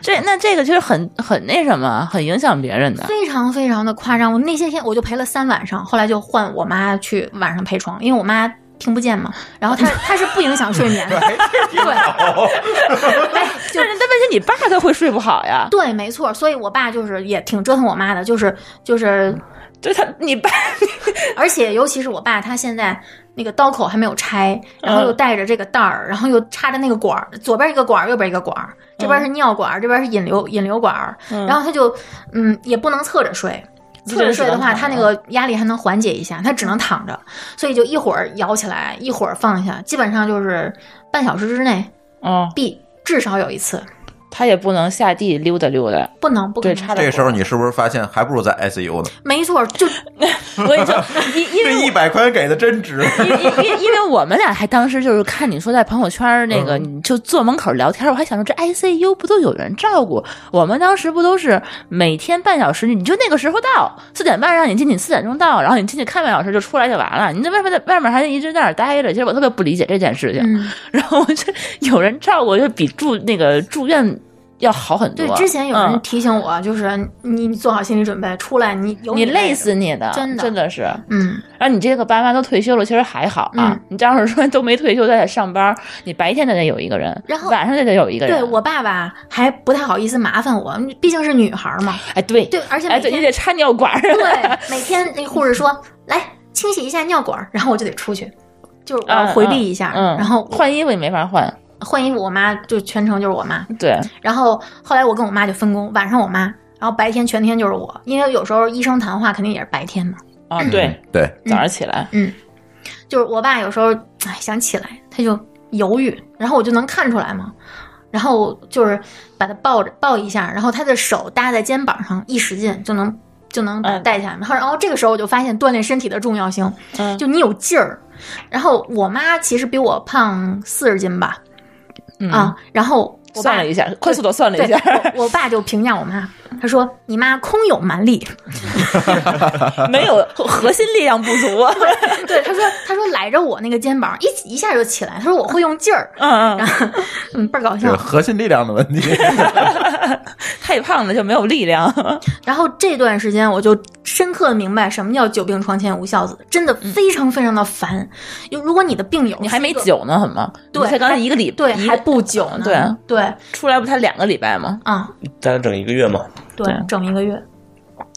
[SPEAKER 4] 这那这个其实很很那什么，很影响别人的。
[SPEAKER 2] 非常非常的夸张。我那些天我就陪了三晚上，后来就换我妈去晚上陪床，因为我妈听不见嘛，然 后她她是不影响睡眠的，对，哎就
[SPEAKER 4] 但是但问题你爸他会睡不好呀，
[SPEAKER 2] 对，没错，所以我爸就是也挺折腾我妈的，就是就是
[SPEAKER 4] 对他你爸
[SPEAKER 2] 而且尤其是我爸，他现在那个刀口还没有拆，然后又带着这个袋儿，然后又插着那个管儿，左边一个管儿，右边一个管儿，这边是尿管儿，这边是引流引流管儿，然后他就嗯也不能侧着睡。
[SPEAKER 3] 你
[SPEAKER 2] 侧
[SPEAKER 3] 这
[SPEAKER 2] 着
[SPEAKER 3] 人
[SPEAKER 2] 睡
[SPEAKER 3] 只
[SPEAKER 2] 的
[SPEAKER 3] 能
[SPEAKER 2] 话，
[SPEAKER 3] 躺
[SPEAKER 2] 他那
[SPEAKER 3] 着
[SPEAKER 2] 个压力还能缓解一下，他只能躺着，所以就一会儿摇起来，一会儿放下，基本上就是半小时之内
[SPEAKER 4] 哦，
[SPEAKER 2] 必至少有一次，
[SPEAKER 4] 他也不能下地溜达溜 达。
[SPEAKER 2] 不能不可
[SPEAKER 4] 对
[SPEAKER 2] 能
[SPEAKER 4] 差点
[SPEAKER 1] 这时候你是不是发现还不如在 ICU 呢？
[SPEAKER 2] 没错，就
[SPEAKER 4] 我跟你说，因 因
[SPEAKER 1] 这
[SPEAKER 4] 为
[SPEAKER 1] 一百块钱给的真值。
[SPEAKER 4] 因因因因为我们俩还当时就是看你说在朋友圈儿那
[SPEAKER 2] 嗯
[SPEAKER 4] 个，你就坐门口聊天儿，我还想说这 ICU 不都有人照顾？我们当时不都是每天半小时，你就那个时候到四点半让你进去，四点钟到，然后你进去看半小时就出来就完了。你在外面在外面还一直在那儿待着，其实我特别不理解这件事情。
[SPEAKER 2] 嗯，
[SPEAKER 4] 然后我就有人照顾，就比住那个住院要好很多。
[SPEAKER 2] 对。之前有人
[SPEAKER 4] 嗯
[SPEAKER 2] 提醒我，就是你你做好心理准备，出来你有
[SPEAKER 4] 你
[SPEAKER 2] 累
[SPEAKER 4] 累，死你的，
[SPEAKER 2] 真的
[SPEAKER 4] 真的是。
[SPEAKER 2] 嗯，
[SPEAKER 4] 然后你这个爸妈都退休了，其实还好啊。
[SPEAKER 2] 嗯
[SPEAKER 4] 你这要是说都没退休，在家上班，你白天得得有一个人，
[SPEAKER 2] 然后
[SPEAKER 4] 晚上得得有一个人。
[SPEAKER 2] 对我爸爸还不太好意思麻烦我，毕竟是女孩儿嘛，
[SPEAKER 4] 哎对
[SPEAKER 2] 对，而且
[SPEAKER 4] 哎
[SPEAKER 2] 每
[SPEAKER 4] 对，你
[SPEAKER 2] 天
[SPEAKER 4] 得插尿管儿。
[SPEAKER 2] 对，每天那护士说来清洗一下尿管儿，然后我就得出去，就是我要
[SPEAKER 4] 嗯
[SPEAKER 2] 回避一下，
[SPEAKER 4] 嗯，
[SPEAKER 2] 然后
[SPEAKER 4] 换衣服也没法换。
[SPEAKER 2] 换衣服，我妈就全程就是我妈，
[SPEAKER 4] 对，
[SPEAKER 2] 然后后来我跟我妈就分工，晚上我妈，然后白天全天就是我，因为有时候医生谈话肯定也是白天嘛，
[SPEAKER 4] 啊对，
[SPEAKER 1] 对，
[SPEAKER 2] 嗯
[SPEAKER 4] 早上起来，
[SPEAKER 2] 就是我爸有时候哎想起来他就犹豫，然后我就能看出来嘛。然后就是把他抱着抱一下，然后他的手搭在肩膀上，一使劲就能就能把他
[SPEAKER 4] 嗯
[SPEAKER 2] 带下来。然后然后这个时候我就发现锻炼身体的重要性，
[SPEAKER 4] 嗯
[SPEAKER 2] 就你有劲儿。然后我妈其实比我胖四十斤吧，
[SPEAKER 4] 嗯
[SPEAKER 2] 啊，然后我爸
[SPEAKER 4] 算了一下，快速的算了一
[SPEAKER 2] 对
[SPEAKER 4] 下，
[SPEAKER 2] 我我爸就评价我妈，他说你妈空有蛮力，
[SPEAKER 4] 没 有核心力量不足。
[SPEAKER 2] 对，他说他说揽着我那个肩膀一一下就起来，他说我会用劲儿，
[SPEAKER 4] 嗯嗯，
[SPEAKER 2] 嗯，倍儿搞
[SPEAKER 1] 这
[SPEAKER 2] 笑
[SPEAKER 1] 个。核心力量的问题。
[SPEAKER 4] 太胖了就没有力 量。
[SPEAKER 2] 然后这段时间我就深刻地明白什么叫久病床前无孝子，真的非常非常的烦。就如果你的病友
[SPEAKER 4] 嗯你还
[SPEAKER 2] 是一
[SPEAKER 4] 没
[SPEAKER 2] 个，
[SPEAKER 4] 久呢，很吗？
[SPEAKER 2] 对
[SPEAKER 4] 你才刚才一个礼，
[SPEAKER 2] 对，
[SPEAKER 4] 一
[SPEAKER 2] 还
[SPEAKER 4] 个
[SPEAKER 2] 不久呢，
[SPEAKER 4] 对啊
[SPEAKER 2] 对
[SPEAKER 4] 出来不才两个礼拜吗？
[SPEAKER 2] 啊、
[SPEAKER 3] 大概整一个月嘛，
[SPEAKER 2] 对
[SPEAKER 4] 对，
[SPEAKER 2] 整一个月。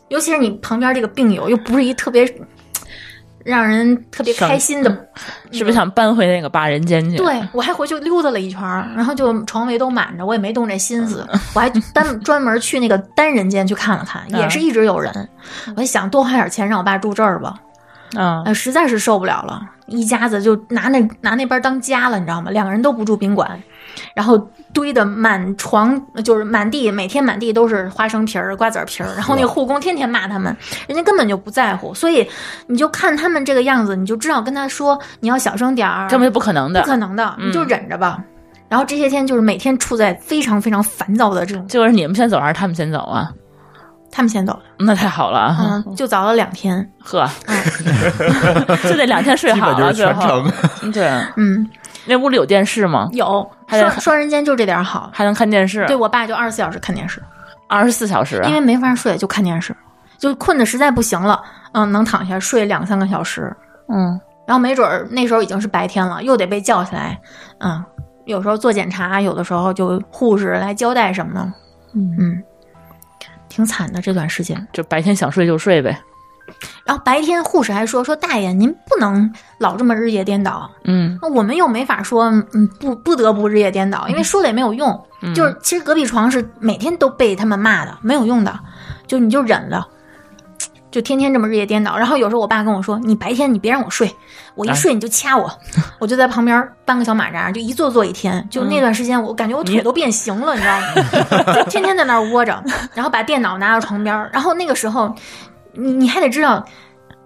[SPEAKER 2] 尤其是你旁边这个病友又不是一特别让人特别
[SPEAKER 4] 上
[SPEAKER 2] 开心的，
[SPEAKER 4] 是不是想搬回那个八人间去？
[SPEAKER 2] 嗯对我还回去溜达了一圈儿，然后就床围都满着，我也没动这心思，
[SPEAKER 4] 嗯
[SPEAKER 2] 我还单专门去那个单人间去看了 看，
[SPEAKER 4] 啊
[SPEAKER 2] 也是一直有人。我就想多花点钱让我爸住这儿吧，
[SPEAKER 4] 啊，
[SPEAKER 2] 呃，实在是受不了了，一家子就拿那拿那边当家了，你知道吗？两个人都不住宾馆，然后堆的满床就是满地，每天满地都是花生皮儿、瓜子儿皮儿，然后
[SPEAKER 4] 啊
[SPEAKER 2] 那护工天天骂他们，人家根本就不在乎，所以你就看他们这个样子，你就知道跟他说你要小声点儿，
[SPEAKER 4] 根本就不可能的
[SPEAKER 2] 不。可能的，
[SPEAKER 4] 嗯
[SPEAKER 2] 你就忍着吧。然后这些天就是每天处在非常非常烦躁的这种，
[SPEAKER 4] 就是你们先走还是他们先走啊？
[SPEAKER 2] 他们先走了，
[SPEAKER 4] 那太好了啊！
[SPEAKER 2] 嗯，就嗯早了两天，
[SPEAKER 4] 呵， 就得两天睡
[SPEAKER 1] 基本
[SPEAKER 4] 好
[SPEAKER 1] 就
[SPEAKER 4] 了
[SPEAKER 1] 是
[SPEAKER 4] 最
[SPEAKER 1] 全
[SPEAKER 4] 后。
[SPEAKER 1] 程，
[SPEAKER 4] 对，
[SPEAKER 2] 嗯，
[SPEAKER 4] 那屋里有电视吗？
[SPEAKER 2] 有
[SPEAKER 4] 还得
[SPEAKER 2] 双双人间就这点儿好。
[SPEAKER 4] 还能看电视？啊
[SPEAKER 2] 对，我爸就二十四小时看电视，
[SPEAKER 4] 二十四小时啊。
[SPEAKER 2] 因为没法睡就看电视，就困的实在不行了，嗯，能躺下睡两三个小时，
[SPEAKER 4] 嗯，
[SPEAKER 2] 然后没准儿那时候已经是白天了，又得被叫起来，嗯，有时候做检查，有的时候就护士来交代什么的，
[SPEAKER 4] 嗯
[SPEAKER 2] 嗯，挺惨的这段时间。
[SPEAKER 4] 就白天想睡就睡呗。
[SPEAKER 2] 然后白天护士还说说大爷您不能老这么日夜颠倒，
[SPEAKER 4] 嗯，
[SPEAKER 2] 那我们又没法说嗯不不得不日夜颠倒，因为说了也没有用，
[SPEAKER 4] 嗯
[SPEAKER 2] 就是其实隔壁床是每天都被他们骂的，没有用的，就你就忍了。就天天这么日夜颠倒，然后有时候我爸跟我说：“你白天你别让我睡，我一
[SPEAKER 3] 哎
[SPEAKER 2] 睡你就掐我。 我就在旁边搬个小马扎，就一坐坐一天。就那段时间，我感觉我腿
[SPEAKER 4] 嗯你
[SPEAKER 2] 都变形了，你知道吗？就 天天在那儿窝着，然后把电脑拿到床边儿，然后那个时候，你你还得知道，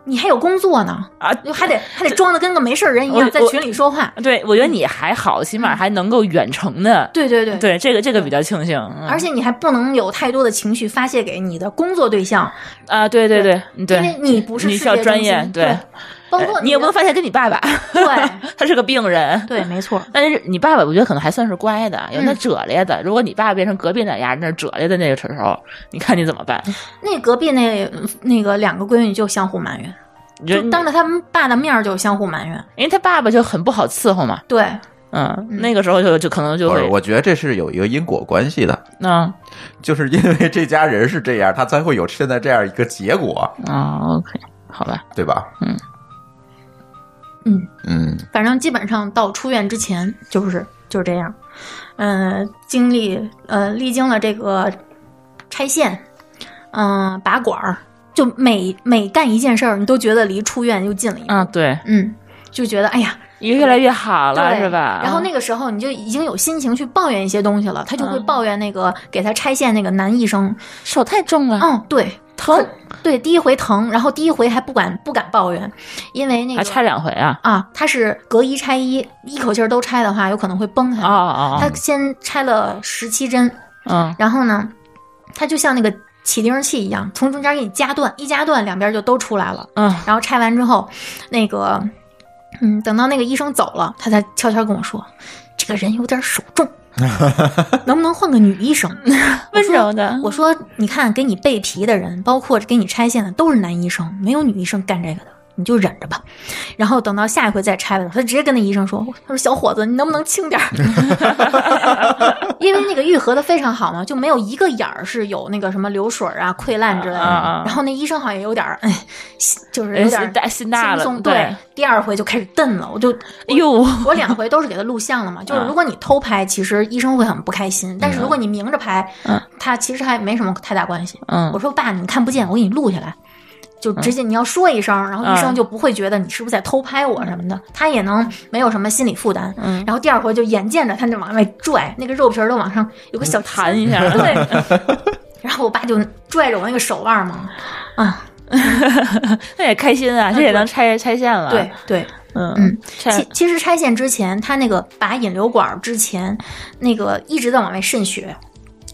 [SPEAKER 2] 你还有工作呢，
[SPEAKER 4] 啊，
[SPEAKER 2] 就还得还得装的跟个没事儿人一
[SPEAKER 4] 我
[SPEAKER 2] 样，在
[SPEAKER 4] 我
[SPEAKER 2] 群里说话。
[SPEAKER 4] 对，我觉得你还好，起码还能够远程的。
[SPEAKER 2] 对对对，
[SPEAKER 4] 对，这个这个比较庆幸。
[SPEAKER 2] 嗯
[SPEAKER 4] 嗯
[SPEAKER 2] 而
[SPEAKER 4] 且
[SPEAKER 2] 且你还不能有太多的情绪发泄给你的工作对象，
[SPEAKER 4] 啊，对对对
[SPEAKER 2] 因为
[SPEAKER 4] 对，
[SPEAKER 2] 你不是
[SPEAKER 4] 你
[SPEAKER 2] 世
[SPEAKER 4] 需要
[SPEAKER 2] 界
[SPEAKER 4] 专
[SPEAKER 2] 中
[SPEAKER 4] 业
[SPEAKER 2] 心
[SPEAKER 4] 对哎
[SPEAKER 2] 对，包括
[SPEAKER 4] 你也不能
[SPEAKER 2] 的
[SPEAKER 4] 发现跟你爸爸，
[SPEAKER 2] 对
[SPEAKER 4] 他是个病人。
[SPEAKER 2] 对，没错，
[SPEAKER 4] 但是你爸爸，我觉得可能还算是乖的，有那
[SPEAKER 2] 嗯
[SPEAKER 4] 折咧的。如果你爸爸变成隔壁那丫那折咧的那个时候，你看你怎么办？
[SPEAKER 2] 那隔壁那那个两个闺女就相互埋怨，
[SPEAKER 4] 你觉得
[SPEAKER 2] 就当着他们爸的面儿就相互埋怨，
[SPEAKER 4] 因为他爸爸就很不好伺候嘛，
[SPEAKER 2] 对，
[SPEAKER 4] 嗯，
[SPEAKER 2] 嗯
[SPEAKER 4] 那个时候就就可能就
[SPEAKER 1] 不
[SPEAKER 4] 会
[SPEAKER 1] 是，，我觉得这是有一个因果关系的，
[SPEAKER 4] 嗯
[SPEAKER 1] 就是因为这家人是这样，他才会有现在这样一个结果，
[SPEAKER 4] 啊、o k 好吧，
[SPEAKER 1] 对吧？
[SPEAKER 4] 嗯
[SPEAKER 2] 嗯
[SPEAKER 1] 嗯，
[SPEAKER 2] 反正基本上到出院之前就是就是这样，嗯、经历呃历经了这个拆线，嗯、拔管儿，就就每每干一件事儿，你都觉得离出院又近了一步。
[SPEAKER 4] 啊，对，
[SPEAKER 2] 嗯，就觉得哎呀，
[SPEAKER 4] 越来越好了，
[SPEAKER 2] 对
[SPEAKER 4] 是吧？
[SPEAKER 2] 然后那个时候你就已经有心情去抱怨一些东西了，他就会
[SPEAKER 4] 嗯
[SPEAKER 2] 抱怨那个给他拆线那个男医生。
[SPEAKER 4] 手太重了，
[SPEAKER 2] 嗯，对，
[SPEAKER 4] 疼，
[SPEAKER 2] 对，第一回疼，然后第一回还不敢不敢抱怨，因为那
[SPEAKER 4] 还
[SPEAKER 2] 个
[SPEAKER 4] 拆两回啊！
[SPEAKER 2] 啊，他是隔一拆一，一口气儿都拆的话，有可能会崩
[SPEAKER 4] 哦
[SPEAKER 2] 开。
[SPEAKER 4] 哦
[SPEAKER 2] 他先拆了十七针，
[SPEAKER 4] 哦，
[SPEAKER 2] 然后呢，他就像那个起钉儿器一样，从中间给你夹断，一夹断两边就都出来了。
[SPEAKER 4] 嗯
[SPEAKER 2] 然后拆完之后，那个，嗯，等到那个医生走了，他才悄悄跟我说，这个人有点手重，能不能换个女医生？
[SPEAKER 4] 嗯，温柔的，
[SPEAKER 2] 我说，你看，给你备皮的人，包括给你拆线的，都是男医生，没有女医生干这个的。你就忍着吧，然后等到下一回再拆的时候，他直接跟那医生说：“他说小伙子，你能不能轻点儿？ 因为那个愈合的非常好嘛，就没有一个眼儿是有那个什么流水啊、溃烂之类的。
[SPEAKER 4] 啊啊啊
[SPEAKER 2] 然后那医生好像有点儿，哎，心就是有点
[SPEAKER 4] 人
[SPEAKER 2] 儿
[SPEAKER 4] 心大心大了
[SPEAKER 2] 轻松
[SPEAKER 4] 对
[SPEAKER 2] 对，第二回就开始瞪了，我就
[SPEAKER 4] 哎呦，
[SPEAKER 2] 我两回都是给他录像了嘛，就是
[SPEAKER 4] 嗯
[SPEAKER 2] 如果你偷拍，其实医生会很不开心；但是如果你明着拍，
[SPEAKER 4] 嗯
[SPEAKER 2] 他其实还没什么太大关系。
[SPEAKER 4] 嗯
[SPEAKER 2] 我说爸，你看不见，我给你录下来，就直接你要说一声，然后医
[SPEAKER 4] 嗯
[SPEAKER 2] 生就不会觉得你是不是在偷拍我什么的，他也能没有什么心理负担。
[SPEAKER 4] 嗯，
[SPEAKER 2] 然后第二回就眼见着他那往外拽，那个肉皮儿都往上有个小
[SPEAKER 4] 弹一下，
[SPEAKER 2] 对，然后我爸就拽着我那个手腕嘛，啊，
[SPEAKER 4] 那也开心啊，这也能拆拆线了，
[SPEAKER 2] 嗯对，对，
[SPEAKER 4] 嗯
[SPEAKER 2] 嗯，
[SPEAKER 4] 拆
[SPEAKER 2] 其其实拆线之前，他那个拔引流管儿之前，那个一直在往外渗血。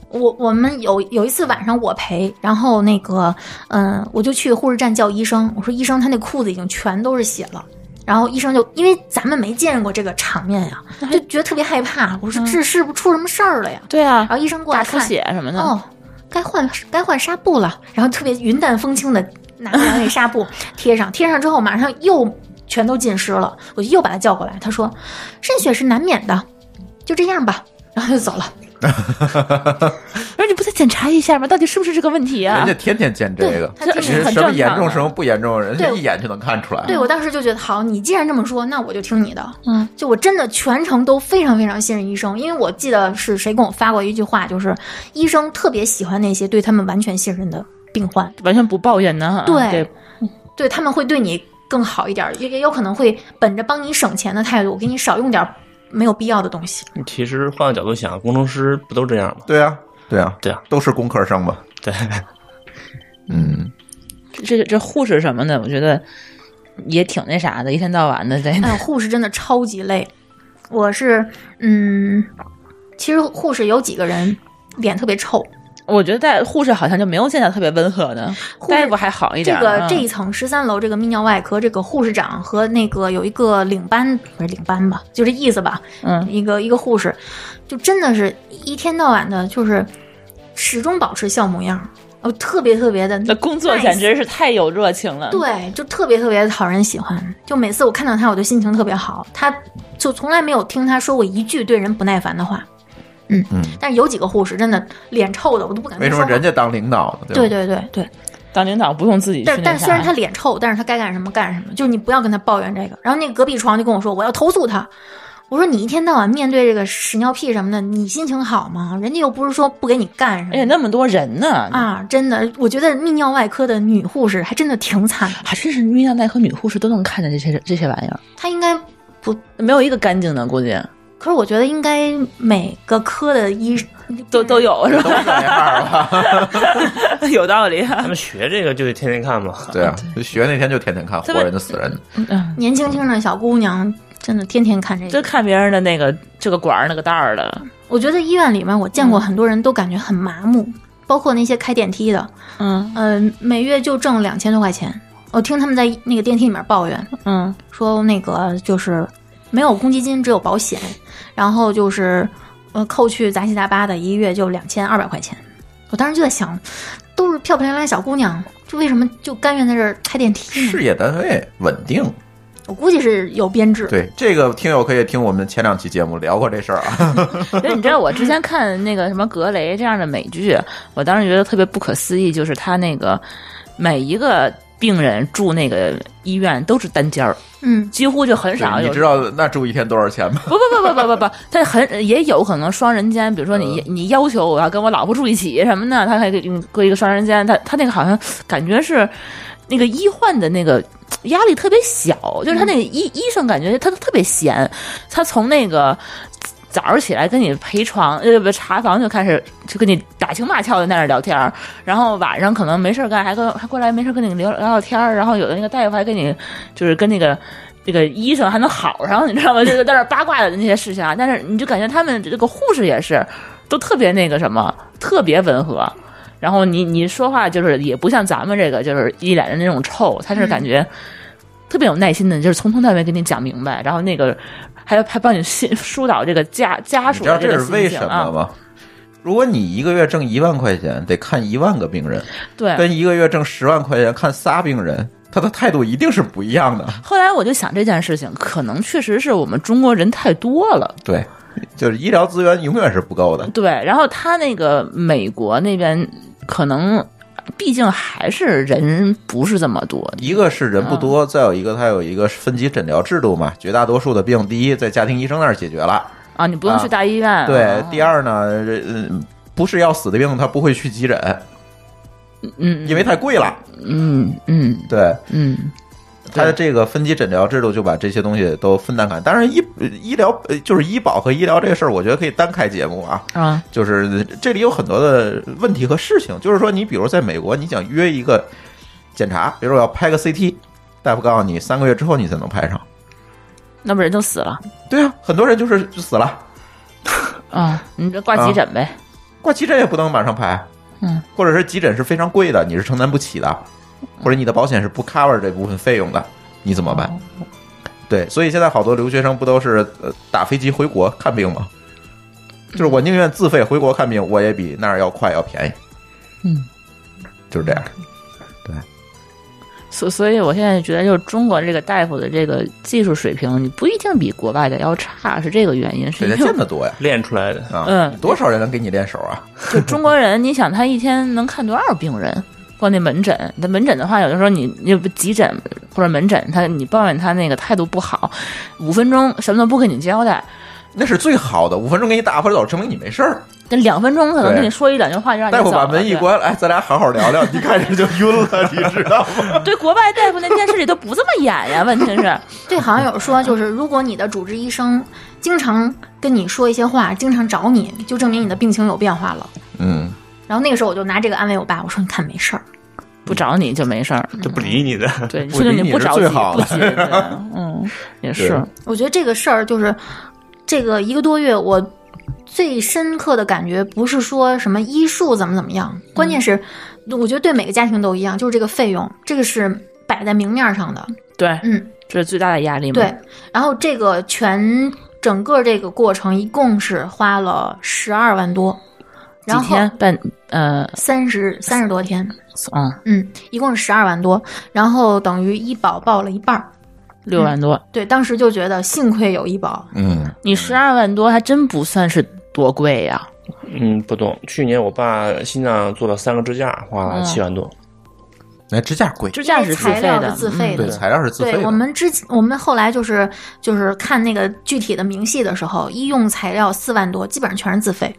[SPEAKER 2] 我我们有有一次晚上我陪，然后那个嗯，我就去护士站叫医生，我说医生，他那裤子已经全都是血了。然后医生就因为咱们没见过这个场面呀，就觉得特别害怕。我说这是不是出什么事儿了呀？
[SPEAKER 4] 对啊
[SPEAKER 2] 然，后医生过来
[SPEAKER 4] 嗯大出
[SPEAKER 2] 看，
[SPEAKER 4] 血什么的，
[SPEAKER 2] 哦，该换该换纱布了。然后特别云淡风轻的拿过来那纱 布贴上，贴上之后马上又全都浸湿了。我就又把他叫过来，他说渗血是难免的，就这样吧。然后他就走了。
[SPEAKER 4] 我说你不再检查一下吗？到底是不是这个问题啊
[SPEAKER 1] 人家？天天见这个，
[SPEAKER 2] 对他
[SPEAKER 1] 其实
[SPEAKER 2] 天
[SPEAKER 4] 天
[SPEAKER 1] 什么严
[SPEAKER 4] 很正常
[SPEAKER 1] 重
[SPEAKER 4] 的
[SPEAKER 1] 什么不严重，人家
[SPEAKER 2] 对
[SPEAKER 1] 一眼就能看出来。
[SPEAKER 2] 对我当时就觉得好，你既然这么说，那我就听你的。
[SPEAKER 4] 嗯，
[SPEAKER 2] 就我真的全程都非常非常信任医生，因为我记得是谁跟我发过一句话，就是医生特别喜欢那些对他们完全信任的病患。
[SPEAKER 4] 完全不抱怨呢，啊
[SPEAKER 2] 对
[SPEAKER 4] 对，
[SPEAKER 2] 对他们会对你更好一点儿，也也有可能会本着帮你省钱的态度，我给你少用点儿没有必要的东西。
[SPEAKER 3] 其实换个角度想，工程师不都这样吗？
[SPEAKER 1] 对啊，对啊，
[SPEAKER 3] 对啊，
[SPEAKER 1] 都是工科生嘛。
[SPEAKER 3] 对，
[SPEAKER 1] 嗯，
[SPEAKER 4] 这这护士什么的，我觉得也挺那啥的，一天到晚的在
[SPEAKER 2] 哎，护士真的超级累。我是，嗯，其实护士有几个人脸特别臭，
[SPEAKER 4] 我觉得在护士好像就没有见到特别温和的，
[SPEAKER 2] 护士
[SPEAKER 4] 大夫还好一
[SPEAKER 2] 这
[SPEAKER 4] 点儿。
[SPEAKER 2] 个
[SPEAKER 4] 嗯
[SPEAKER 2] 这一层十三楼这个泌尿外科这个护士长和那个有一个领班不是领班吧，就这意思吧，
[SPEAKER 4] 嗯
[SPEAKER 2] 一个一个护士，就真的是一天到晚的，就是始终保持笑模样儿，哦，特别特别的
[SPEAKER 4] 那工作
[SPEAKER 2] nice
[SPEAKER 4] 简直是太有热情了。
[SPEAKER 2] 对，就特别特别讨人喜欢。就每次我看到他，我就心情特别好。他就从来没有听他说过一句对人不耐烦的话。嗯
[SPEAKER 1] 嗯
[SPEAKER 2] 但是有几个护士真的脸臭的，我都不敢
[SPEAKER 1] 为
[SPEAKER 2] 跟
[SPEAKER 1] 什
[SPEAKER 2] 他
[SPEAKER 1] 么
[SPEAKER 2] 说话。
[SPEAKER 1] 人家嗯当领导的？
[SPEAKER 2] 对
[SPEAKER 1] 吧
[SPEAKER 2] 对对对，
[SPEAKER 4] 当领导不用自己去
[SPEAKER 2] 但
[SPEAKER 4] 那
[SPEAKER 2] 但虽然他
[SPEAKER 4] 啥，
[SPEAKER 2] 脸臭，但是他该干什么干什么，就是你不要跟他抱怨这个。然后那个隔壁床就跟我说，我要投诉他。我说你一天到晚面对这个屎尿屁什么的，你心情好吗？人家又不是说不给你干什么
[SPEAKER 4] 而且哎那么多人呢，
[SPEAKER 2] 啊！真的，我觉得泌尿外科的女护士还真的挺惨的，
[SPEAKER 4] 还真是泌尿外科女护士都能看见这些这些玩意儿，
[SPEAKER 2] 她应该
[SPEAKER 4] 没有一个干净的，估计
[SPEAKER 2] 可是我觉得应该每个科的医
[SPEAKER 4] 都
[SPEAKER 2] 嗯
[SPEAKER 4] 都有是
[SPEAKER 1] 都是那样了。
[SPEAKER 4] 吧？ 有道理。啊
[SPEAKER 3] 他们学这个就得天天看嘛。
[SPEAKER 1] 对啊，就学那天就天天看活
[SPEAKER 4] 们
[SPEAKER 1] 人的死人的。
[SPEAKER 4] 嗯，
[SPEAKER 2] 年轻轻的小姑娘，真的天天看这
[SPEAKER 4] 就
[SPEAKER 2] 个。
[SPEAKER 4] 看别人的那个这个管儿那个袋儿的，
[SPEAKER 2] 我觉得医院里面我
[SPEAKER 4] 嗯
[SPEAKER 2] 见过很多人都感觉很麻木，包括那些开电梯的，
[SPEAKER 4] 嗯
[SPEAKER 2] 嗯、每月就挣两千多块钱。我听他们在那个电梯里面抱怨，
[SPEAKER 4] 嗯，
[SPEAKER 2] 说那个就是没有公积金，只有保险，然后就是呃扣去杂七杂八的，一个月就两千二百块钱。我当时就在想，都是漂漂亮亮小姑娘，就为什么就甘愿在这儿开电梯呢？
[SPEAKER 1] 事业单位稳定，
[SPEAKER 2] 我估计是有编制，
[SPEAKER 1] 对这个听友可以听我们前两期节目聊过这事儿 啊。
[SPEAKER 4] 因为你知道我之前看那个什么格雷这样的美剧，我当时觉得特别不可思议，就是他那个每一个病人住那个医院都是单间儿，
[SPEAKER 2] 嗯
[SPEAKER 4] 几乎就很少
[SPEAKER 1] 你
[SPEAKER 4] 有
[SPEAKER 1] 知道那住一天多少钱 吗？
[SPEAKER 4] 不不不不不不不，他很也有可能双人间，比如说你、
[SPEAKER 1] 嗯
[SPEAKER 4] 你要求我要跟我老婆住一起什么的，他还给你搁一个双人间，他他那个好像感觉是那个医患的那个压力特别小，就是他那个医、医生感觉他特别闲，他从那个。早上起来跟你陪床，呃不查房就开始就跟你打情骂俏的在那儿聊天儿，然后晚上可能没事儿干还跟还过来没事儿跟你聊聊聊天儿，然后有的那个大夫还跟你就是跟那个这个医生还能好上，你知道吗？ 就是在那儿八卦的那些事情啊，但是你就感觉他们这个护士也是，都特别那个什么，特别温和。然后你你说话就是也不像咱们这个就是一脸的那种臭，他是感觉特别有耐心的，就是从头到尾给你讲明白，然后那个还还帮你信疏导这个家家
[SPEAKER 1] 你
[SPEAKER 4] 属
[SPEAKER 1] 知道
[SPEAKER 4] 的
[SPEAKER 1] 这
[SPEAKER 4] 个
[SPEAKER 1] 是
[SPEAKER 4] 心
[SPEAKER 1] 为
[SPEAKER 4] 情
[SPEAKER 1] 什么
[SPEAKER 4] 啊。
[SPEAKER 1] 吗？如果你一个月挣一万块钱，得看一万个病人，
[SPEAKER 4] 对，
[SPEAKER 1] 跟一个月挣十万块钱看仨病人，他的态度一定是不一样的。
[SPEAKER 4] 后来我就想这件事情，可能确实是我们中国人太多了。
[SPEAKER 1] 对，就是医疗资源永远是不够的。
[SPEAKER 4] 对，然后他那个美国那边可能，毕竟还是人不是这么多。
[SPEAKER 1] 一个是人不多，再有一个它有一个分级诊疗制度嘛，绝大多数的病，第一在家庭医生那儿解决了，
[SPEAKER 4] 啊，你不用去大医院。
[SPEAKER 1] 对
[SPEAKER 4] 啊，
[SPEAKER 1] 第二呢，呃不是要死的病，他不会去急诊，
[SPEAKER 4] 嗯
[SPEAKER 1] 因为太贵了。
[SPEAKER 4] 嗯嗯
[SPEAKER 1] 对，
[SPEAKER 4] 嗯，
[SPEAKER 1] 它的这个分级诊疗制度就把这些东西都分担开。当然医医疗呃就是医保和医疗这个事儿，我觉得可以单开节目啊。
[SPEAKER 4] 啊，
[SPEAKER 1] 就是这里有很多的问题和事情，就是说你比如在美国，你想约一个检查，比如说我要拍个 CT，大夫告诉你三个月之后你才能拍上。
[SPEAKER 4] 那不人就死了
[SPEAKER 1] 对啊，很多人就是就死了，
[SPEAKER 4] 啊？你这挂急诊呗。
[SPEAKER 1] 挂急诊也不能马上拍，
[SPEAKER 4] 嗯，
[SPEAKER 1] 或者是急诊是非常贵的，你是承担不起的，或者你的保险是不 cover 这部分费用的，你怎么办？对，所以现在好多留学生不都是呃打飞机回国看病吗？就是我宁愿自费回国看病，我也比那儿要快要便宜。
[SPEAKER 4] 嗯，
[SPEAKER 1] 就是这样。
[SPEAKER 4] 所所以，我现在觉得就是中国这个大夫的这个技术水平，你不一定比国外的要差，是这个 原因。是
[SPEAKER 1] 谁
[SPEAKER 4] 因
[SPEAKER 1] 家
[SPEAKER 4] 为
[SPEAKER 1] 见得多呀？
[SPEAKER 3] 练出来的。
[SPEAKER 1] 啊，
[SPEAKER 4] 嗯
[SPEAKER 1] 多少人能给你练手啊？
[SPEAKER 4] 就中国人，你想他一天能看多少病人？光那门诊，他门诊的话，有的时候你你不急诊或者门诊，他你抱怨他那个态度不好，五分钟什么都不跟你交代，
[SPEAKER 1] 那是最好的，五分钟给你打发走，证明你没事儿。
[SPEAKER 4] 那两分钟可能
[SPEAKER 1] 对
[SPEAKER 4] 跟你说一两句话就让你
[SPEAKER 1] 大夫
[SPEAKER 4] 走
[SPEAKER 1] 把
[SPEAKER 4] 了。
[SPEAKER 1] 门一
[SPEAKER 4] 对
[SPEAKER 1] 关，哎，咱俩好好聊聊。一开始就晕了，你知道吗？
[SPEAKER 4] 对国外大夫那电视里都不这么演呀，问题 是，
[SPEAKER 2] 对，好像有说就是，如果你的主治医生经常跟你说一些话，经常找你，就证明你的病情有变化了。
[SPEAKER 1] 嗯，
[SPEAKER 2] 然后那个时候我就拿这个安慰我爸，我说你看没事儿，
[SPEAKER 4] 不找你就没事儿。
[SPEAKER 3] 就不理你的，
[SPEAKER 2] 嗯
[SPEAKER 4] 对，你
[SPEAKER 1] 不
[SPEAKER 4] 说
[SPEAKER 1] 理
[SPEAKER 4] 你
[SPEAKER 1] 你
[SPEAKER 4] 不
[SPEAKER 1] 是
[SPEAKER 4] 着
[SPEAKER 1] 最
[SPEAKER 4] 急，
[SPEAKER 1] 好
[SPEAKER 4] 不
[SPEAKER 1] 的
[SPEAKER 4] 急，对，嗯，也是
[SPEAKER 1] 对，
[SPEAKER 2] 我觉得这个事儿就是这个一个多月，我最深刻的感觉不是说什么医术怎么怎么样，关键是我觉得对每个家庭都一样，就是这个费用，这个是摆在明面上的。
[SPEAKER 4] 对，
[SPEAKER 2] 嗯，
[SPEAKER 4] 这是最大的压力嘛。
[SPEAKER 2] 对，。然后这个全整个这个过程一共是花了十二万多，然
[SPEAKER 4] 几
[SPEAKER 2] 后
[SPEAKER 4] 天半，呃，
[SPEAKER 2] 三十三十多天，
[SPEAKER 4] 嗯，
[SPEAKER 2] 嗯，一共是十二万多，然后等于医保报了一半儿。
[SPEAKER 4] 六万多，
[SPEAKER 2] 对，当时就觉得幸亏有医保，
[SPEAKER 1] 嗯，
[SPEAKER 4] 你十二万多还真不算是多贵呀、
[SPEAKER 3] 嗯，不懂。去年我爸心脏做了三个支架，花
[SPEAKER 2] 嗯
[SPEAKER 3] 了七万多。
[SPEAKER 1] 那支架贵，
[SPEAKER 4] 支架是自费
[SPEAKER 2] 因为材
[SPEAKER 4] 的
[SPEAKER 2] 料，是自费的
[SPEAKER 1] 对，材料是自费
[SPEAKER 2] 对我
[SPEAKER 1] 的。
[SPEAKER 2] 们之前我们后来就是就是看那个具体的明细的时候，医用材料四万多，基本上全是自费，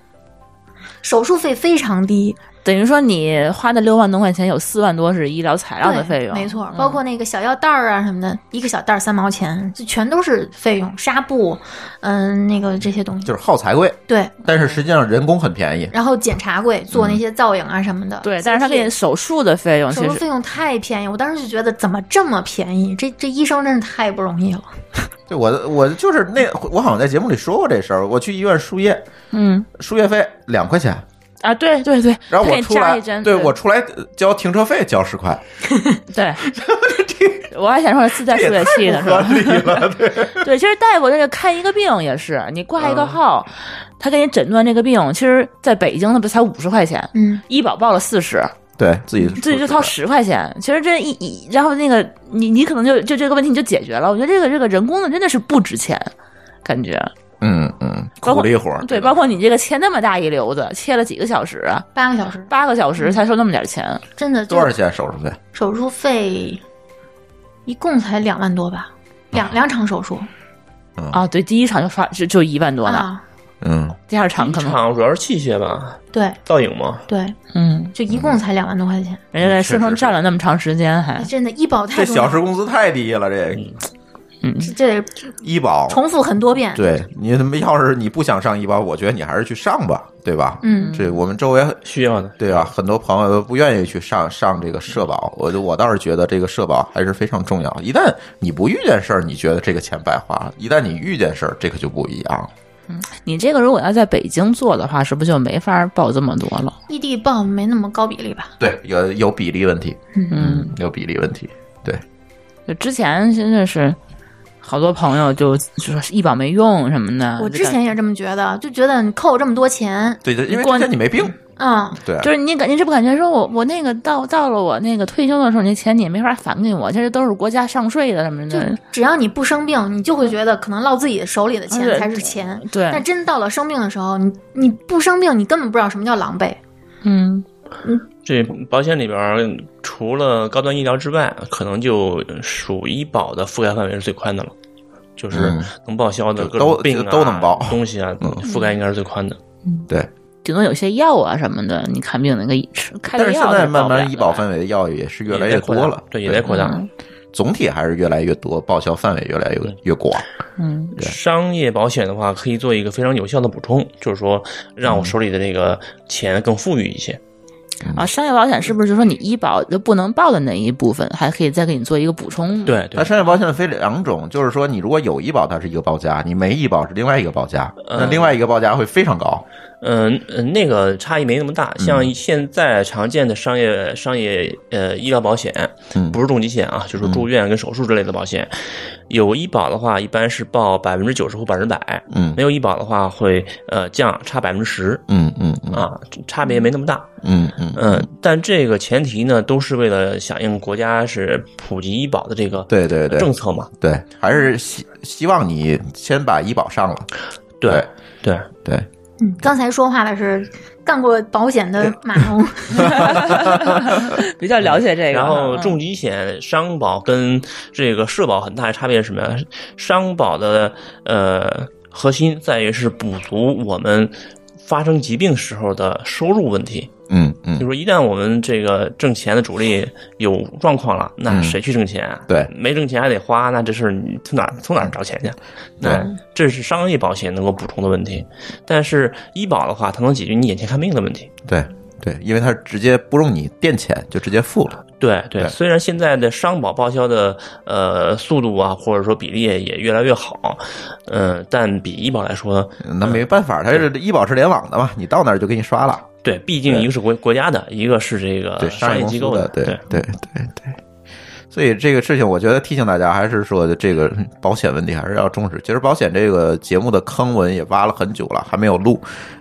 [SPEAKER 2] 手术费非常低，
[SPEAKER 4] 嗯等于说你花的六万多块钱，有四万多是医疗材料的
[SPEAKER 2] 对
[SPEAKER 4] 费用，
[SPEAKER 2] 没错，
[SPEAKER 4] 嗯
[SPEAKER 2] 包括那个小药袋儿啊什么的，一个小袋儿三毛钱，就全都是费用，纱布，嗯，那个这些东西，
[SPEAKER 1] 就是耗材贵，
[SPEAKER 2] 对，
[SPEAKER 1] 但是实际上人工很便宜。
[SPEAKER 2] 然后检查柜做
[SPEAKER 1] 嗯
[SPEAKER 2] 那些造影啊什么的，
[SPEAKER 4] 对，但是他
[SPEAKER 2] 所以
[SPEAKER 4] 给你手术的费用，
[SPEAKER 2] 手
[SPEAKER 4] 其
[SPEAKER 2] 术
[SPEAKER 4] 实
[SPEAKER 2] 费用太便宜，我当时就觉得怎么这么便宜？这这医生真是太不容易了。
[SPEAKER 1] 对我，我就是那，我好像在节目里说过这事儿。我去医院输液，
[SPEAKER 4] 嗯
[SPEAKER 1] 输液费两块钱，
[SPEAKER 4] 啊，对对对，
[SPEAKER 1] 然后
[SPEAKER 4] 他
[SPEAKER 1] 我
[SPEAKER 4] 给你
[SPEAKER 1] 出
[SPEAKER 4] 扎
[SPEAKER 1] 来
[SPEAKER 4] 一，针，
[SPEAKER 1] 对我出来呃交停车费交十块，
[SPEAKER 4] 对，我还想说自带输液器呢，是吧？
[SPEAKER 1] 了，对，
[SPEAKER 4] 对，其实大夫这个看一个病也是，你挂
[SPEAKER 1] 嗯
[SPEAKER 4] 一个号，他给你诊断这个病，其实在北京那不才五十块钱，
[SPEAKER 2] 嗯，
[SPEAKER 4] 医保报了四十，
[SPEAKER 1] 对自己
[SPEAKER 4] 自己就掏十块钱。其实这一一，然后那个你你可能就就这个问题你就解决了。我觉得这个这个人工的真的是不值钱，感觉
[SPEAKER 1] 嗯嗯，
[SPEAKER 4] 包括
[SPEAKER 1] 苦力活儿，
[SPEAKER 4] 对，包括你这个切那么大一瘤子，切了几个小时啊？
[SPEAKER 2] 八个小时，
[SPEAKER 4] 八个小时才收那么点钱，
[SPEAKER 2] 真的就
[SPEAKER 1] 多少钱手术费？
[SPEAKER 2] 手术费一共才两万多吧，两两场手术
[SPEAKER 4] 啊，对，第一场就刷就就一万多呢，
[SPEAKER 2] 啊，
[SPEAKER 1] 嗯，
[SPEAKER 4] 第二场可能，
[SPEAKER 3] 厂主要是器械吧，
[SPEAKER 2] 对
[SPEAKER 3] 造影嘛，
[SPEAKER 2] 对，
[SPEAKER 4] 嗯，
[SPEAKER 2] 就一共才两万多块钱，
[SPEAKER 4] 人家在身
[SPEAKER 1] 确
[SPEAKER 4] 上
[SPEAKER 1] 实是
[SPEAKER 4] 站了那么长时间，还
[SPEAKER 2] 哎，真的医保太
[SPEAKER 1] 这
[SPEAKER 2] 重要
[SPEAKER 1] 小
[SPEAKER 2] 了
[SPEAKER 1] 时工资太低了，这
[SPEAKER 2] 这这得
[SPEAKER 1] 医保。
[SPEAKER 2] 重复很多遍，
[SPEAKER 1] 对你他妈要是你不想上医保，我觉得你还是去上吧，对吧？
[SPEAKER 2] 嗯，
[SPEAKER 1] 这我们周围
[SPEAKER 3] 需要的。
[SPEAKER 1] 对啊，很多朋友都不愿意去上上这个社保，我就我倒是觉得这个社保还是非常重要。一旦你不遇见事儿，你觉得这个钱白花了；一旦你遇见事儿，这可就不一样了。
[SPEAKER 4] 你这个如果要在北京做的话，是不是就没法报这么多了？
[SPEAKER 2] 异地报没那么高比例吧？
[SPEAKER 1] 对，有有比例问题，
[SPEAKER 4] 嗯，
[SPEAKER 1] 有比例问题。
[SPEAKER 4] 就之前真的是好多朋友就就说医保没用什么的，
[SPEAKER 2] 我
[SPEAKER 4] 就
[SPEAKER 2] 之
[SPEAKER 4] 啊感
[SPEAKER 2] 前也这么觉得，就觉得你扣我这么多钱，
[SPEAKER 1] 对对，因为之
[SPEAKER 4] 关
[SPEAKER 1] 前你没病，
[SPEAKER 2] 嗯，
[SPEAKER 1] 对，
[SPEAKER 4] 就是你感，你这不感觉说我我那个到到了我那个退休的时候，那钱你也没法返给我，这都是国家上税的什么
[SPEAKER 2] 就
[SPEAKER 4] 的，
[SPEAKER 2] 只要你不生病，你就会觉得可能落自己手里的钱
[SPEAKER 4] 啊对
[SPEAKER 2] 才是钱。
[SPEAKER 4] 对
[SPEAKER 2] 但真到了生病的时候，你你不生病，你根本不知道什么叫狼狈。
[SPEAKER 4] 嗯，
[SPEAKER 3] 这保险里边儿除了高端医疗之外，可能就属医保的覆盖范围是最宽的了，就是
[SPEAKER 1] 嗯
[SPEAKER 3] 能报销的
[SPEAKER 1] 就
[SPEAKER 3] 各种
[SPEAKER 1] 都
[SPEAKER 3] 病啊、
[SPEAKER 1] 都能报嗯
[SPEAKER 3] 东西啊，覆盖应该是最宽的。
[SPEAKER 1] 对。
[SPEAKER 4] 顶多有些药啊什么的，你看病那个吃开
[SPEAKER 1] 但
[SPEAKER 4] 点
[SPEAKER 1] 是
[SPEAKER 4] 药
[SPEAKER 1] 现
[SPEAKER 4] 它
[SPEAKER 1] 在
[SPEAKER 4] 是报
[SPEAKER 1] 慢
[SPEAKER 4] 不了
[SPEAKER 1] 慢
[SPEAKER 4] 的
[SPEAKER 1] 医保范围的药也是越来
[SPEAKER 3] 也
[SPEAKER 1] 越
[SPEAKER 3] 在扩大
[SPEAKER 1] 多了，
[SPEAKER 3] 对，也在扩大。
[SPEAKER 4] 嗯
[SPEAKER 1] 总体还是越来越多，报销范围越来越越广。
[SPEAKER 4] 嗯
[SPEAKER 1] 对
[SPEAKER 3] 商业保险的话，可以做一个非常有效的补充，就是说让
[SPEAKER 1] 嗯
[SPEAKER 3] 我手里的这个钱更富裕一些。
[SPEAKER 4] 啊，商业保险是不是就说你医保就不能报的那一部分，还可以再给你做一个补充？，
[SPEAKER 3] 对对
[SPEAKER 1] 它，商业保险分两种，就是说你如果有医保，它是一个报价；你没医保是另外一个报价。那
[SPEAKER 3] 嗯
[SPEAKER 1] 另外一个报价会非常高。
[SPEAKER 3] 嗯嗯，那个差异没那么
[SPEAKER 1] 嗯
[SPEAKER 3] 大。像现在常见的商业商业呃医疗保险，
[SPEAKER 1] 嗯
[SPEAKER 3] 不是重疾险啊，就是住院跟手术之类的保险，有医保的话，一般是报百分之九十或百分之百，
[SPEAKER 1] 嗯
[SPEAKER 3] 没有医保的话会呃降差百分之十
[SPEAKER 1] 嗯嗯嗯
[SPEAKER 3] 啊，差别没那么大。
[SPEAKER 1] 嗯嗯，
[SPEAKER 3] 嗯，但这个前提呢，都是为了响应国家是普及医保的这个
[SPEAKER 1] 对对对
[SPEAKER 3] 政策嘛。
[SPEAKER 1] 对，还是希希望你先把医保上了。对
[SPEAKER 3] 对，
[SPEAKER 1] 对，
[SPEAKER 2] 嗯，刚才说话的是干过保险的马农，
[SPEAKER 4] 比较了解这个。
[SPEAKER 3] 然后
[SPEAKER 4] 嗯
[SPEAKER 3] 重疾险、商保跟这个社保很大的差别是什么呀？商保的呃核心在于是补足我们发生疾病时候的收入问题，
[SPEAKER 1] 嗯
[SPEAKER 3] 就
[SPEAKER 1] 嗯
[SPEAKER 3] 是说一旦我们这个挣钱的主力有状况了，那
[SPEAKER 1] 嗯
[SPEAKER 3] 谁去挣钱啊？
[SPEAKER 1] 对
[SPEAKER 3] 没挣钱还得花，那这事儿你从哪儿从哪儿找钱去？那
[SPEAKER 1] 对
[SPEAKER 3] 这是商业保险能够补充的问题，但是医保的话，它能解决你眼前看病的问题。
[SPEAKER 1] 对对，因为它直接不用你垫钱就直接付了。
[SPEAKER 3] 对对，
[SPEAKER 1] 对
[SPEAKER 3] 虽然现在的商保报销的呃速度啊，或者说比例也越来越好，呃，但比医保来说，
[SPEAKER 1] 那没办法，它是医保是联网的嘛，你到那儿就给你刷了。
[SPEAKER 3] 对，毕竟一个是国国家的，一个是这个
[SPEAKER 1] 对
[SPEAKER 3] 呃商业
[SPEAKER 1] 公
[SPEAKER 3] 机
[SPEAKER 1] 司
[SPEAKER 3] 构
[SPEAKER 1] 的，对
[SPEAKER 3] 对
[SPEAKER 1] 对对对。所以这个事情，我觉得提醒大家，还是说这个保险问题还是要重视。其实保险这个节目的坑文也挖了很久了，还没有录。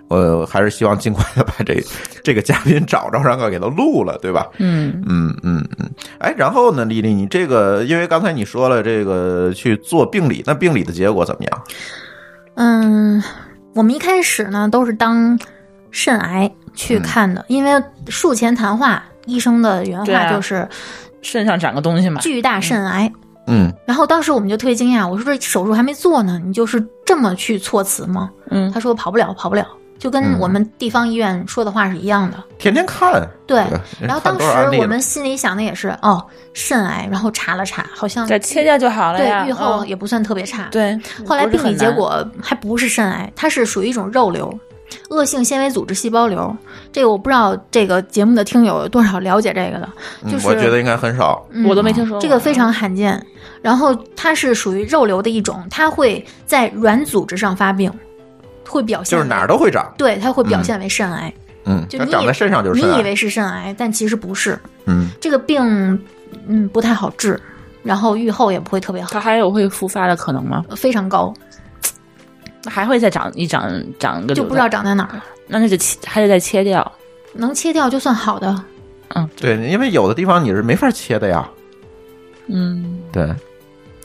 [SPEAKER 1] 呃，还是希望尽快的 把这这个嘉宾找着，然后给他录了，对吧？
[SPEAKER 4] 嗯，
[SPEAKER 1] 嗯嗯嗯。哎，然后呢，丽丽，你这个因为刚才你说了这个去做病理，那病理的结果怎么样？
[SPEAKER 2] 嗯，我们一开始呢都是当肾癌
[SPEAKER 4] 嗯
[SPEAKER 2] 去看的，因为术前谈话医生的原
[SPEAKER 4] 对
[SPEAKER 2] 话
[SPEAKER 4] 啊
[SPEAKER 2] 就是
[SPEAKER 4] 肾上长个东西嘛，
[SPEAKER 2] 巨大肾癌。
[SPEAKER 1] 嗯
[SPEAKER 2] 然后当时我们就特别惊讶，我说这手术还没做呢，你就是这么去措辞吗？
[SPEAKER 4] 嗯，
[SPEAKER 2] 他说跑不了，跑不了，就跟
[SPEAKER 1] 嗯
[SPEAKER 2] 我们地方医院说的话是一样的。
[SPEAKER 1] 天天看。
[SPEAKER 2] 对，
[SPEAKER 1] 对
[SPEAKER 2] 然后
[SPEAKER 1] 看
[SPEAKER 2] 当
[SPEAKER 1] 多少案例
[SPEAKER 2] 时我
[SPEAKER 1] 了
[SPEAKER 2] 们心里想的也是，哦，肾癌，然后查了查，好像
[SPEAKER 4] 再切掉就好了呀。
[SPEAKER 2] 对愈后
[SPEAKER 4] 嗯
[SPEAKER 2] 也不算特别差。，
[SPEAKER 4] 对，
[SPEAKER 2] 后来
[SPEAKER 4] 不是
[SPEAKER 2] 病理
[SPEAKER 4] 很
[SPEAKER 2] 结
[SPEAKER 4] 难
[SPEAKER 2] 果还不是肾癌，它是属于一种肉瘤，恶性纤维组织细胞瘤。这个我不知道这个节目的听友有多少了解这个的，
[SPEAKER 1] 嗯
[SPEAKER 2] 就是
[SPEAKER 1] 我觉得应该很少。
[SPEAKER 2] 嗯
[SPEAKER 4] 我都没听说过
[SPEAKER 2] 这个非常罕见。然后它是属于肉瘤的一种，它会在软组织上发病，会表现
[SPEAKER 1] 就是哪儿
[SPEAKER 2] 为
[SPEAKER 1] 都会长，
[SPEAKER 2] 对，它会表现为肾癌。
[SPEAKER 1] 嗯，
[SPEAKER 2] 就
[SPEAKER 1] 它
[SPEAKER 2] 你
[SPEAKER 1] 长
[SPEAKER 2] 以
[SPEAKER 1] 在身上就是肾
[SPEAKER 2] 你以
[SPEAKER 1] 癌，
[SPEAKER 2] 为是肾癌，但其实不是。
[SPEAKER 1] 嗯，
[SPEAKER 2] 这个病，嗯，不太好治，然后预后也不会特别好，
[SPEAKER 4] 它还有会复发的可能吗？
[SPEAKER 2] 非常高，
[SPEAKER 4] 还会再长一长长个
[SPEAKER 2] 就
[SPEAKER 4] 瘤
[SPEAKER 2] 不
[SPEAKER 4] 子
[SPEAKER 2] 知道长在哪儿了。
[SPEAKER 4] 那那就切还得再切掉。
[SPEAKER 2] 能切掉就算好的，
[SPEAKER 1] 对，因为有的地方你是没法切的呀，
[SPEAKER 4] 嗯，
[SPEAKER 1] 对，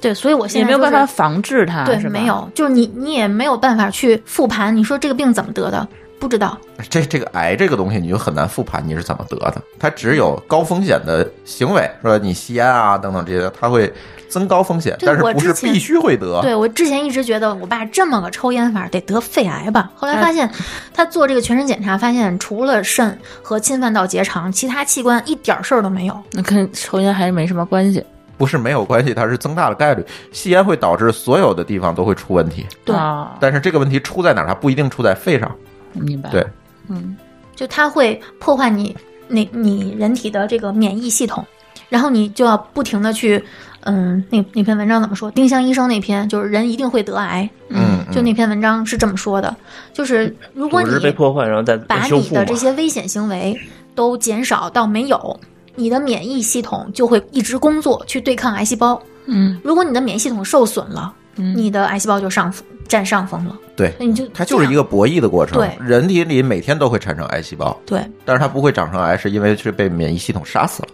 [SPEAKER 2] 对，所以我现
[SPEAKER 4] 也
[SPEAKER 2] 在
[SPEAKER 4] 没有
[SPEAKER 2] 就
[SPEAKER 4] 办
[SPEAKER 2] 是
[SPEAKER 4] 法防治它，
[SPEAKER 2] 对
[SPEAKER 4] 是，吧
[SPEAKER 2] 没。有，就是你你也没有办法去复盘。你说这个病怎么得的？不知道，
[SPEAKER 1] 这这个癌这个东西，你就很难复盘你是怎么得的。它只有高风险的行为，说你吸烟啊等等这些，它会增高风险，
[SPEAKER 2] 这
[SPEAKER 1] 但
[SPEAKER 2] 个
[SPEAKER 1] 是
[SPEAKER 2] 我
[SPEAKER 1] 不是
[SPEAKER 2] 之前
[SPEAKER 1] 必须会得？
[SPEAKER 2] 对我之前一直觉得我爸这么个抽烟法得得肺癌吧，后来
[SPEAKER 3] 嗯
[SPEAKER 4] 哎
[SPEAKER 2] 发现他做这个全身检查，发现除了肾和侵犯到结肠，其他器官一点儿事儿都没有。
[SPEAKER 4] 那跟抽烟还是没什么关系。
[SPEAKER 1] 不是没有关系，它是增大了概率。吸烟会导致所有的地方都会出问题，
[SPEAKER 2] 对
[SPEAKER 4] 啊，
[SPEAKER 1] 但是这个问题出在哪儿？它不一定出在肺上。
[SPEAKER 4] 明白。
[SPEAKER 1] 对，
[SPEAKER 4] 嗯，
[SPEAKER 2] 就它会破坏你那你人体的这个免疫系统，然后你就要不停的去，嗯，那那篇文章怎么说？丁香医生那篇就是人一定会得癌，
[SPEAKER 1] 嗯，
[SPEAKER 2] 就那篇文章是这么说的，就是如果
[SPEAKER 3] 组
[SPEAKER 2] 你
[SPEAKER 3] 织被破坏，然后再
[SPEAKER 2] 把
[SPEAKER 3] 修
[SPEAKER 2] 你
[SPEAKER 3] 复嘛
[SPEAKER 2] 的这些危险行为都减少到没有，你的免疫系统就会一直工作去对抗癌细胞。
[SPEAKER 4] 嗯，
[SPEAKER 2] 如果你的免疫系统受损了，你的癌细胞就上风占上风了，
[SPEAKER 1] 对，
[SPEAKER 2] 那你就
[SPEAKER 1] 它就是一个博弈的过程。
[SPEAKER 2] 对
[SPEAKER 1] 人体里每天都会产生癌细胞，
[SPEAKER 2] 对
[SPEAKER 1] 但是它不会长成癌，是因为是被免疫系统杀死了。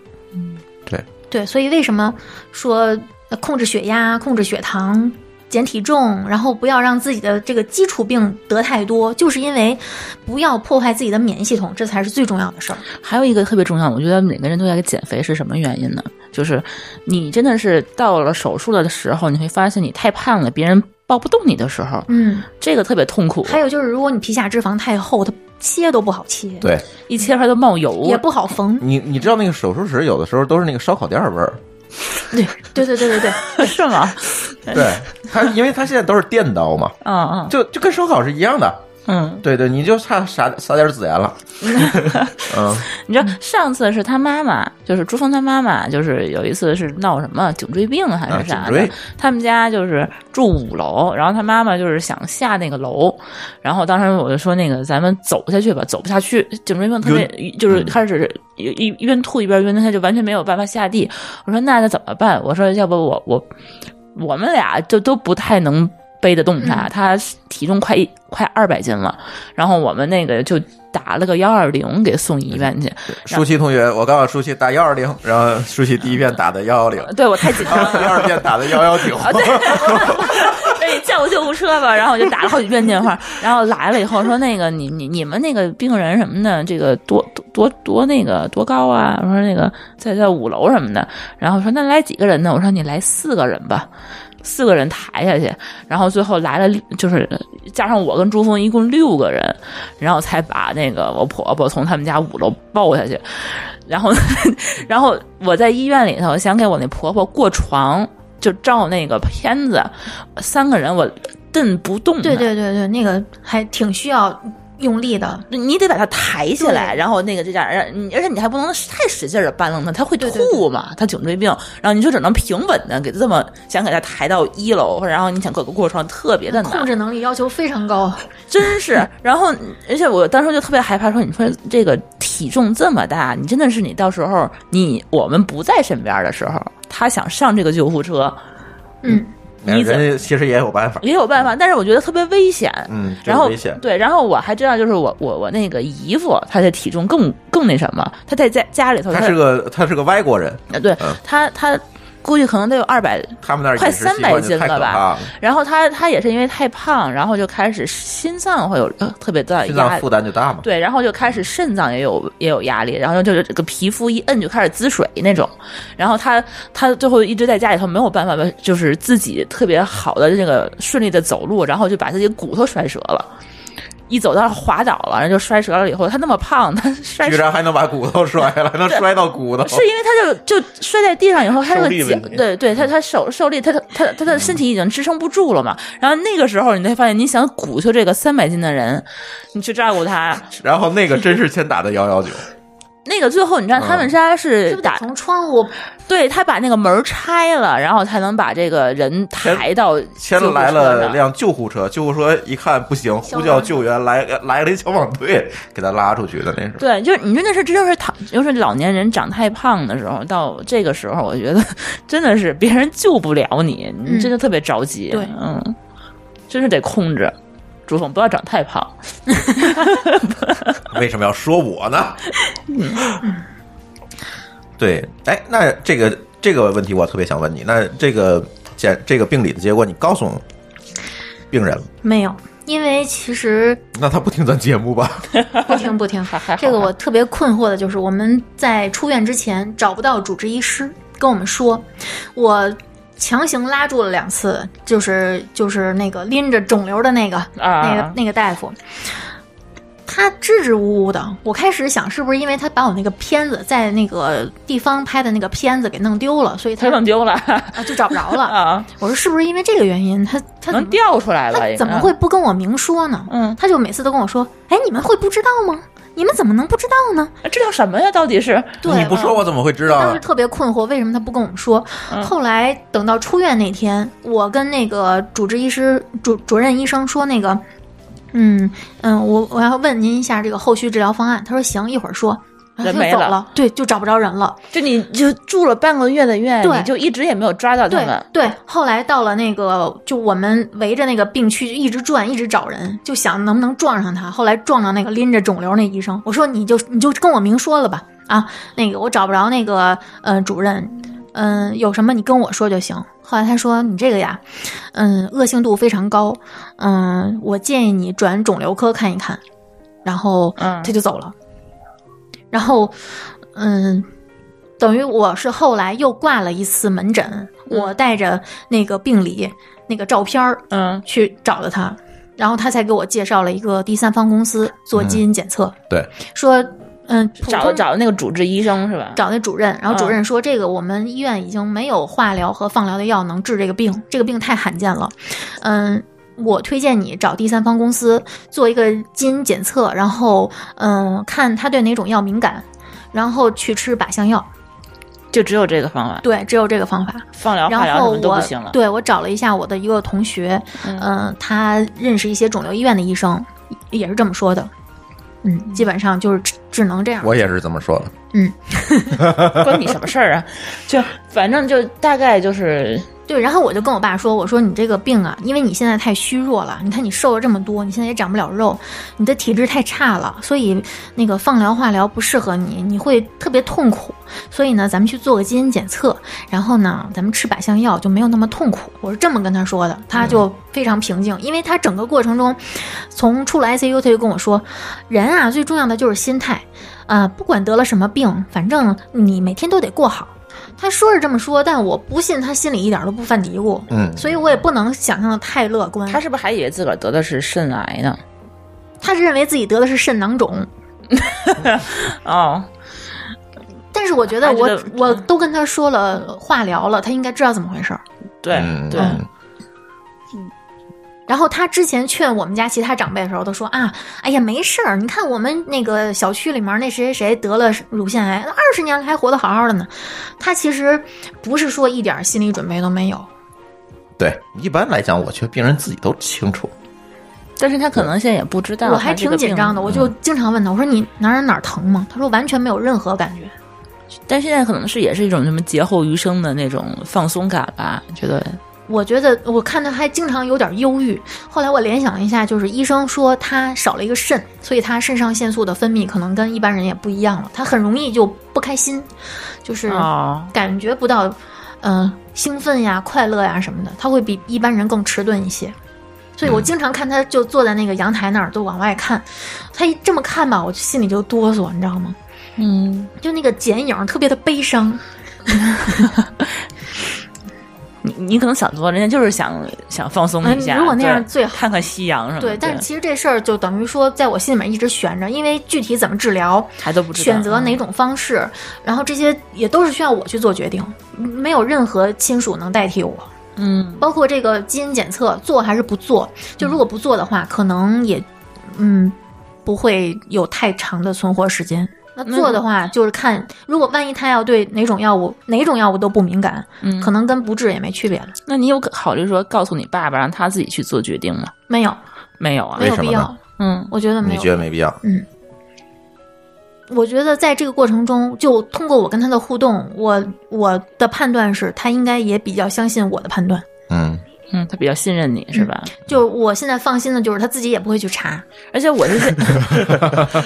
[SPEAKER 2] 对，所以为什么说呃控制血压、控制血糖、减体重，然后不要让自己的这个基础病得太多，就是因为不要破坏自己的免疫系统，这才是最重要的事儿。
[SPEAKER 4] 还有一个特别重要，我觉得每个人都该减肥是什么原因呢？就是你真的是到了手术的时候，你会发现你太胖了，别人抱不动你的时候，
[SPEAKER 2] 嗯，
[SPEAKER 4] 这个特别痛苦，
[SPEAKER 2] 还有就是，如果你皮下脂肪太厚，它切都不好切，
[SPEAKER 1] 对
[SPEAKER 4] 一切出来都冒
[SPEAKER 2] 也
[SPEAKER 4] 油。
[SPEAKER 2] 不好缝。
[SPEAKER 1] 你，你知道那个手术室有的时候都是那个烧烤店味儿。
[SPEAKER 2] 对对对对对对，
[SPEAKER 4] 是吗？哎
[SPEAKER 1] 对，它因为它现在都是电刀嘛，
[SPEAKER 4] 嗯嗯
[SPEAKER 1] 就就跟烧烤是一样的。
[SPEAKER 4] 嗯，
[SPEAKER 1] 对对，你就差撒撒点孜然了。嗯，
[SPEAKER 4] 你知道上次是他妈妈，就是朱峰他妈妈，就是有一次是闹什么颈椎病还
[SPEAKER 1] 啊，
[SPEAKER 4] 是
[SPEAKER 1] 颈
[SPEAKER 4] 啥的，
[SPEAKER 1] 椎，
[SPEAKER 4] 他们家就是住五楼，然后他妈妈就是想下那个楼，然后当时我就说那个咱们走下去吧，走不下去，颈椎病特别就是开始一一一边吐一边晕，他就完全没有办法下地。我说那那怎么办？我说要不我我我们俩就都不太能背得动他，
[SPEAKER 2] 嗯
[SPEAKER 4] 他体重快一快二百斤了，然后我们那个就打了个幺二零给送医院去。
[SPEAKER 1] 舒淇同学，我告诉舒淇打幺二零，然后舒淇第一遍打的幺 幺零，
[SPEAKER 4] 对我太紧张
[SPEAKER 1] 然后第。二
[SPEAKER 4] 了
[SPEAKER 1] 遍打的幺幺九。
[SPEAKER 4] 哎，叫个救护车吧！然后我就打了好几遍电话，然后来了以后说那个你你你们那个病人什么的，这个多多多多那个多高啊？我说那个在在五楼什么的，然后说那来几个人呢？我说你来四个人吧。四个人抬下去，然后最后来了，就是加上我跟朱峰一共六个人，然后才把那个我婆婆从他们家五楼抱下去。然后， 然后我在医院里头想给我那婆婆过床，就照那个片子，三个人我蹬不动，
[SPEAKER 2] 对，对对对，那个还挺需要用力的。
[SPEAKER 4] 你得把它抬起来，
[SPEAKER 2] 对
[SPEAKER 4] 然后那个这样，让你而且你还不能太使劲的搬弄它，它会
[SPEAKER 2] 对对
[SPEAKER 4] 吐嘛，它颈椎病，然后你就只能平稳的给这么想给它抬到一楼，然后你想过个过床特别的难，
[SPEAKER 2] 控制能力要求非常高，嗯
[SPEAKER 4] 真 是。然后，而且我当时就特别害怕，说你说这个体重这么大，你真的是你到时候你我们不在身边的时候，他想上这个救护车
[SPEAKER 2] 嗯，
[SPEAKER 1] 哎人
[SPEAKER 4] 你怎
[SPEAKER 1] 家其实也有办法，
[SPEAKER 4] 也有办法，但是我觉得特别危险。
[SPEAKER 1] 嗯，这
[SPEAKER 4] 然后
[SPEAKER 1] 危险。
[SPEAKER 4] 对，然后我还知道，就是我我我那个姨夫，他的体重更更那什么，他在家家里头，
[SPEAKER 1] 他是个他是个外国人，
[SPEAKER 4] 呃对
[SPEAKER 1] 嗯
[SPEAKER 4] 他他估计可能得有二百
[SPEAKER 1] 他们那儿饮食习
[SPEAKER 4] 快300
[SPEAKER 1] 惯就
[SPEAKER 4] 斤
[SPEAKER 1] 太可
[SPEAKER 4] 了吧
[SPEAKER 1] 怕了，
[SPEAKER 4] 然后他他也是因为太胖，然后就开始心脏会有呃特别大的
[SPEAKER 1] 心
[SPEAKER 4] 压
[SPEAKER 1] 脏
[SPEAKER 4] 力
[SPEAKER 1] 负，担就大嘛。
[SPEAKER 4] 对，然后就开始肾脏也有也有压力，然后就是这个皮肤一摁就开始滋水那种，然后他他最后一直在家里头没有办法，就是自己特别好的这个顺利的走路，然后就把自己骨头摔折了。一走道滑倒了，然后就摔折了。以后他那么胖，他摔
[SPEAKER 1] 居
[SPEAKER 4] 折
[SPEAKER 1] 然还能把骨头摔了，还能摔到骨头，
[SPEAKER 4] 是因为他就就摔在地上以后，他
[SPEAKER 3] 受
[SPEAKER 4] 的
[SPEAKER 3] 力
[SPEAKER 4] 脚
[SPEAKER 3] 问题嗯
[SPEAKER 4] 对对，他他手受力，他他他他的身体已经支撑不住了嘛。然后那个时候，你才发现，你想骨头这个三百斤的人，你去照顾他，
[SPEAKER 1] 然后那个真是先打的幺幺九，
[SPEAKER 4] 那个最后你知道他
[SPEAKER 1] 嗯
[SPEAKER 4] 们家是
[SPEAKER 2] 是不是
[SPEAKER 4] 打，
[SPEAKER 2] 得从窗户
[SPEAKER 4] 对他把那个门儿拆了，然后才能把这个人抬到
[SPEAKER 1] 先
[SPEAKER 4] 救护
[SPEAKER 1] 来
[SPEAKER 4] 车
[SPEAKER 1] 了
[SPEAKER 4] 上
[SPEAKER 1] 辆救护车，救护车一看不行，呼叫救援，来来了一消防队给他拉出去的那是。
[SPEAKER 4] 对，就是你真的是，这就是躺，就是老年人长太胖的时候，到这个时候，我觉得真的是别人救不了你，你
[SPEAKER 2] 嗯
[SPEAKER 4] 真的特别着急。
[SPEAKER 2] 对
[SPEAKER 4] 嗯，真是得控制。朱峰，不要长太胖。
[SPEAKER 1] 为什么要说我呢？对，哎，那这个这个问题我特别想问你，那这个检这个病理的结果，你告诉病人了，
[SPEAKER 2] 没有，因为其实
[SPEAKER 1] 那他不听咱节目吧？
[SPEAKER 2] 不听不听
[SPEAKER 4] 还还，好
[SPEAKER 2] 这个我特别困惑的就是，我们在出院之前找不到主治医师跟我们说，我强行拉住了两次，就是就是那个拎着肿瘤的那个那个
[SPEAKER 4] 啊，
[SPEAKER 2] 那个大夫，他支支吾吾的。我开始想，是不是因为他把我那个片子在那个地方拍的那个片子给弄丢了，所以他
[SPEAKER 4] 他弄丢 了
[SPEAKER 2] 啊就找不着了。
[SPEAKER 4] 啊，
[SPEAKER 2] 我说是不是因为这个原因，他他怎
[SPEAKER 4] 能
[SPEAKER 2] 么
[SPEAKER 4] 掉出来了嗯
[SPEAKER 2] 他，
[SPEAKER 4] 应该
[SPEAKER 2] 怎么会？不跟我明说呢？
[SPEAKER 4] 嗯，
[SPEAKER 2] 他就每次都跟我说：“哎，你们会不知道吗？你们怎么能不知道呢
[SPEAKER 4] 这叫什么呀？到底是？”
[SPEAKER 2] 对，
[SPEAKER 1] 你不
[SPEAKER 4] 啊
[SPEAKER 1] 说我怎么会知道
[SPEAKER 2] 当
[SPEAKER 1] 啊
[SPEAKER 2] 时？特别困惑，为什么他不跟我们说？
[SPEAKER 4] 嗯
[SPEAKER 2] 后来等到出院那天，我跟那个主治医师、主主任医生说那个，嗯嗯，我我要问您一下这个后续治疗方案。他说行，一会儿说。然后他
[SPEAKER 4] 人
[SPEAKER 2] 就
[SPEAKER 4] 没
[SPEAKER 2] 走
[SPEAKER 4] 了
[SPEAKER 2] 了，对，就找不着人了。
[SPEAKER 4] 就你就住了半个月的院，
[SPEAKER 2] 对
[SPEAKER 4] 你就一直也没有抓到他
[SPEAKER 2] 对
[SPEAKER 4] 们。
[SPEAKER 2] 对，后来到了那个，就我们围着那个病区一直转，一直找人，就想能不能撞上他。后来撞上那个拎着肿瘤那医生，我说你就你就跟我明说了吧，啊，那个我找不着那个呃主任，嗯、有什么你跟我说就行。后来他说你这个呀，嗯，恶性度非常高，嗯，我建议你转肿瘤科看一看。然后
[SPEAKER 4] 嗯
[SPEAKER 2] 他就走了，然后嗯，等于我是后来又挂了一次门诊，我带着那个病理那个照片儿
[SPEAKER 4] 嗯，
[SPEAKER 2] 去找的他，然后他才给我介绍了一个第三方公司做基因检测，
[SPEAKER 1] 对，
[SPEAKER 2] 说嗯，普
[SPEAKER 4] 找
[SPEAKER 2] 通
[SPEAKER 4] 找那个主治医生是吧？
[SPEAKER 2] 找那主任，
[SPEAKER 4] 嗯
[SPEAKER 2] 然后主任说这个我们医院已经没有化疗和放疗的药能治这个病，这个病太罕见了，嗯。我推荐你找第三方公司做一个基因检测，然后嗯，看他对哪种药敏感，然后去吃靶向药。
[SPEAKER 4] 就只有这个方法，
[SPEAKER 2] 对，只有这个方法。
[SPEAKER 4] 放疗、化
[SPEAKER 2] 然
[SPEAKER 4] 疗
[SPEAKER 2] 后
[SPEAKER 4] 什么都
[SPEAKER 2] 我
[SPEAKER 4] 不行了。
[SPEAKER 2] 对我找了一下我的一个同学，嗯、
[SPEAKER 4] 嗯
[SPEAKER 2] 他认识一些肿瘤医院的医生，也是这么说的。嗯，基本上就是只只能这样。
[SPEAKER 1] 我也是这么说的。
[SPEAKER 2] 嗯
[SPEAKER 4] 关你什么事儿啊？就反正就大概就是
[SPEAKER 2] 对，然后我就跟我爸说：“我说你这个病啊，因为你现在太虚弱了，你看你瘦了这么多，你现在也长不了肉，你的体质太差了，所以那个放疗、化疗不适合你，你会特别痛苦。所以呢，咱们去做个基因检测，然后呢，咱们吃靶向药就没有那么痛苦。”我是这么跟他说的，他就非常平静，因为他整个过程中，从出了 ICU 他就跟我说：“人啊，最重要的就是心态，啊、不管得了什么病，反正你每天都得过好。”他说是这么说，但我不信他心里一点都不犯嘀咕，
[SPEAKER 1] 嗯
[SPEAKER 2] 所以我也不能想象的太乐观。
[SPEAKER 4] 他是不是还以为自个儿得的是肾癌呢？
[SPEAKER 2] 他是认为自己得的是肾囊肿，
[SPEAKER 4] 哦，
[SPEAKER 2] 但是我觉得
[SPEAKER 4] 还觉
[SPEAKER 2] 我
[SPEAKER 4] 得
[SPEAKER 2] 我都跟他说了化疗了，他应该知道怎么回事儿。
[SPEAKER 4] 对、
[SPEAKER 1] 嗯
[SPEAKER 4] 对，
[SPEAKER 1] 嗯
[SPEAKER 2] 然后他之前劝我们家其他长辈的时候，都说啊，哎呀没事儿，你看我们那个小区里面那谁谁谁得了乳腺癌，二十年了还活得好好的呢。他其实不是说一点儿心理准备都没有，
[SPEAKER 1] 对，一般来讲，我觉得病人自己都清楚。
[SPEAKER 4] 但是他可能现在也不知道，
[SPEAKER 2] 我还挺紧张
[SPEAKER 4] 嗯
[SPEAKER 2] 的，。我就经常问他，我说你哪儿哪儿疼吗？他说完全没有任何感觉。
[SPEAKER 4] 但现在可能是也是一种什么劫后余生的那种放松感吧，觉得
[SPEAKER 2] 我觉得我看他还经常有点忧郁。后来我联想一下，就是医生说他少了一个肾，所以他肾上腺素的分泌可能跟一般人也不一样了，他很容易就不开心，就是
[SPEAKER 4] 哦，
[SPEAKER 2] 感觉不到，嗯、兴奋呀、快乐呀什么的，他会比一般人更迟钝一些。所以我经常看他就坐在那个阳台那儿，都往外看。他一这么看吧，我就心里就哆嗦，你知道吗？
[SPEAKER 4] 嗯，
[SPEAKER 2] 就那个剪影儿特别的悲伤。
[SPEAKER 4] 你你可能想多，人家就是想想放松一下，
[SPEAKER 2] 嗯如果那样
[SPEAKER 4] 对
[SPEAKER 2] 最好
[SPEAKER 4] 看看夕阳什么的。
[SPEAKER 2] 对，但是其实这事儿就等于说，在我心里面一直悬着，因为具体怎么治疗，
[SPEAKER 4] 还都不知道嗯
[SPEAKER 2] 选择哪种方式，然后这些也都是需要我去做决定，嗯没有任何亲属能代替我。
[SPEAKER 4] 嗯
[SPEAKER 2] 包括这个基因检测做还是不做，就如果不做的话，可能也嗯不会有太长的存活时间。那
[SPEAKER 4] 嗯
[SPEAKER 2] 做的话，就是看如果万一他要对哪种药物哪种药物都不敏感，
[SPEAKER 4] 嗯
[SPEAKER 2] 可能跟不治也没区别了。
[SPEAKER 4] 那你有考虑说告诉你爸爸让他自己去做决定吗？
[SPEAKER 2] 没有，
[SPEAKER 4] 没有啊
[SPEAKER 2] 没，有
[SPEAKER 1] 为什么
[SPEAKER 2] 必
[SPEAKER 1] 呢
[SPEAKER 2] 要，
[SPEAKER 4] 嗯
[SPEAKER 2] 我觉得没
[SPEAKER 1] 你
[SPEAKER 2] 有
[SPEAKER 1] 觉。得没必要？
[SPEAKER 2] 我觉得在这个过程中，就通过我跟他的互动，我我的判断是他应该也比较相信我的判断。
[SPEAKER 1] 嗯
[SPEAKER 4] 嗯，他比较信任你是吧？
[SPEAKER 2] 就是我现在放心的，就是他自己也不会去查。
[SPEAKER 4] 而且我是现，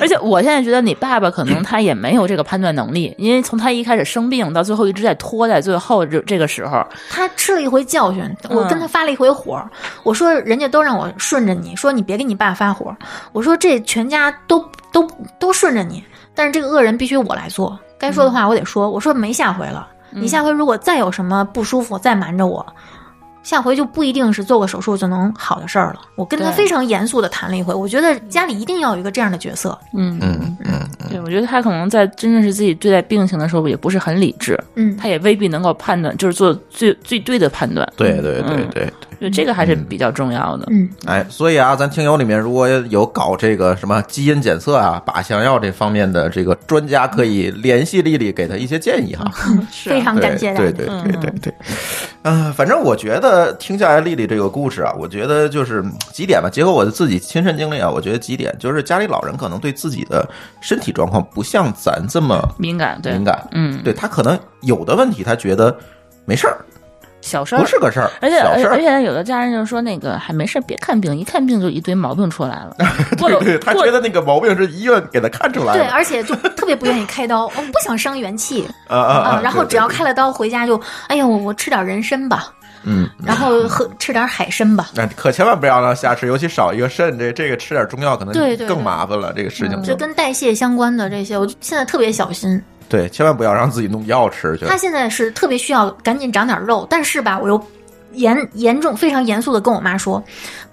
[SPEAKER 4] 而且我现在觉得你爸爸可能他也没有这个判断能力，因为从他一开始生病到最后一直在拖，在最后这这个时候，
[SPEAKER 2] 他吃了一回教训，我跟他发了一回火。我说人家都让我顺着你，说你别跟你爸发火。我说这全家都都都顺着你，但是这个恶人必须我来做。该说的话我得说。我说没下回了，你下回如果再有什么不舒服，再瞒着我。下回就不一定是做个手术就能好的事儿了。我跟他
[SPEAKER 4] 对
[SPEAKER 2] 非常严肃的谈了一回，我觉得家里一定要有一个这样的角色。
[SPEAKER 4] 嗯，
[SPEAKER 1] 嗯嗯，
[SPEAKER 4] 对，我觉得他可能在真正是自己对待病情的时候也不是很理智，
[SPEAKER 2] 嗯，
[SPEAKER 4] 他也未必能够判断，就是做最最对的判断。
[SPEAKER 1] 对对对
[SPEAKER 4] 嗯
[SPEAKER 1] 对对。
[SPEAKER 4] 就这个还是比较重要的。
[SPEAKER 2] 嗯，
[SPEAKER 1] 哎，所以啊，咱听友里面如果有搞这个什么基因检测啊、靶向药这方面的这个专家，可以联系丽丽，给她一些建议哈。
[SPEAKER 4] 啊
[SPEAKER 2] 非
[SPEAKER 4] 嗯
[SPEAKER 2] 常感谢大家。
[SPEAKER 1] 啊对对对对对对，嗯、反正我觉得听下来丽丽这个故事啊，我觉得就是嗯几点吧，结合我的自己亲身经历啊，我觉得几点就是家里老人可能对自己的身体状况不像咱这么
[SPEAKER 4] 敏感，对，
[SPEAKER 1] 敏感，
[SPEAKER 4] 嗯，
[SPEAKER 1] 对他可能有的问题他觉得没事儿，
[SPEAKER 4] 小事儿
[SPEAKER 1] 不。是个事儿，
[SPEAKER 4] 而且
[SPEAKER 1] 小
[SPEAKER 4] 而
[SPEAKER 1] 事
[SPEAKER 4] 而
[SPEAKER 1] 儿。
[SPEAKER 4] 且有的家人就说那个还没事儿，别看病，一看病就一堆毛病出来了。过了
[SPEAKER 1] 对对，他
[SPEAKER 4] 过
[SPEAKER 1] 觉得那个毛病是医院给他看出来
[SPEAKER 2] 对，
[SPEAKER 1] 的，
[SPEAKER 2] 而且就特别不愿意开刀，我不想伤元气
[SPEAKER 1] 啊 啊
[SPEAKER 2] 啊。
[SPEAKER 1] 啊！
[SPEAKER 2] 然后
[SPEAKER 1] 对
[SPEAKER 2] 只要
[SPEAKER 1] 对
[SPEAKER 2] 开了刀，回家就，哎呀，我我吃点人参吧，
[SPEAKER 1] 嗯，
[SPEAKER 2] 然后喝吃点海参吧，
[SPEAKER 1] 那可千万不要让瞎吃，尤其少一个肾，这这个吃点中药可能
[SPEAKER 2] 对对嗯
[SPEAKER 1] 更
[SPEAKER 2] 对
[SPEAKER 1] 麻烦了，这个事情
[SPEAKER 2] 就跟代谢相关的这些，我现在特别小心。
[SPEAKER 1] 对，千万不要让自己弄药吃去。
[SPEAKER 2] 他现在是特别需要赶紧长点肉，但是吧，我又严严重非常严肃的跟我妈说，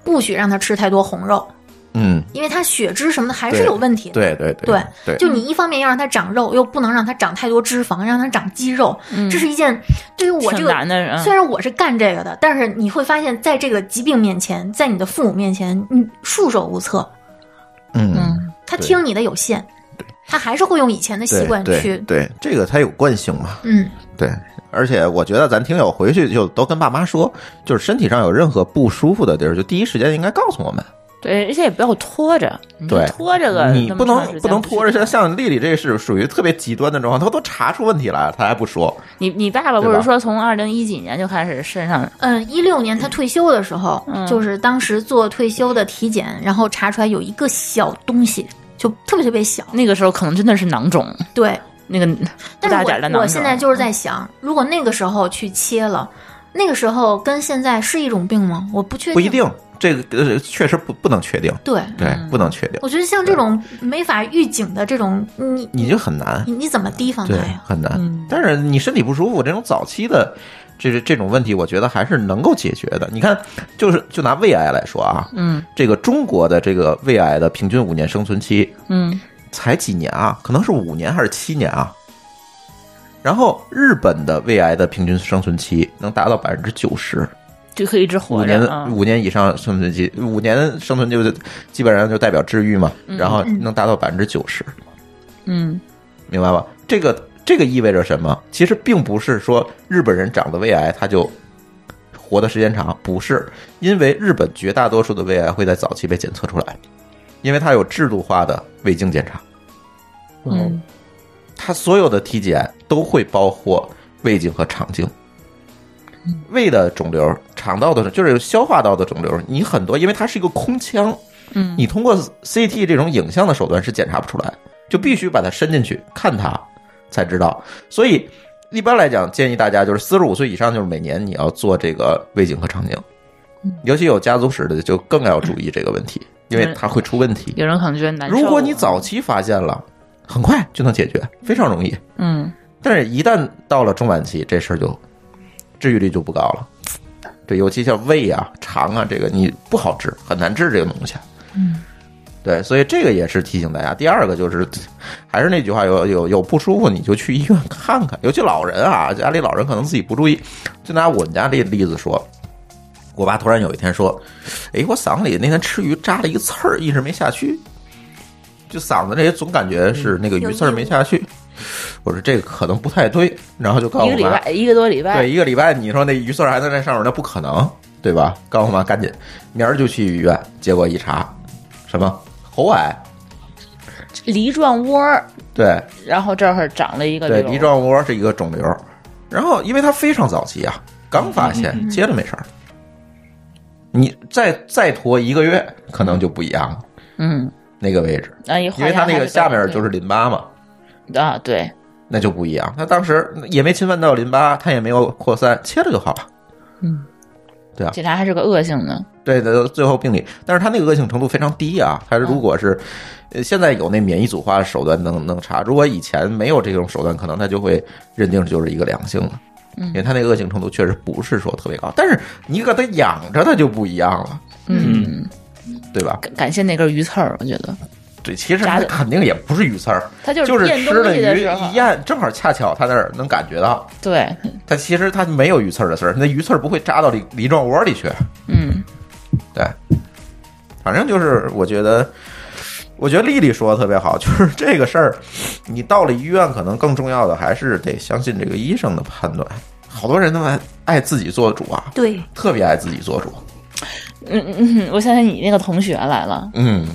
[SPEAKER 2] 不许让他吃太多红肉，
[SPEAKER 1] 嗯，
[SPEAKER 2] 因为他血脂什么的还是
[SPEAKER 1] 对
[SPEAKER 2] 有问题的。
[SPEAKER 1] 对对对对，
[SPEAKER 2] 就你一方面要让它长肉，又不能让它长太多脂肪，让它长肌肉，
[SPEAKER 1] 嗯
[SPEAKER 2] 这是一件对于我这
[SPEAKER 4] 嗯挺
[SPEAKER 2] 个
[SPEAKER 4] 难的嗯人，
[SPEAKER 2] 虽然我是干这个的，但是你会发现在这个疾病面前，在你的父母面前，你束手无策，
[SPEAKER 1] 嗯，
[SPEAKER 4] 嗯，
[SPEAKER 2] 他
[SPEAKER 1] 对
[SPEAKER 2] 听你的有限，他还是会用以前的习
[SPEAKER 1] 对
[SPEAKER 2] 惯
[SPEAKER 1] 对
[SPEAKER 2] 去，
[SPEAKER 1] 对，这个它有惯性嘛，
[SPEAKER 2] 嗯，
[SPEAKER 1] 对，而且我觉得咱听友回去就都跟爸妈说，就是身体上有任何不舒服的地儿，就第一时间应该告诉我们。
[SPEAKER 4] 对，而且也不要拖着，你
[SPEAKER 1] 对
[SPEAKER 4] 拖着个
[SPEAKER 1] 你
[SPEAKER 4] 那么
[SPEAKER 1] 不
[SPEAKER 4] 长
[SPEAKER 1] 能
[SPEAKER 4] 时间
[SPEAKER 1] 不能拖着，像
[SPEAKER 4] 去
[SPEAKER 1] 像丽丽这是属于特别极端的状况，她都查出问题来了，她还不说。
[SPEAKER 4] 你你爸爸
[SPEAKER 1] 对
[SPEAKER 4] 不
[SPEAKER 1] 吧
[SPEAKER 4] 是说从二零一几年就开始身上
[SPEAKER 2] 嗯，一六年他退休的时候，
[SPEAKER 4] 嗯
[SPEAKER 2] 就是当时做退休的体检，然后查出来有一个小东西，就特别特别小，
[SPEAKER 4] 那个时候可能真的是囊肿，
[SPEAKER 2] 对，
[SPEAKER 4] 那个不
[SPEAKER 2] 但
[SPEAKER 4] 大点儿
[SPEAKER 2] 是
[SPEAKER 4] 的囊肿。啊嗯
[SPEAKER 2] 我我现在就是在想，如果那个时候去切了，那个时候跟现在是一种病吗？我不确定，
[SPEAKER 1] 不一定，这个呃确实不不能确定，
[SPEAKER 2] 对，
[SPEAKER 1] 对，不能确定，
[SPEAKER 2] 我觉得像这种没法预警的这种，你
[SPEAKER 1] 你就很难
[SPEAKER 2] 你，你怎么提防它
[SPEAKER 1] 对
[SPEAKER 2] 呀？
[SPEAKER 1] 很难。
[SPEAKER 4] 嗯
[SPEAKER 1] 但是你身体不舒服这种早期的这这种问题，我觉得还是能够解决的。你看，就是就拿胃癌来说啊，
[SPEAKER 4] 嗯
[SPEAKER 1] 这个中国的这个胃癌的平均五年生存期
[SPEAKER 4] 嗯
[SPEAKER 1] 才几年啊？可能是五年还是七年啊？然后日本的胃癌的平均生存期能达到百分之九十，
[SPEAKER 4] 就可以一直
[SPEAKER 1] 五
[SPEAKER 4] 活
[SPEAKER 1] 年
[SPEAKER 4] 着啊。
[SPEAKER 1] 五年以上生存期，五年生存就基本上就代表治愈嘛，然后能达到百分之九十，
[SPEAKER 4] 嗯，
[SPEAKER 1] 明白吧？这个这个意味着什么？其实并不是说日本人长了胃癌他就活的时间长，不是，因为日本绝大多数的胃癌会在早期被检测出来，因为它有制度化的胃镜检查，
[SPEAKER 4] 嗯，
[SPEAKER 1] 它所有的体检都会包括胃镜和肠镜。胃的肿瘤、肠道的，就是消化道的肿瘤，你很多，因为它是一个空腔，
[SPEAKER 4] 嗯
[SPEAKER 1] 你通过 CT 这种影像的手段是检查不出来，就必须把它伸进去看它才知道。所以一般来讲，建议大家就是四十五岁以上，就是每年你要做这个胃镜和肠镜，
[SPEAKER 4] 嗯
[SPEAKER 1] 尤其有家族史的就更要注意这个问题，因为它会出问题。
[SPEAKER 4] 有人可能觉得难受。
[SPEAKER 1] 如果你，早期发现了，很快就能解决，非常容易。
[SPEAKER 4] 嗯，
[SPEAKER 1] 但是，一旦到了中晚期，这事儿就治愈率就不高了。对，尤其像胃啊、肠啊，这个你不好治，很难治这个东西。嗯，对，所以这个也是提醒大家。第二个就是，还是那句话，有有有不舒服你就去医院看看。尤其老人啊，家里老人可能自己不注意。就拿我们家这例子说，我爸突然有一天说：“哎，我嗓子里那天吃鱼扎了一个刺儿，一直没下去，就嗓子这些总感觉是那个鱼刺儿没下去。”我说这个可能不太对，然后就告诉
[SPEAKER 4] 一
[SPEAKER 1] 我
[SPEAKER 4] 个礼
[SPEAKER 1] 妈，
[SPEAKER 4] 拜，一个多礼拜
[SPEAKER 1] 对，，一个礼拜，你说那鱼刺儿还在那上面，那不可能，对吧？告诉我妈赶紧，明儿就去医院。结果一查，什么喉癌？
[SPEAKER 4] 梨状窝儿，
[SPEAKER 1] 对
[SPEAKER 4] 然后这儿长了一个
[SPEAKER 1] 对，
[SPEAKER 4] 瘤
[SPEAKER 1] 梨状窝是一个肿瘤，然后因为它非常早期啊，刚发现，接着没事儿。你再再拖一个月，可能就不一样了。
[SPEAKER 4] 嗯，
[SPEAKER 1] 那个位置，
[SPEAKER 4] 那哎一
[SPEAKER 1] 因为它那个下面就是是淋巴嘛，
[SPEAKER 4] 啊，对，
[SPEAKER 1] 那就不一样。他当时也没侵犯到淋巴，他也没有扩散，切了就好了。
[SPEAKER 4] 嗯，
[SPEAKER 1] 对啊
[SPEAKER 4] 检查还是个恶性的，
[SPEAKER 1] 对的，最后病理，但是他那个恶性程度非常低啊。他
[SPEAKER 4] 嗯
[SPEAKER 1] 如果是、呃现在有那免疫组化的手段能能查，如果以前没有这种手段，可能他就会认定就是一个良性了。
[SPEAKER 4] 嗯
[SPEAKER 1] 因为他那个恶性程度确实不是说特别高，但是你给他养着，他就不一样了，
[SPEAKER 4] 嗯，
[SPEAKER 1] 对吧？
[SPEAKER 4] 感感谢那根鱼刺儿，我觉得
[SPEAKER 1] 对，其实
[SPEAKER 4] 炸
[SPEAKER 1] 他
[SPEAKER 4] 的
[SPEAKER 1] 肯定也不是鱼刺儿，
[SPEAKER 4] 它就
[SPEAKER 1] 就是是
[SPEAKER 4] 咽
[SPEAKER 1] 吃
[SPEAKER 4] 东
[SPEAKER 1] 了
[SPEAKER 4] 西的
[SPEAKER 1] 鱼
[SPEAKER 4] 时候
[SPEAKER 1] 一，咽，正好恰巧他那儿能感觉到，
[SPEAKER 4] 对，
[SPEAKER 1] 他其实他没有鱼刺儿的事儿，那鱼刺儿不会扎到梨梨状窝里去。
[SPEAKER 4] 嗯
[SPEAKER 1] 对，反正就是我觉得，我觉得丽丽说的特别好， 就是这个事儿，你到了医院，可能更重要的还是得相信这个医生的判断。好多人他妈爱自己做主啊，
[SPEAKER 2] 对，
[SPEAKER 1] 特别爱自己做主，
[SPEAKER 4] 嗯嗯，嗯，我想起你那个同学来了，
[SPEAKER 1] 嗯，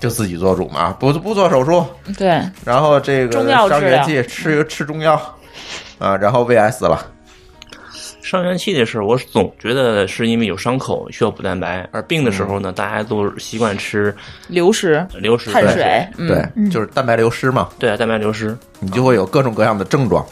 [SPEAKER 1] 就自己做主嘛，不不做手术，
[SPEAKER 4] 对，
[SPEAKER 1] 然后这
[SPEAKER 4] 中
[SPEAKER 1] 个
[SPEAKER 4] 药
[SPEAKER 1] 伤
[SPEAKER 4] 治
[SPEAKER 1] 元
[SPEAKER 4] 疗
[SPEAKER 1] 气吃吃中药，啊，然后胃癌死了，
[SPEAKER 3] 伤元气的事儿，我总觉得是因为有伤口需要补蛋白，而病的时候呢，大家都习惯吃
[SPEAKER 4] 流食、
[SPEAKER 3] 流食
[SPEAKER 4] 碳
[SPEAKER 3] 对
[SPEAKER 4] 水，嗯
[SPEAKER 1] 对，
[SPEAKER 2] 嗯
[SPEAKER 1] 就是蛋白流失嘛，
[SPEAKER 3] 对啊，蛋白流失。
[SPEAKER 1] 你就会有各种各样的症状。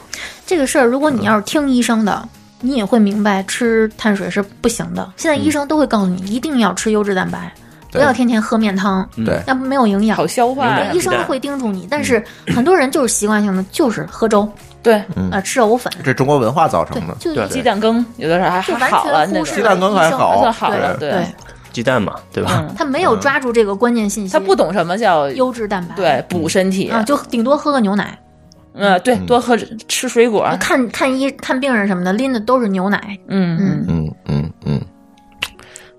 [SPEAKER 2] 这个事儿，如果你要是听医生的，你也会明白吃碳水是不行的。现在医生都会告诉你，一定要吃优质蛋白，不
[SPEAKER 1] 对
[SPEAKER 2] 要天天喝面汤，
[SPEAKER 3] 嗯
[SPEAKER 1] 对，
[SPEAKER 2] 要不没有营养
[SPEAKER 4] 好。消化
[SPEAKER 3] 明白
[SPEAKER 4] 呀
[SPEAKER 2] 医，生会叮嘱你，但是很多人就是习惯性的就是喝粥，
[SPEAKER 4] 对，
[SPEAKER 1] 嗯
[SPEAKER 2] 呃，吃肉粉，
[SPEAKER 1] 这中国文化造
[SPEAKER 2] 对
[SPEAKER 1] 成的，，
[SPEAKER 2] 就
[SPEAKER 3] 对
[SPEAKER 4] 鸡蛋羹有的时候还
[SPEAKER 2] 就完
[SPEAKER 4] 还好了，
[SPEAKER 2] 全
[SPEAKER 4] 那
[SPEAKER 2] 忽
[SPEAKER 4] 个
[SPEAKER 1] 嗯
[SPEAKER 2] 视
[SPEAKER 1] 鸡蛋羹还
[SPEAKER 2] 医生
[SPEAKER 1] 好
[SPEAKER 4] 算好了，
[SPEAKER 1] 对
[SPEAKER 2] 对，
[SPEAKER 3] 鸡蛋嘛，对吧？
[SPEAKER 4] 嗯，
[SPEAKER 2] 他没有抓住这个关键信息，
[SPEAKER 4] 他不懂什么叫
[SPEAKER 2] 优质蛋白，
[SPEAKER 4] 对补身体，
[SPEAKER 2] 啊，就顶多喝个牛奶。
[SPEAKER 4] 嗯，对，多喝吃水果，
[SPEAKER 2] 看看医看病人什么的，拎的都是牛奶，
[SPEAKER 4] 嗯嗯，
[SPEAKER 1] 嗯嗯嗯。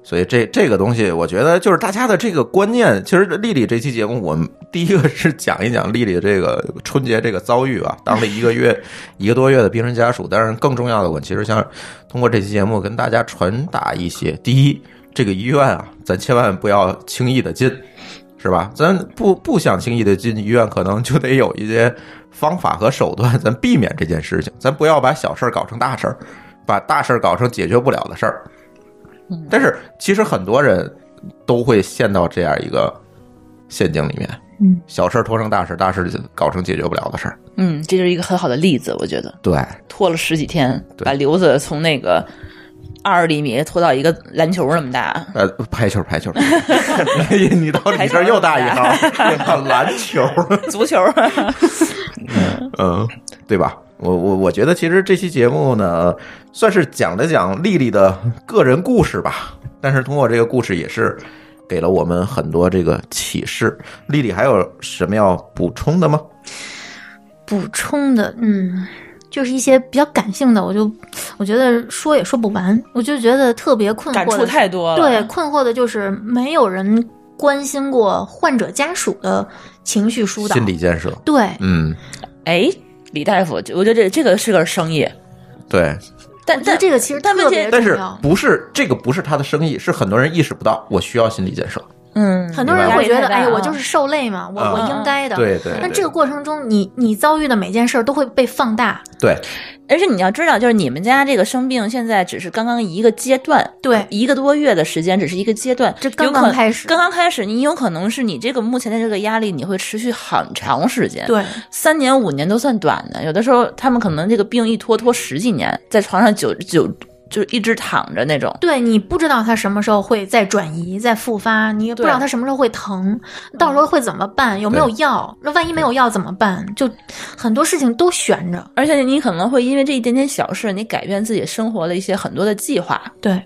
[SPEAKER 1] 所以这这个东西，我觉得就是大家的这个观念。其实丽丽这期节目，我们第一个是讲一讲丽丽这个春节这个遭遇啊，当了一个月一个多月的病人家属。但是更重要的，我其实想通过这期节目跟大家传达一些：第一，这个医院啊，咱千万不要轻易的进，是吧？咱不不想轻易的进医院，可能就得有一些方法和手段，咱避免这件事情。咱不要把小事儿搞成大事儿，把大事儿搞成解决不了的事儿。但是其实很多人都会陷到这样一个陷阱里面，
[SPEAKER 2] 嗯，
[SPEAKER 1] 小事儿拖成大事，大事搞成解决不了的事儿。
[SPEAKER 4] 嗯，这就是一个很好的例子，我觉得
[SPEAKER 1] 对，
[SPEAKER 4] 拖了十几天，
[SPEAKER 1] 对
[SPEAKER 4] 把瘤子从那个二十厘米拖到一个篮球那么 大，
[SPEAKER 1] 呃，排球，排球， 你你到你这儿又大一号，又到篮球，
[SPEAKER 4] 足球，
[SPEAKER 1] 嗯，对吧？我我我觉得其实这期节目呢，算是讲了讲丽丽的个人故事吧，但是通过这个故事也是给了我们很多这个启示。丽丽还有什么要补充的吗？
[SPEAKER 2] 补充的，嗯，就是一些比较感性的，我就我觉得说也说不完，我就觉得特别困惑
[SPEAKER 4] 感
[SPEAKER 2] 的，
[SPEAKER 4] 触太多了，
[SPEAKER 2] 对，困惑的就是没有人关心过患者家属的情绪疏导，
[SPEAKER 1] 心理建设，
[SPEAKER 2] 对，
[SPEAKER 1] 嗯，
[SPEAKER 4] 哎，李大夫，我觉得这这个是个生意，
[SPEAKER 1] 对，
[SPEAKER 4] 但
[SPEAKER 2] 我觉得
[SPEAKER 4] 但
[SPEAKER 2] 这个其实
[SPEAKER 4] 但
[SPEAKER 2] 特
[SPEAKER 4] 问题
[SPEAKER 2] 别
[SPEAKER 1] 但
[SPEAKER 2] 重
[SPEAKER 1] 是
[SPEAKER 2] 要。
[SPEAKER 1] 不是这个不是他的生意，是很多人意识不到，我需要心理建设。
[SPEAKER 4] 嗯，
[SPEAKER 2] 很多人
[SPEAKER 1] 明白
[SPEAKER 2] 会觉得，哎，
[SPEAKER 4] 呀，
[SPEAKER 2] 我就是受累嘛，我、
[SPEAKER 1] 嗯
[SPEAKER 2] 我应该的。
[SPEAKER 1] 对对对
[SPEAKER 2] 但这个过程中，你你遭遇的每件事儿都会被放大，
[SPEAKER 1] 对，
[SPEAKER 4] 而且你要知道，就是你们家这个生病现在只是刚刚一个阶段，
[SPEAKER 2] 对
[SPEAKER 4] 一个多月的时间，只是一个阶段，
[SPEAKER 2] 这刚
[SPEAKER 4] 有可
[SPEAKER 2] 刚开始
[SPEAKER 4] 刚刚开始，你有可能是你这个目前的这个压力，你会持续很长时
[SPEAKER 1] 嗯
[SPEAKER 4] 间，，
[SPEAKER 2] 对
[SPEAKER 4] 三年五年都算短的，有的时候他们可能这个病一拖拖十几年，在床上久久就一直躺着那种，
[SPEAKER 2] 对，你不知道他什么时候会再转移、再复发，你也不
[SPEAKER 4] 对嗯
[SPEAKER 2] 知道他什么时候会疼，到时候会怎么办，有没有药？那万一没有药怎么办？就很多事情都悬着。
[SPEAKER 4] 而且你可能会因为这一点点小事，你改变自己生活的一些很多的计划，
[SPEAKER 2] 对，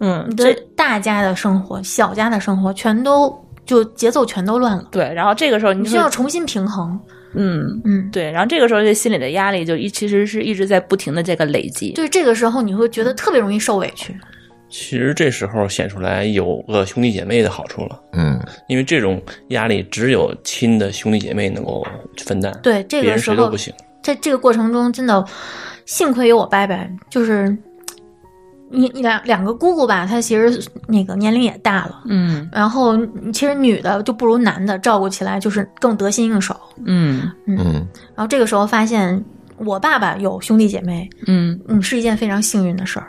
[SPEAKER 4] 嗯
[SPEAKER 2] 你，
[SPEAKER 4] 这
[SPEAKER 2] 的大家的生活、小家的生活，全都就节奏全都乱了，
[SPEAKER 4] 对，然后这个时候你
[SPEAKER 2] 你
[SPEAKER 4] 就
[SPEAKER 2] 需要重新平衡。
[SPEAKER 4] 嗯。
[SPEAKER 2] 嗯，
[SPEAKER 4] 对，然后这个时候这心理的压力就一其实是一直在不停的这个累积。
[SPEAKER 2] 就是这个时候你会觉得特别容易受委屈。
[SPEAKER 3] 其实这时候显出来有个兄弟姐妹的好处了，
[SPEAKER 1] 嗯，
[SPEAKER 3] 因为这种压力只有亲的兄弟姐妹能够分担，
[SPEAKER 2] 对，这个
[SPEAKER 3] 别人
[SPEAKER 2] 时
[SPEAKER 3] 谁都
[SPEAKER 2] 候
[SPEAKER 3] 不行。
[SPEAKER 2] 在这个过程中，真的幸亏有我伯伯，就是你你两两个姑姑吧，她其实那个年龄也大了，
[SPEAKER 4] 嗯
[SPEAKER 2] 然后其实女的就不如男的照顾起来就是更得心应手。
[SPEAKER 4] 嗯
[SPEAKER 1] 嗯，
[SPEAKER 2] 然后这个时候发现我爸爸有兄弟姐妹，
[SPEAKER 4] 嗯，
[SPEAKER 2] 嗯，是一件非常幸运的事儿。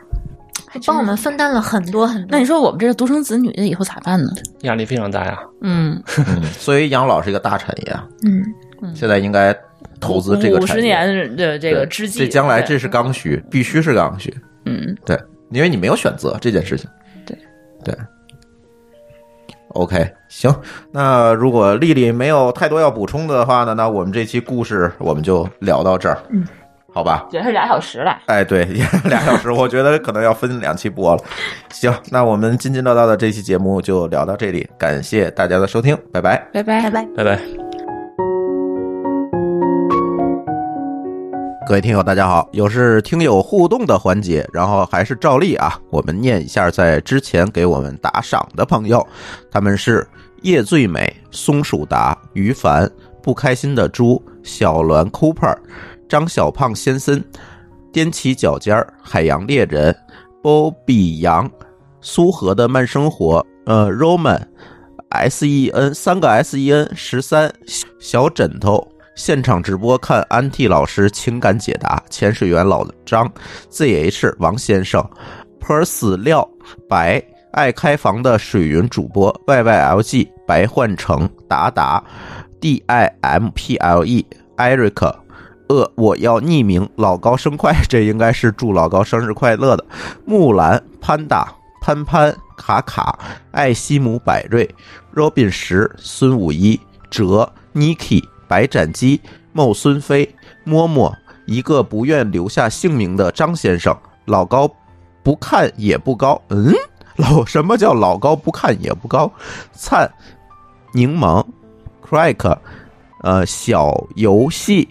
[SPEAKER 2] 帮我们分担了很多很多。
[SPEAKER 4] 那你说我们这是独生子女，这以后咋办呢？
[SPEAKER 3] 压力非常大呀。
[SPEAKER 4] 嗯，
[SPEAKER 1] 嗯，所以养老是一个大产业啊，
[SPEAKER 2] 嗯，
[SPEAKER 1] 现在应该投资这个
[SPEAKER 4] 五
[SPEAKER 1] 产
[SPEAKER 4] 十
[SPEAKER 1] 业。
[SPEAKER 4] 年的这个之计，
[SPEAKER 1] 这将来这
[SPEAKER 4] 对
[SPEAKER 1] 是刚需，必须是刚需。
[SPEAKER 4] 嗯，
[SPEAKER 1] 对，因为你没有选择这件事情。
[SPEAKER 4] 对
[SPEAKER 1] 对。OK，行，那如果丽丽没有太多要补充的话呢，那我们这期故事我们就聊到这儿，
[SPEAKER 2] 嗯，
[SPEAKER 1] 好吧？
[SPEAKER 4] 也是俩小时了。
[SPEAKER 1] 哎，对， 俩小时，我觉得可能要分两期播了。行，那我们津津乐道的这期节目就聊到这里，感谢大家的收听，拜拜。
[SPEAKER 4] 拜拜
[SPEAKER 2] 拜拜。
[SPEAKER 3] 拜拜。
[SPEAKER 1] 各位听友，大家好，有是听友互动的环节，然后还是照例啊，我们念一下在之前给我们打赏的朋友，他们是夜最美、松鼠达、于凡、不开心的猪、小栾 Cooper、张小胖先生、踮起脚尖儿、海洋猎人、Bobby 杨、苏荷的慢生活、呃 Roman、S E N 三个 S E N 十三小枕头。现场直播看安替老师情感解答，潜水员老张，ZH 王先生，Pers 廖白，爱开房的水云主播，YYLG 白焕成，达达，DIMPLE Eric，呃，我要匿名，老高生快，这应该是祝老高生日快乐的，木兰潘达。潘潘、卡卡、艾西姆、百瑞、Robin 十、孙五一、哲、Niki、白斩鸡、孟孙飞、摸摸，一个不愿留下姓名的张先生，老高不看也不高，嗯， 老什么叫老高不看也不高？灿、柠檬、Crack、呃小游戏、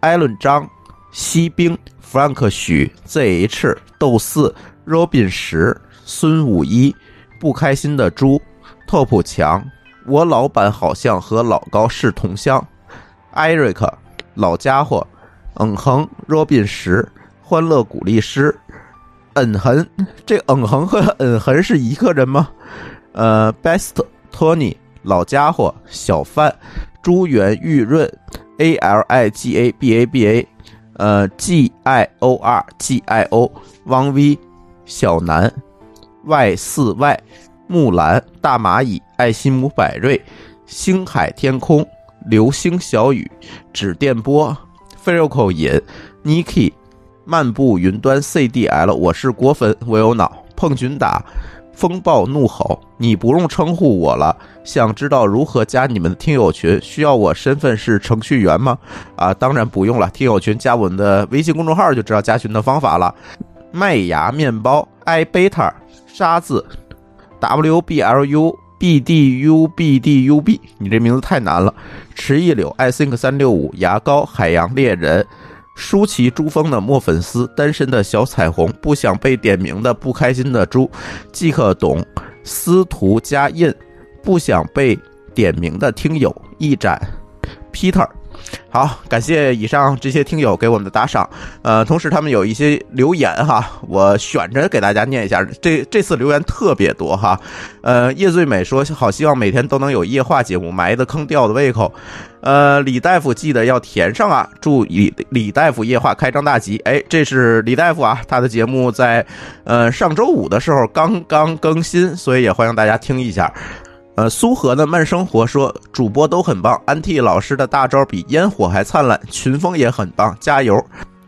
[SPEAKER 1] 艾伦张、西兵、Frank 许、ZH、豆四、Robin 十、孙五一、不开心的猪、Top 强、我老板好像和老高是同乡。Eric，老家伙，嗯哼，Robin 十，欢乐鼓励师，嗯哼，这嗯哼和嗯哼是一个人吗？呃，Best Tony，老家伙，小范，朱元玉润，A L I G A B A B A，呃，G I O R G I O，汪 V，小南，Y 四 Y。木兰、大蚂蚁、爱西姆、百瑞、星海天空、流星小雨、纸电波、f e r r o c o 引、Niki、漫步云端 CDL，我是果粉，我有脑，碰群打。风暴怒吼，你不用称呼我了。想知道如何加你们的听友群？需要我身份是程序员吗？啊，当然不用了。听友群加我们的微信公众号就知道加群的方法了。麦芽面包、i beta、沙子、W B L U B D U B D U B，你这名字太难了。迟一柳，I think 三六五，牙膏，海洋猎人，舒淇，珠峰的墨粉丝，单身的小彩虹，不想被点名的不开心的猪，即可懂，司徒加印，不想被点名的听友，一展，Peter。好，感谢以上这些听友给我们的打赏，呃，同时他们有一些留言哈，我选着给大家念一下。这这次留言特别多哈，呃，叶最美说好希望每天都能有夜话节目，埋的坑掉的胃口。呃，李大夫记得要填上啊，祝李李大夫夜话开张大吉。哎，这是李大夫啊，他的节目在呃上周五的时候刚刚更新，所以也欢迎大家听一下。呃，苏荷的慢生活说，主播都很棒，安替老师的大招比烟火还灿烂，群风也很棒，加油！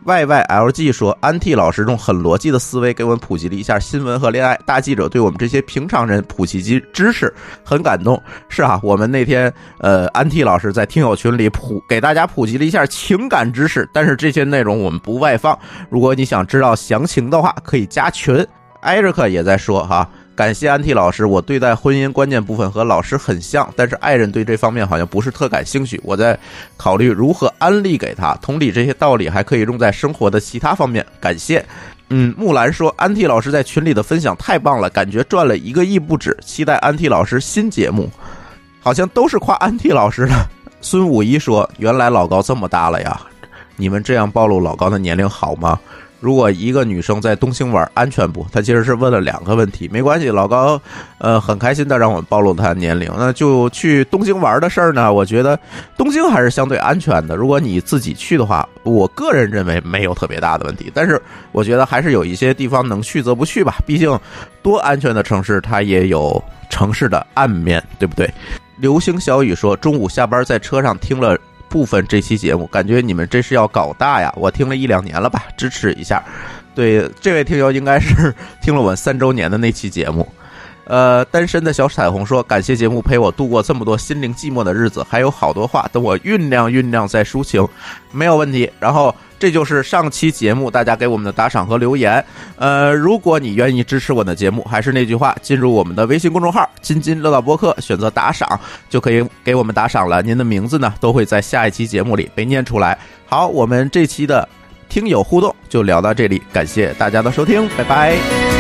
[SPEAKER 1] YYLG 说，安替老师用很逻辑的思维给我们普及了一下新闻和恋爱，大记者对我们这些平常人普及及知识，很感动。是啊，我们那天呃，安替老师在听友群里普给大家普及了一下情感知识，但是这些内容我们不外放。如果你想知道详情的话，可以加群。艾瑞克也在说哈、感谢安替老师，我对待婚姻关键部分和老师很像，但是爱人对这方面好像不是特感兴趣。我在考虑如何安利给他。同理，这些道理还可以用在生活的其他方面。感谢。嗯，木兰说：“安替老师在群里的分享太棒了，感觉赚了一个亿不止。期待安替老师新节目，好像都是夸安替老师的。”孙五一说：“原来老高这么大了呀，你们这样暴露老高的年龄好吗？”如果一个女生在东兴玩安全不？她其实是问了两个问题，没关系，老高，呃，很开心的让我暴露她的年龄。那就去东兴玩的事儿呢，我觉得东京还是相对安全的。如果你自己去的话，我个人认为没有特别大的问题，但是我觉得还是有一些地方能去则不去吧，毕竟多安全的城市它也有城市的暗面，对不对？流星小雨说，中午下班在车上听了。部分这期节目，感觉你们这是要搞大呀！我听了一两年了吧，支持一下。对，这位听友应该是听了我们三周年的那期节目。呃，单身的小彩虹说：“感谢节目陪我度过这么多心灵寂寞的日子，还有好多话等我酝酿酝酿再抒情，没有问题。”然后这就是上期节目大家给我们的打赏和留言。呃，如果你愿意支持我的节目，还是那句话，进入我们的微信公众号“津津乐道播客”，选择打赏就可以给我们打赏了。您的名字呢，都会在下一期节目里被念出来。好，我们这期的听友互动就聊到这里，感谢大家的收听，拜拜。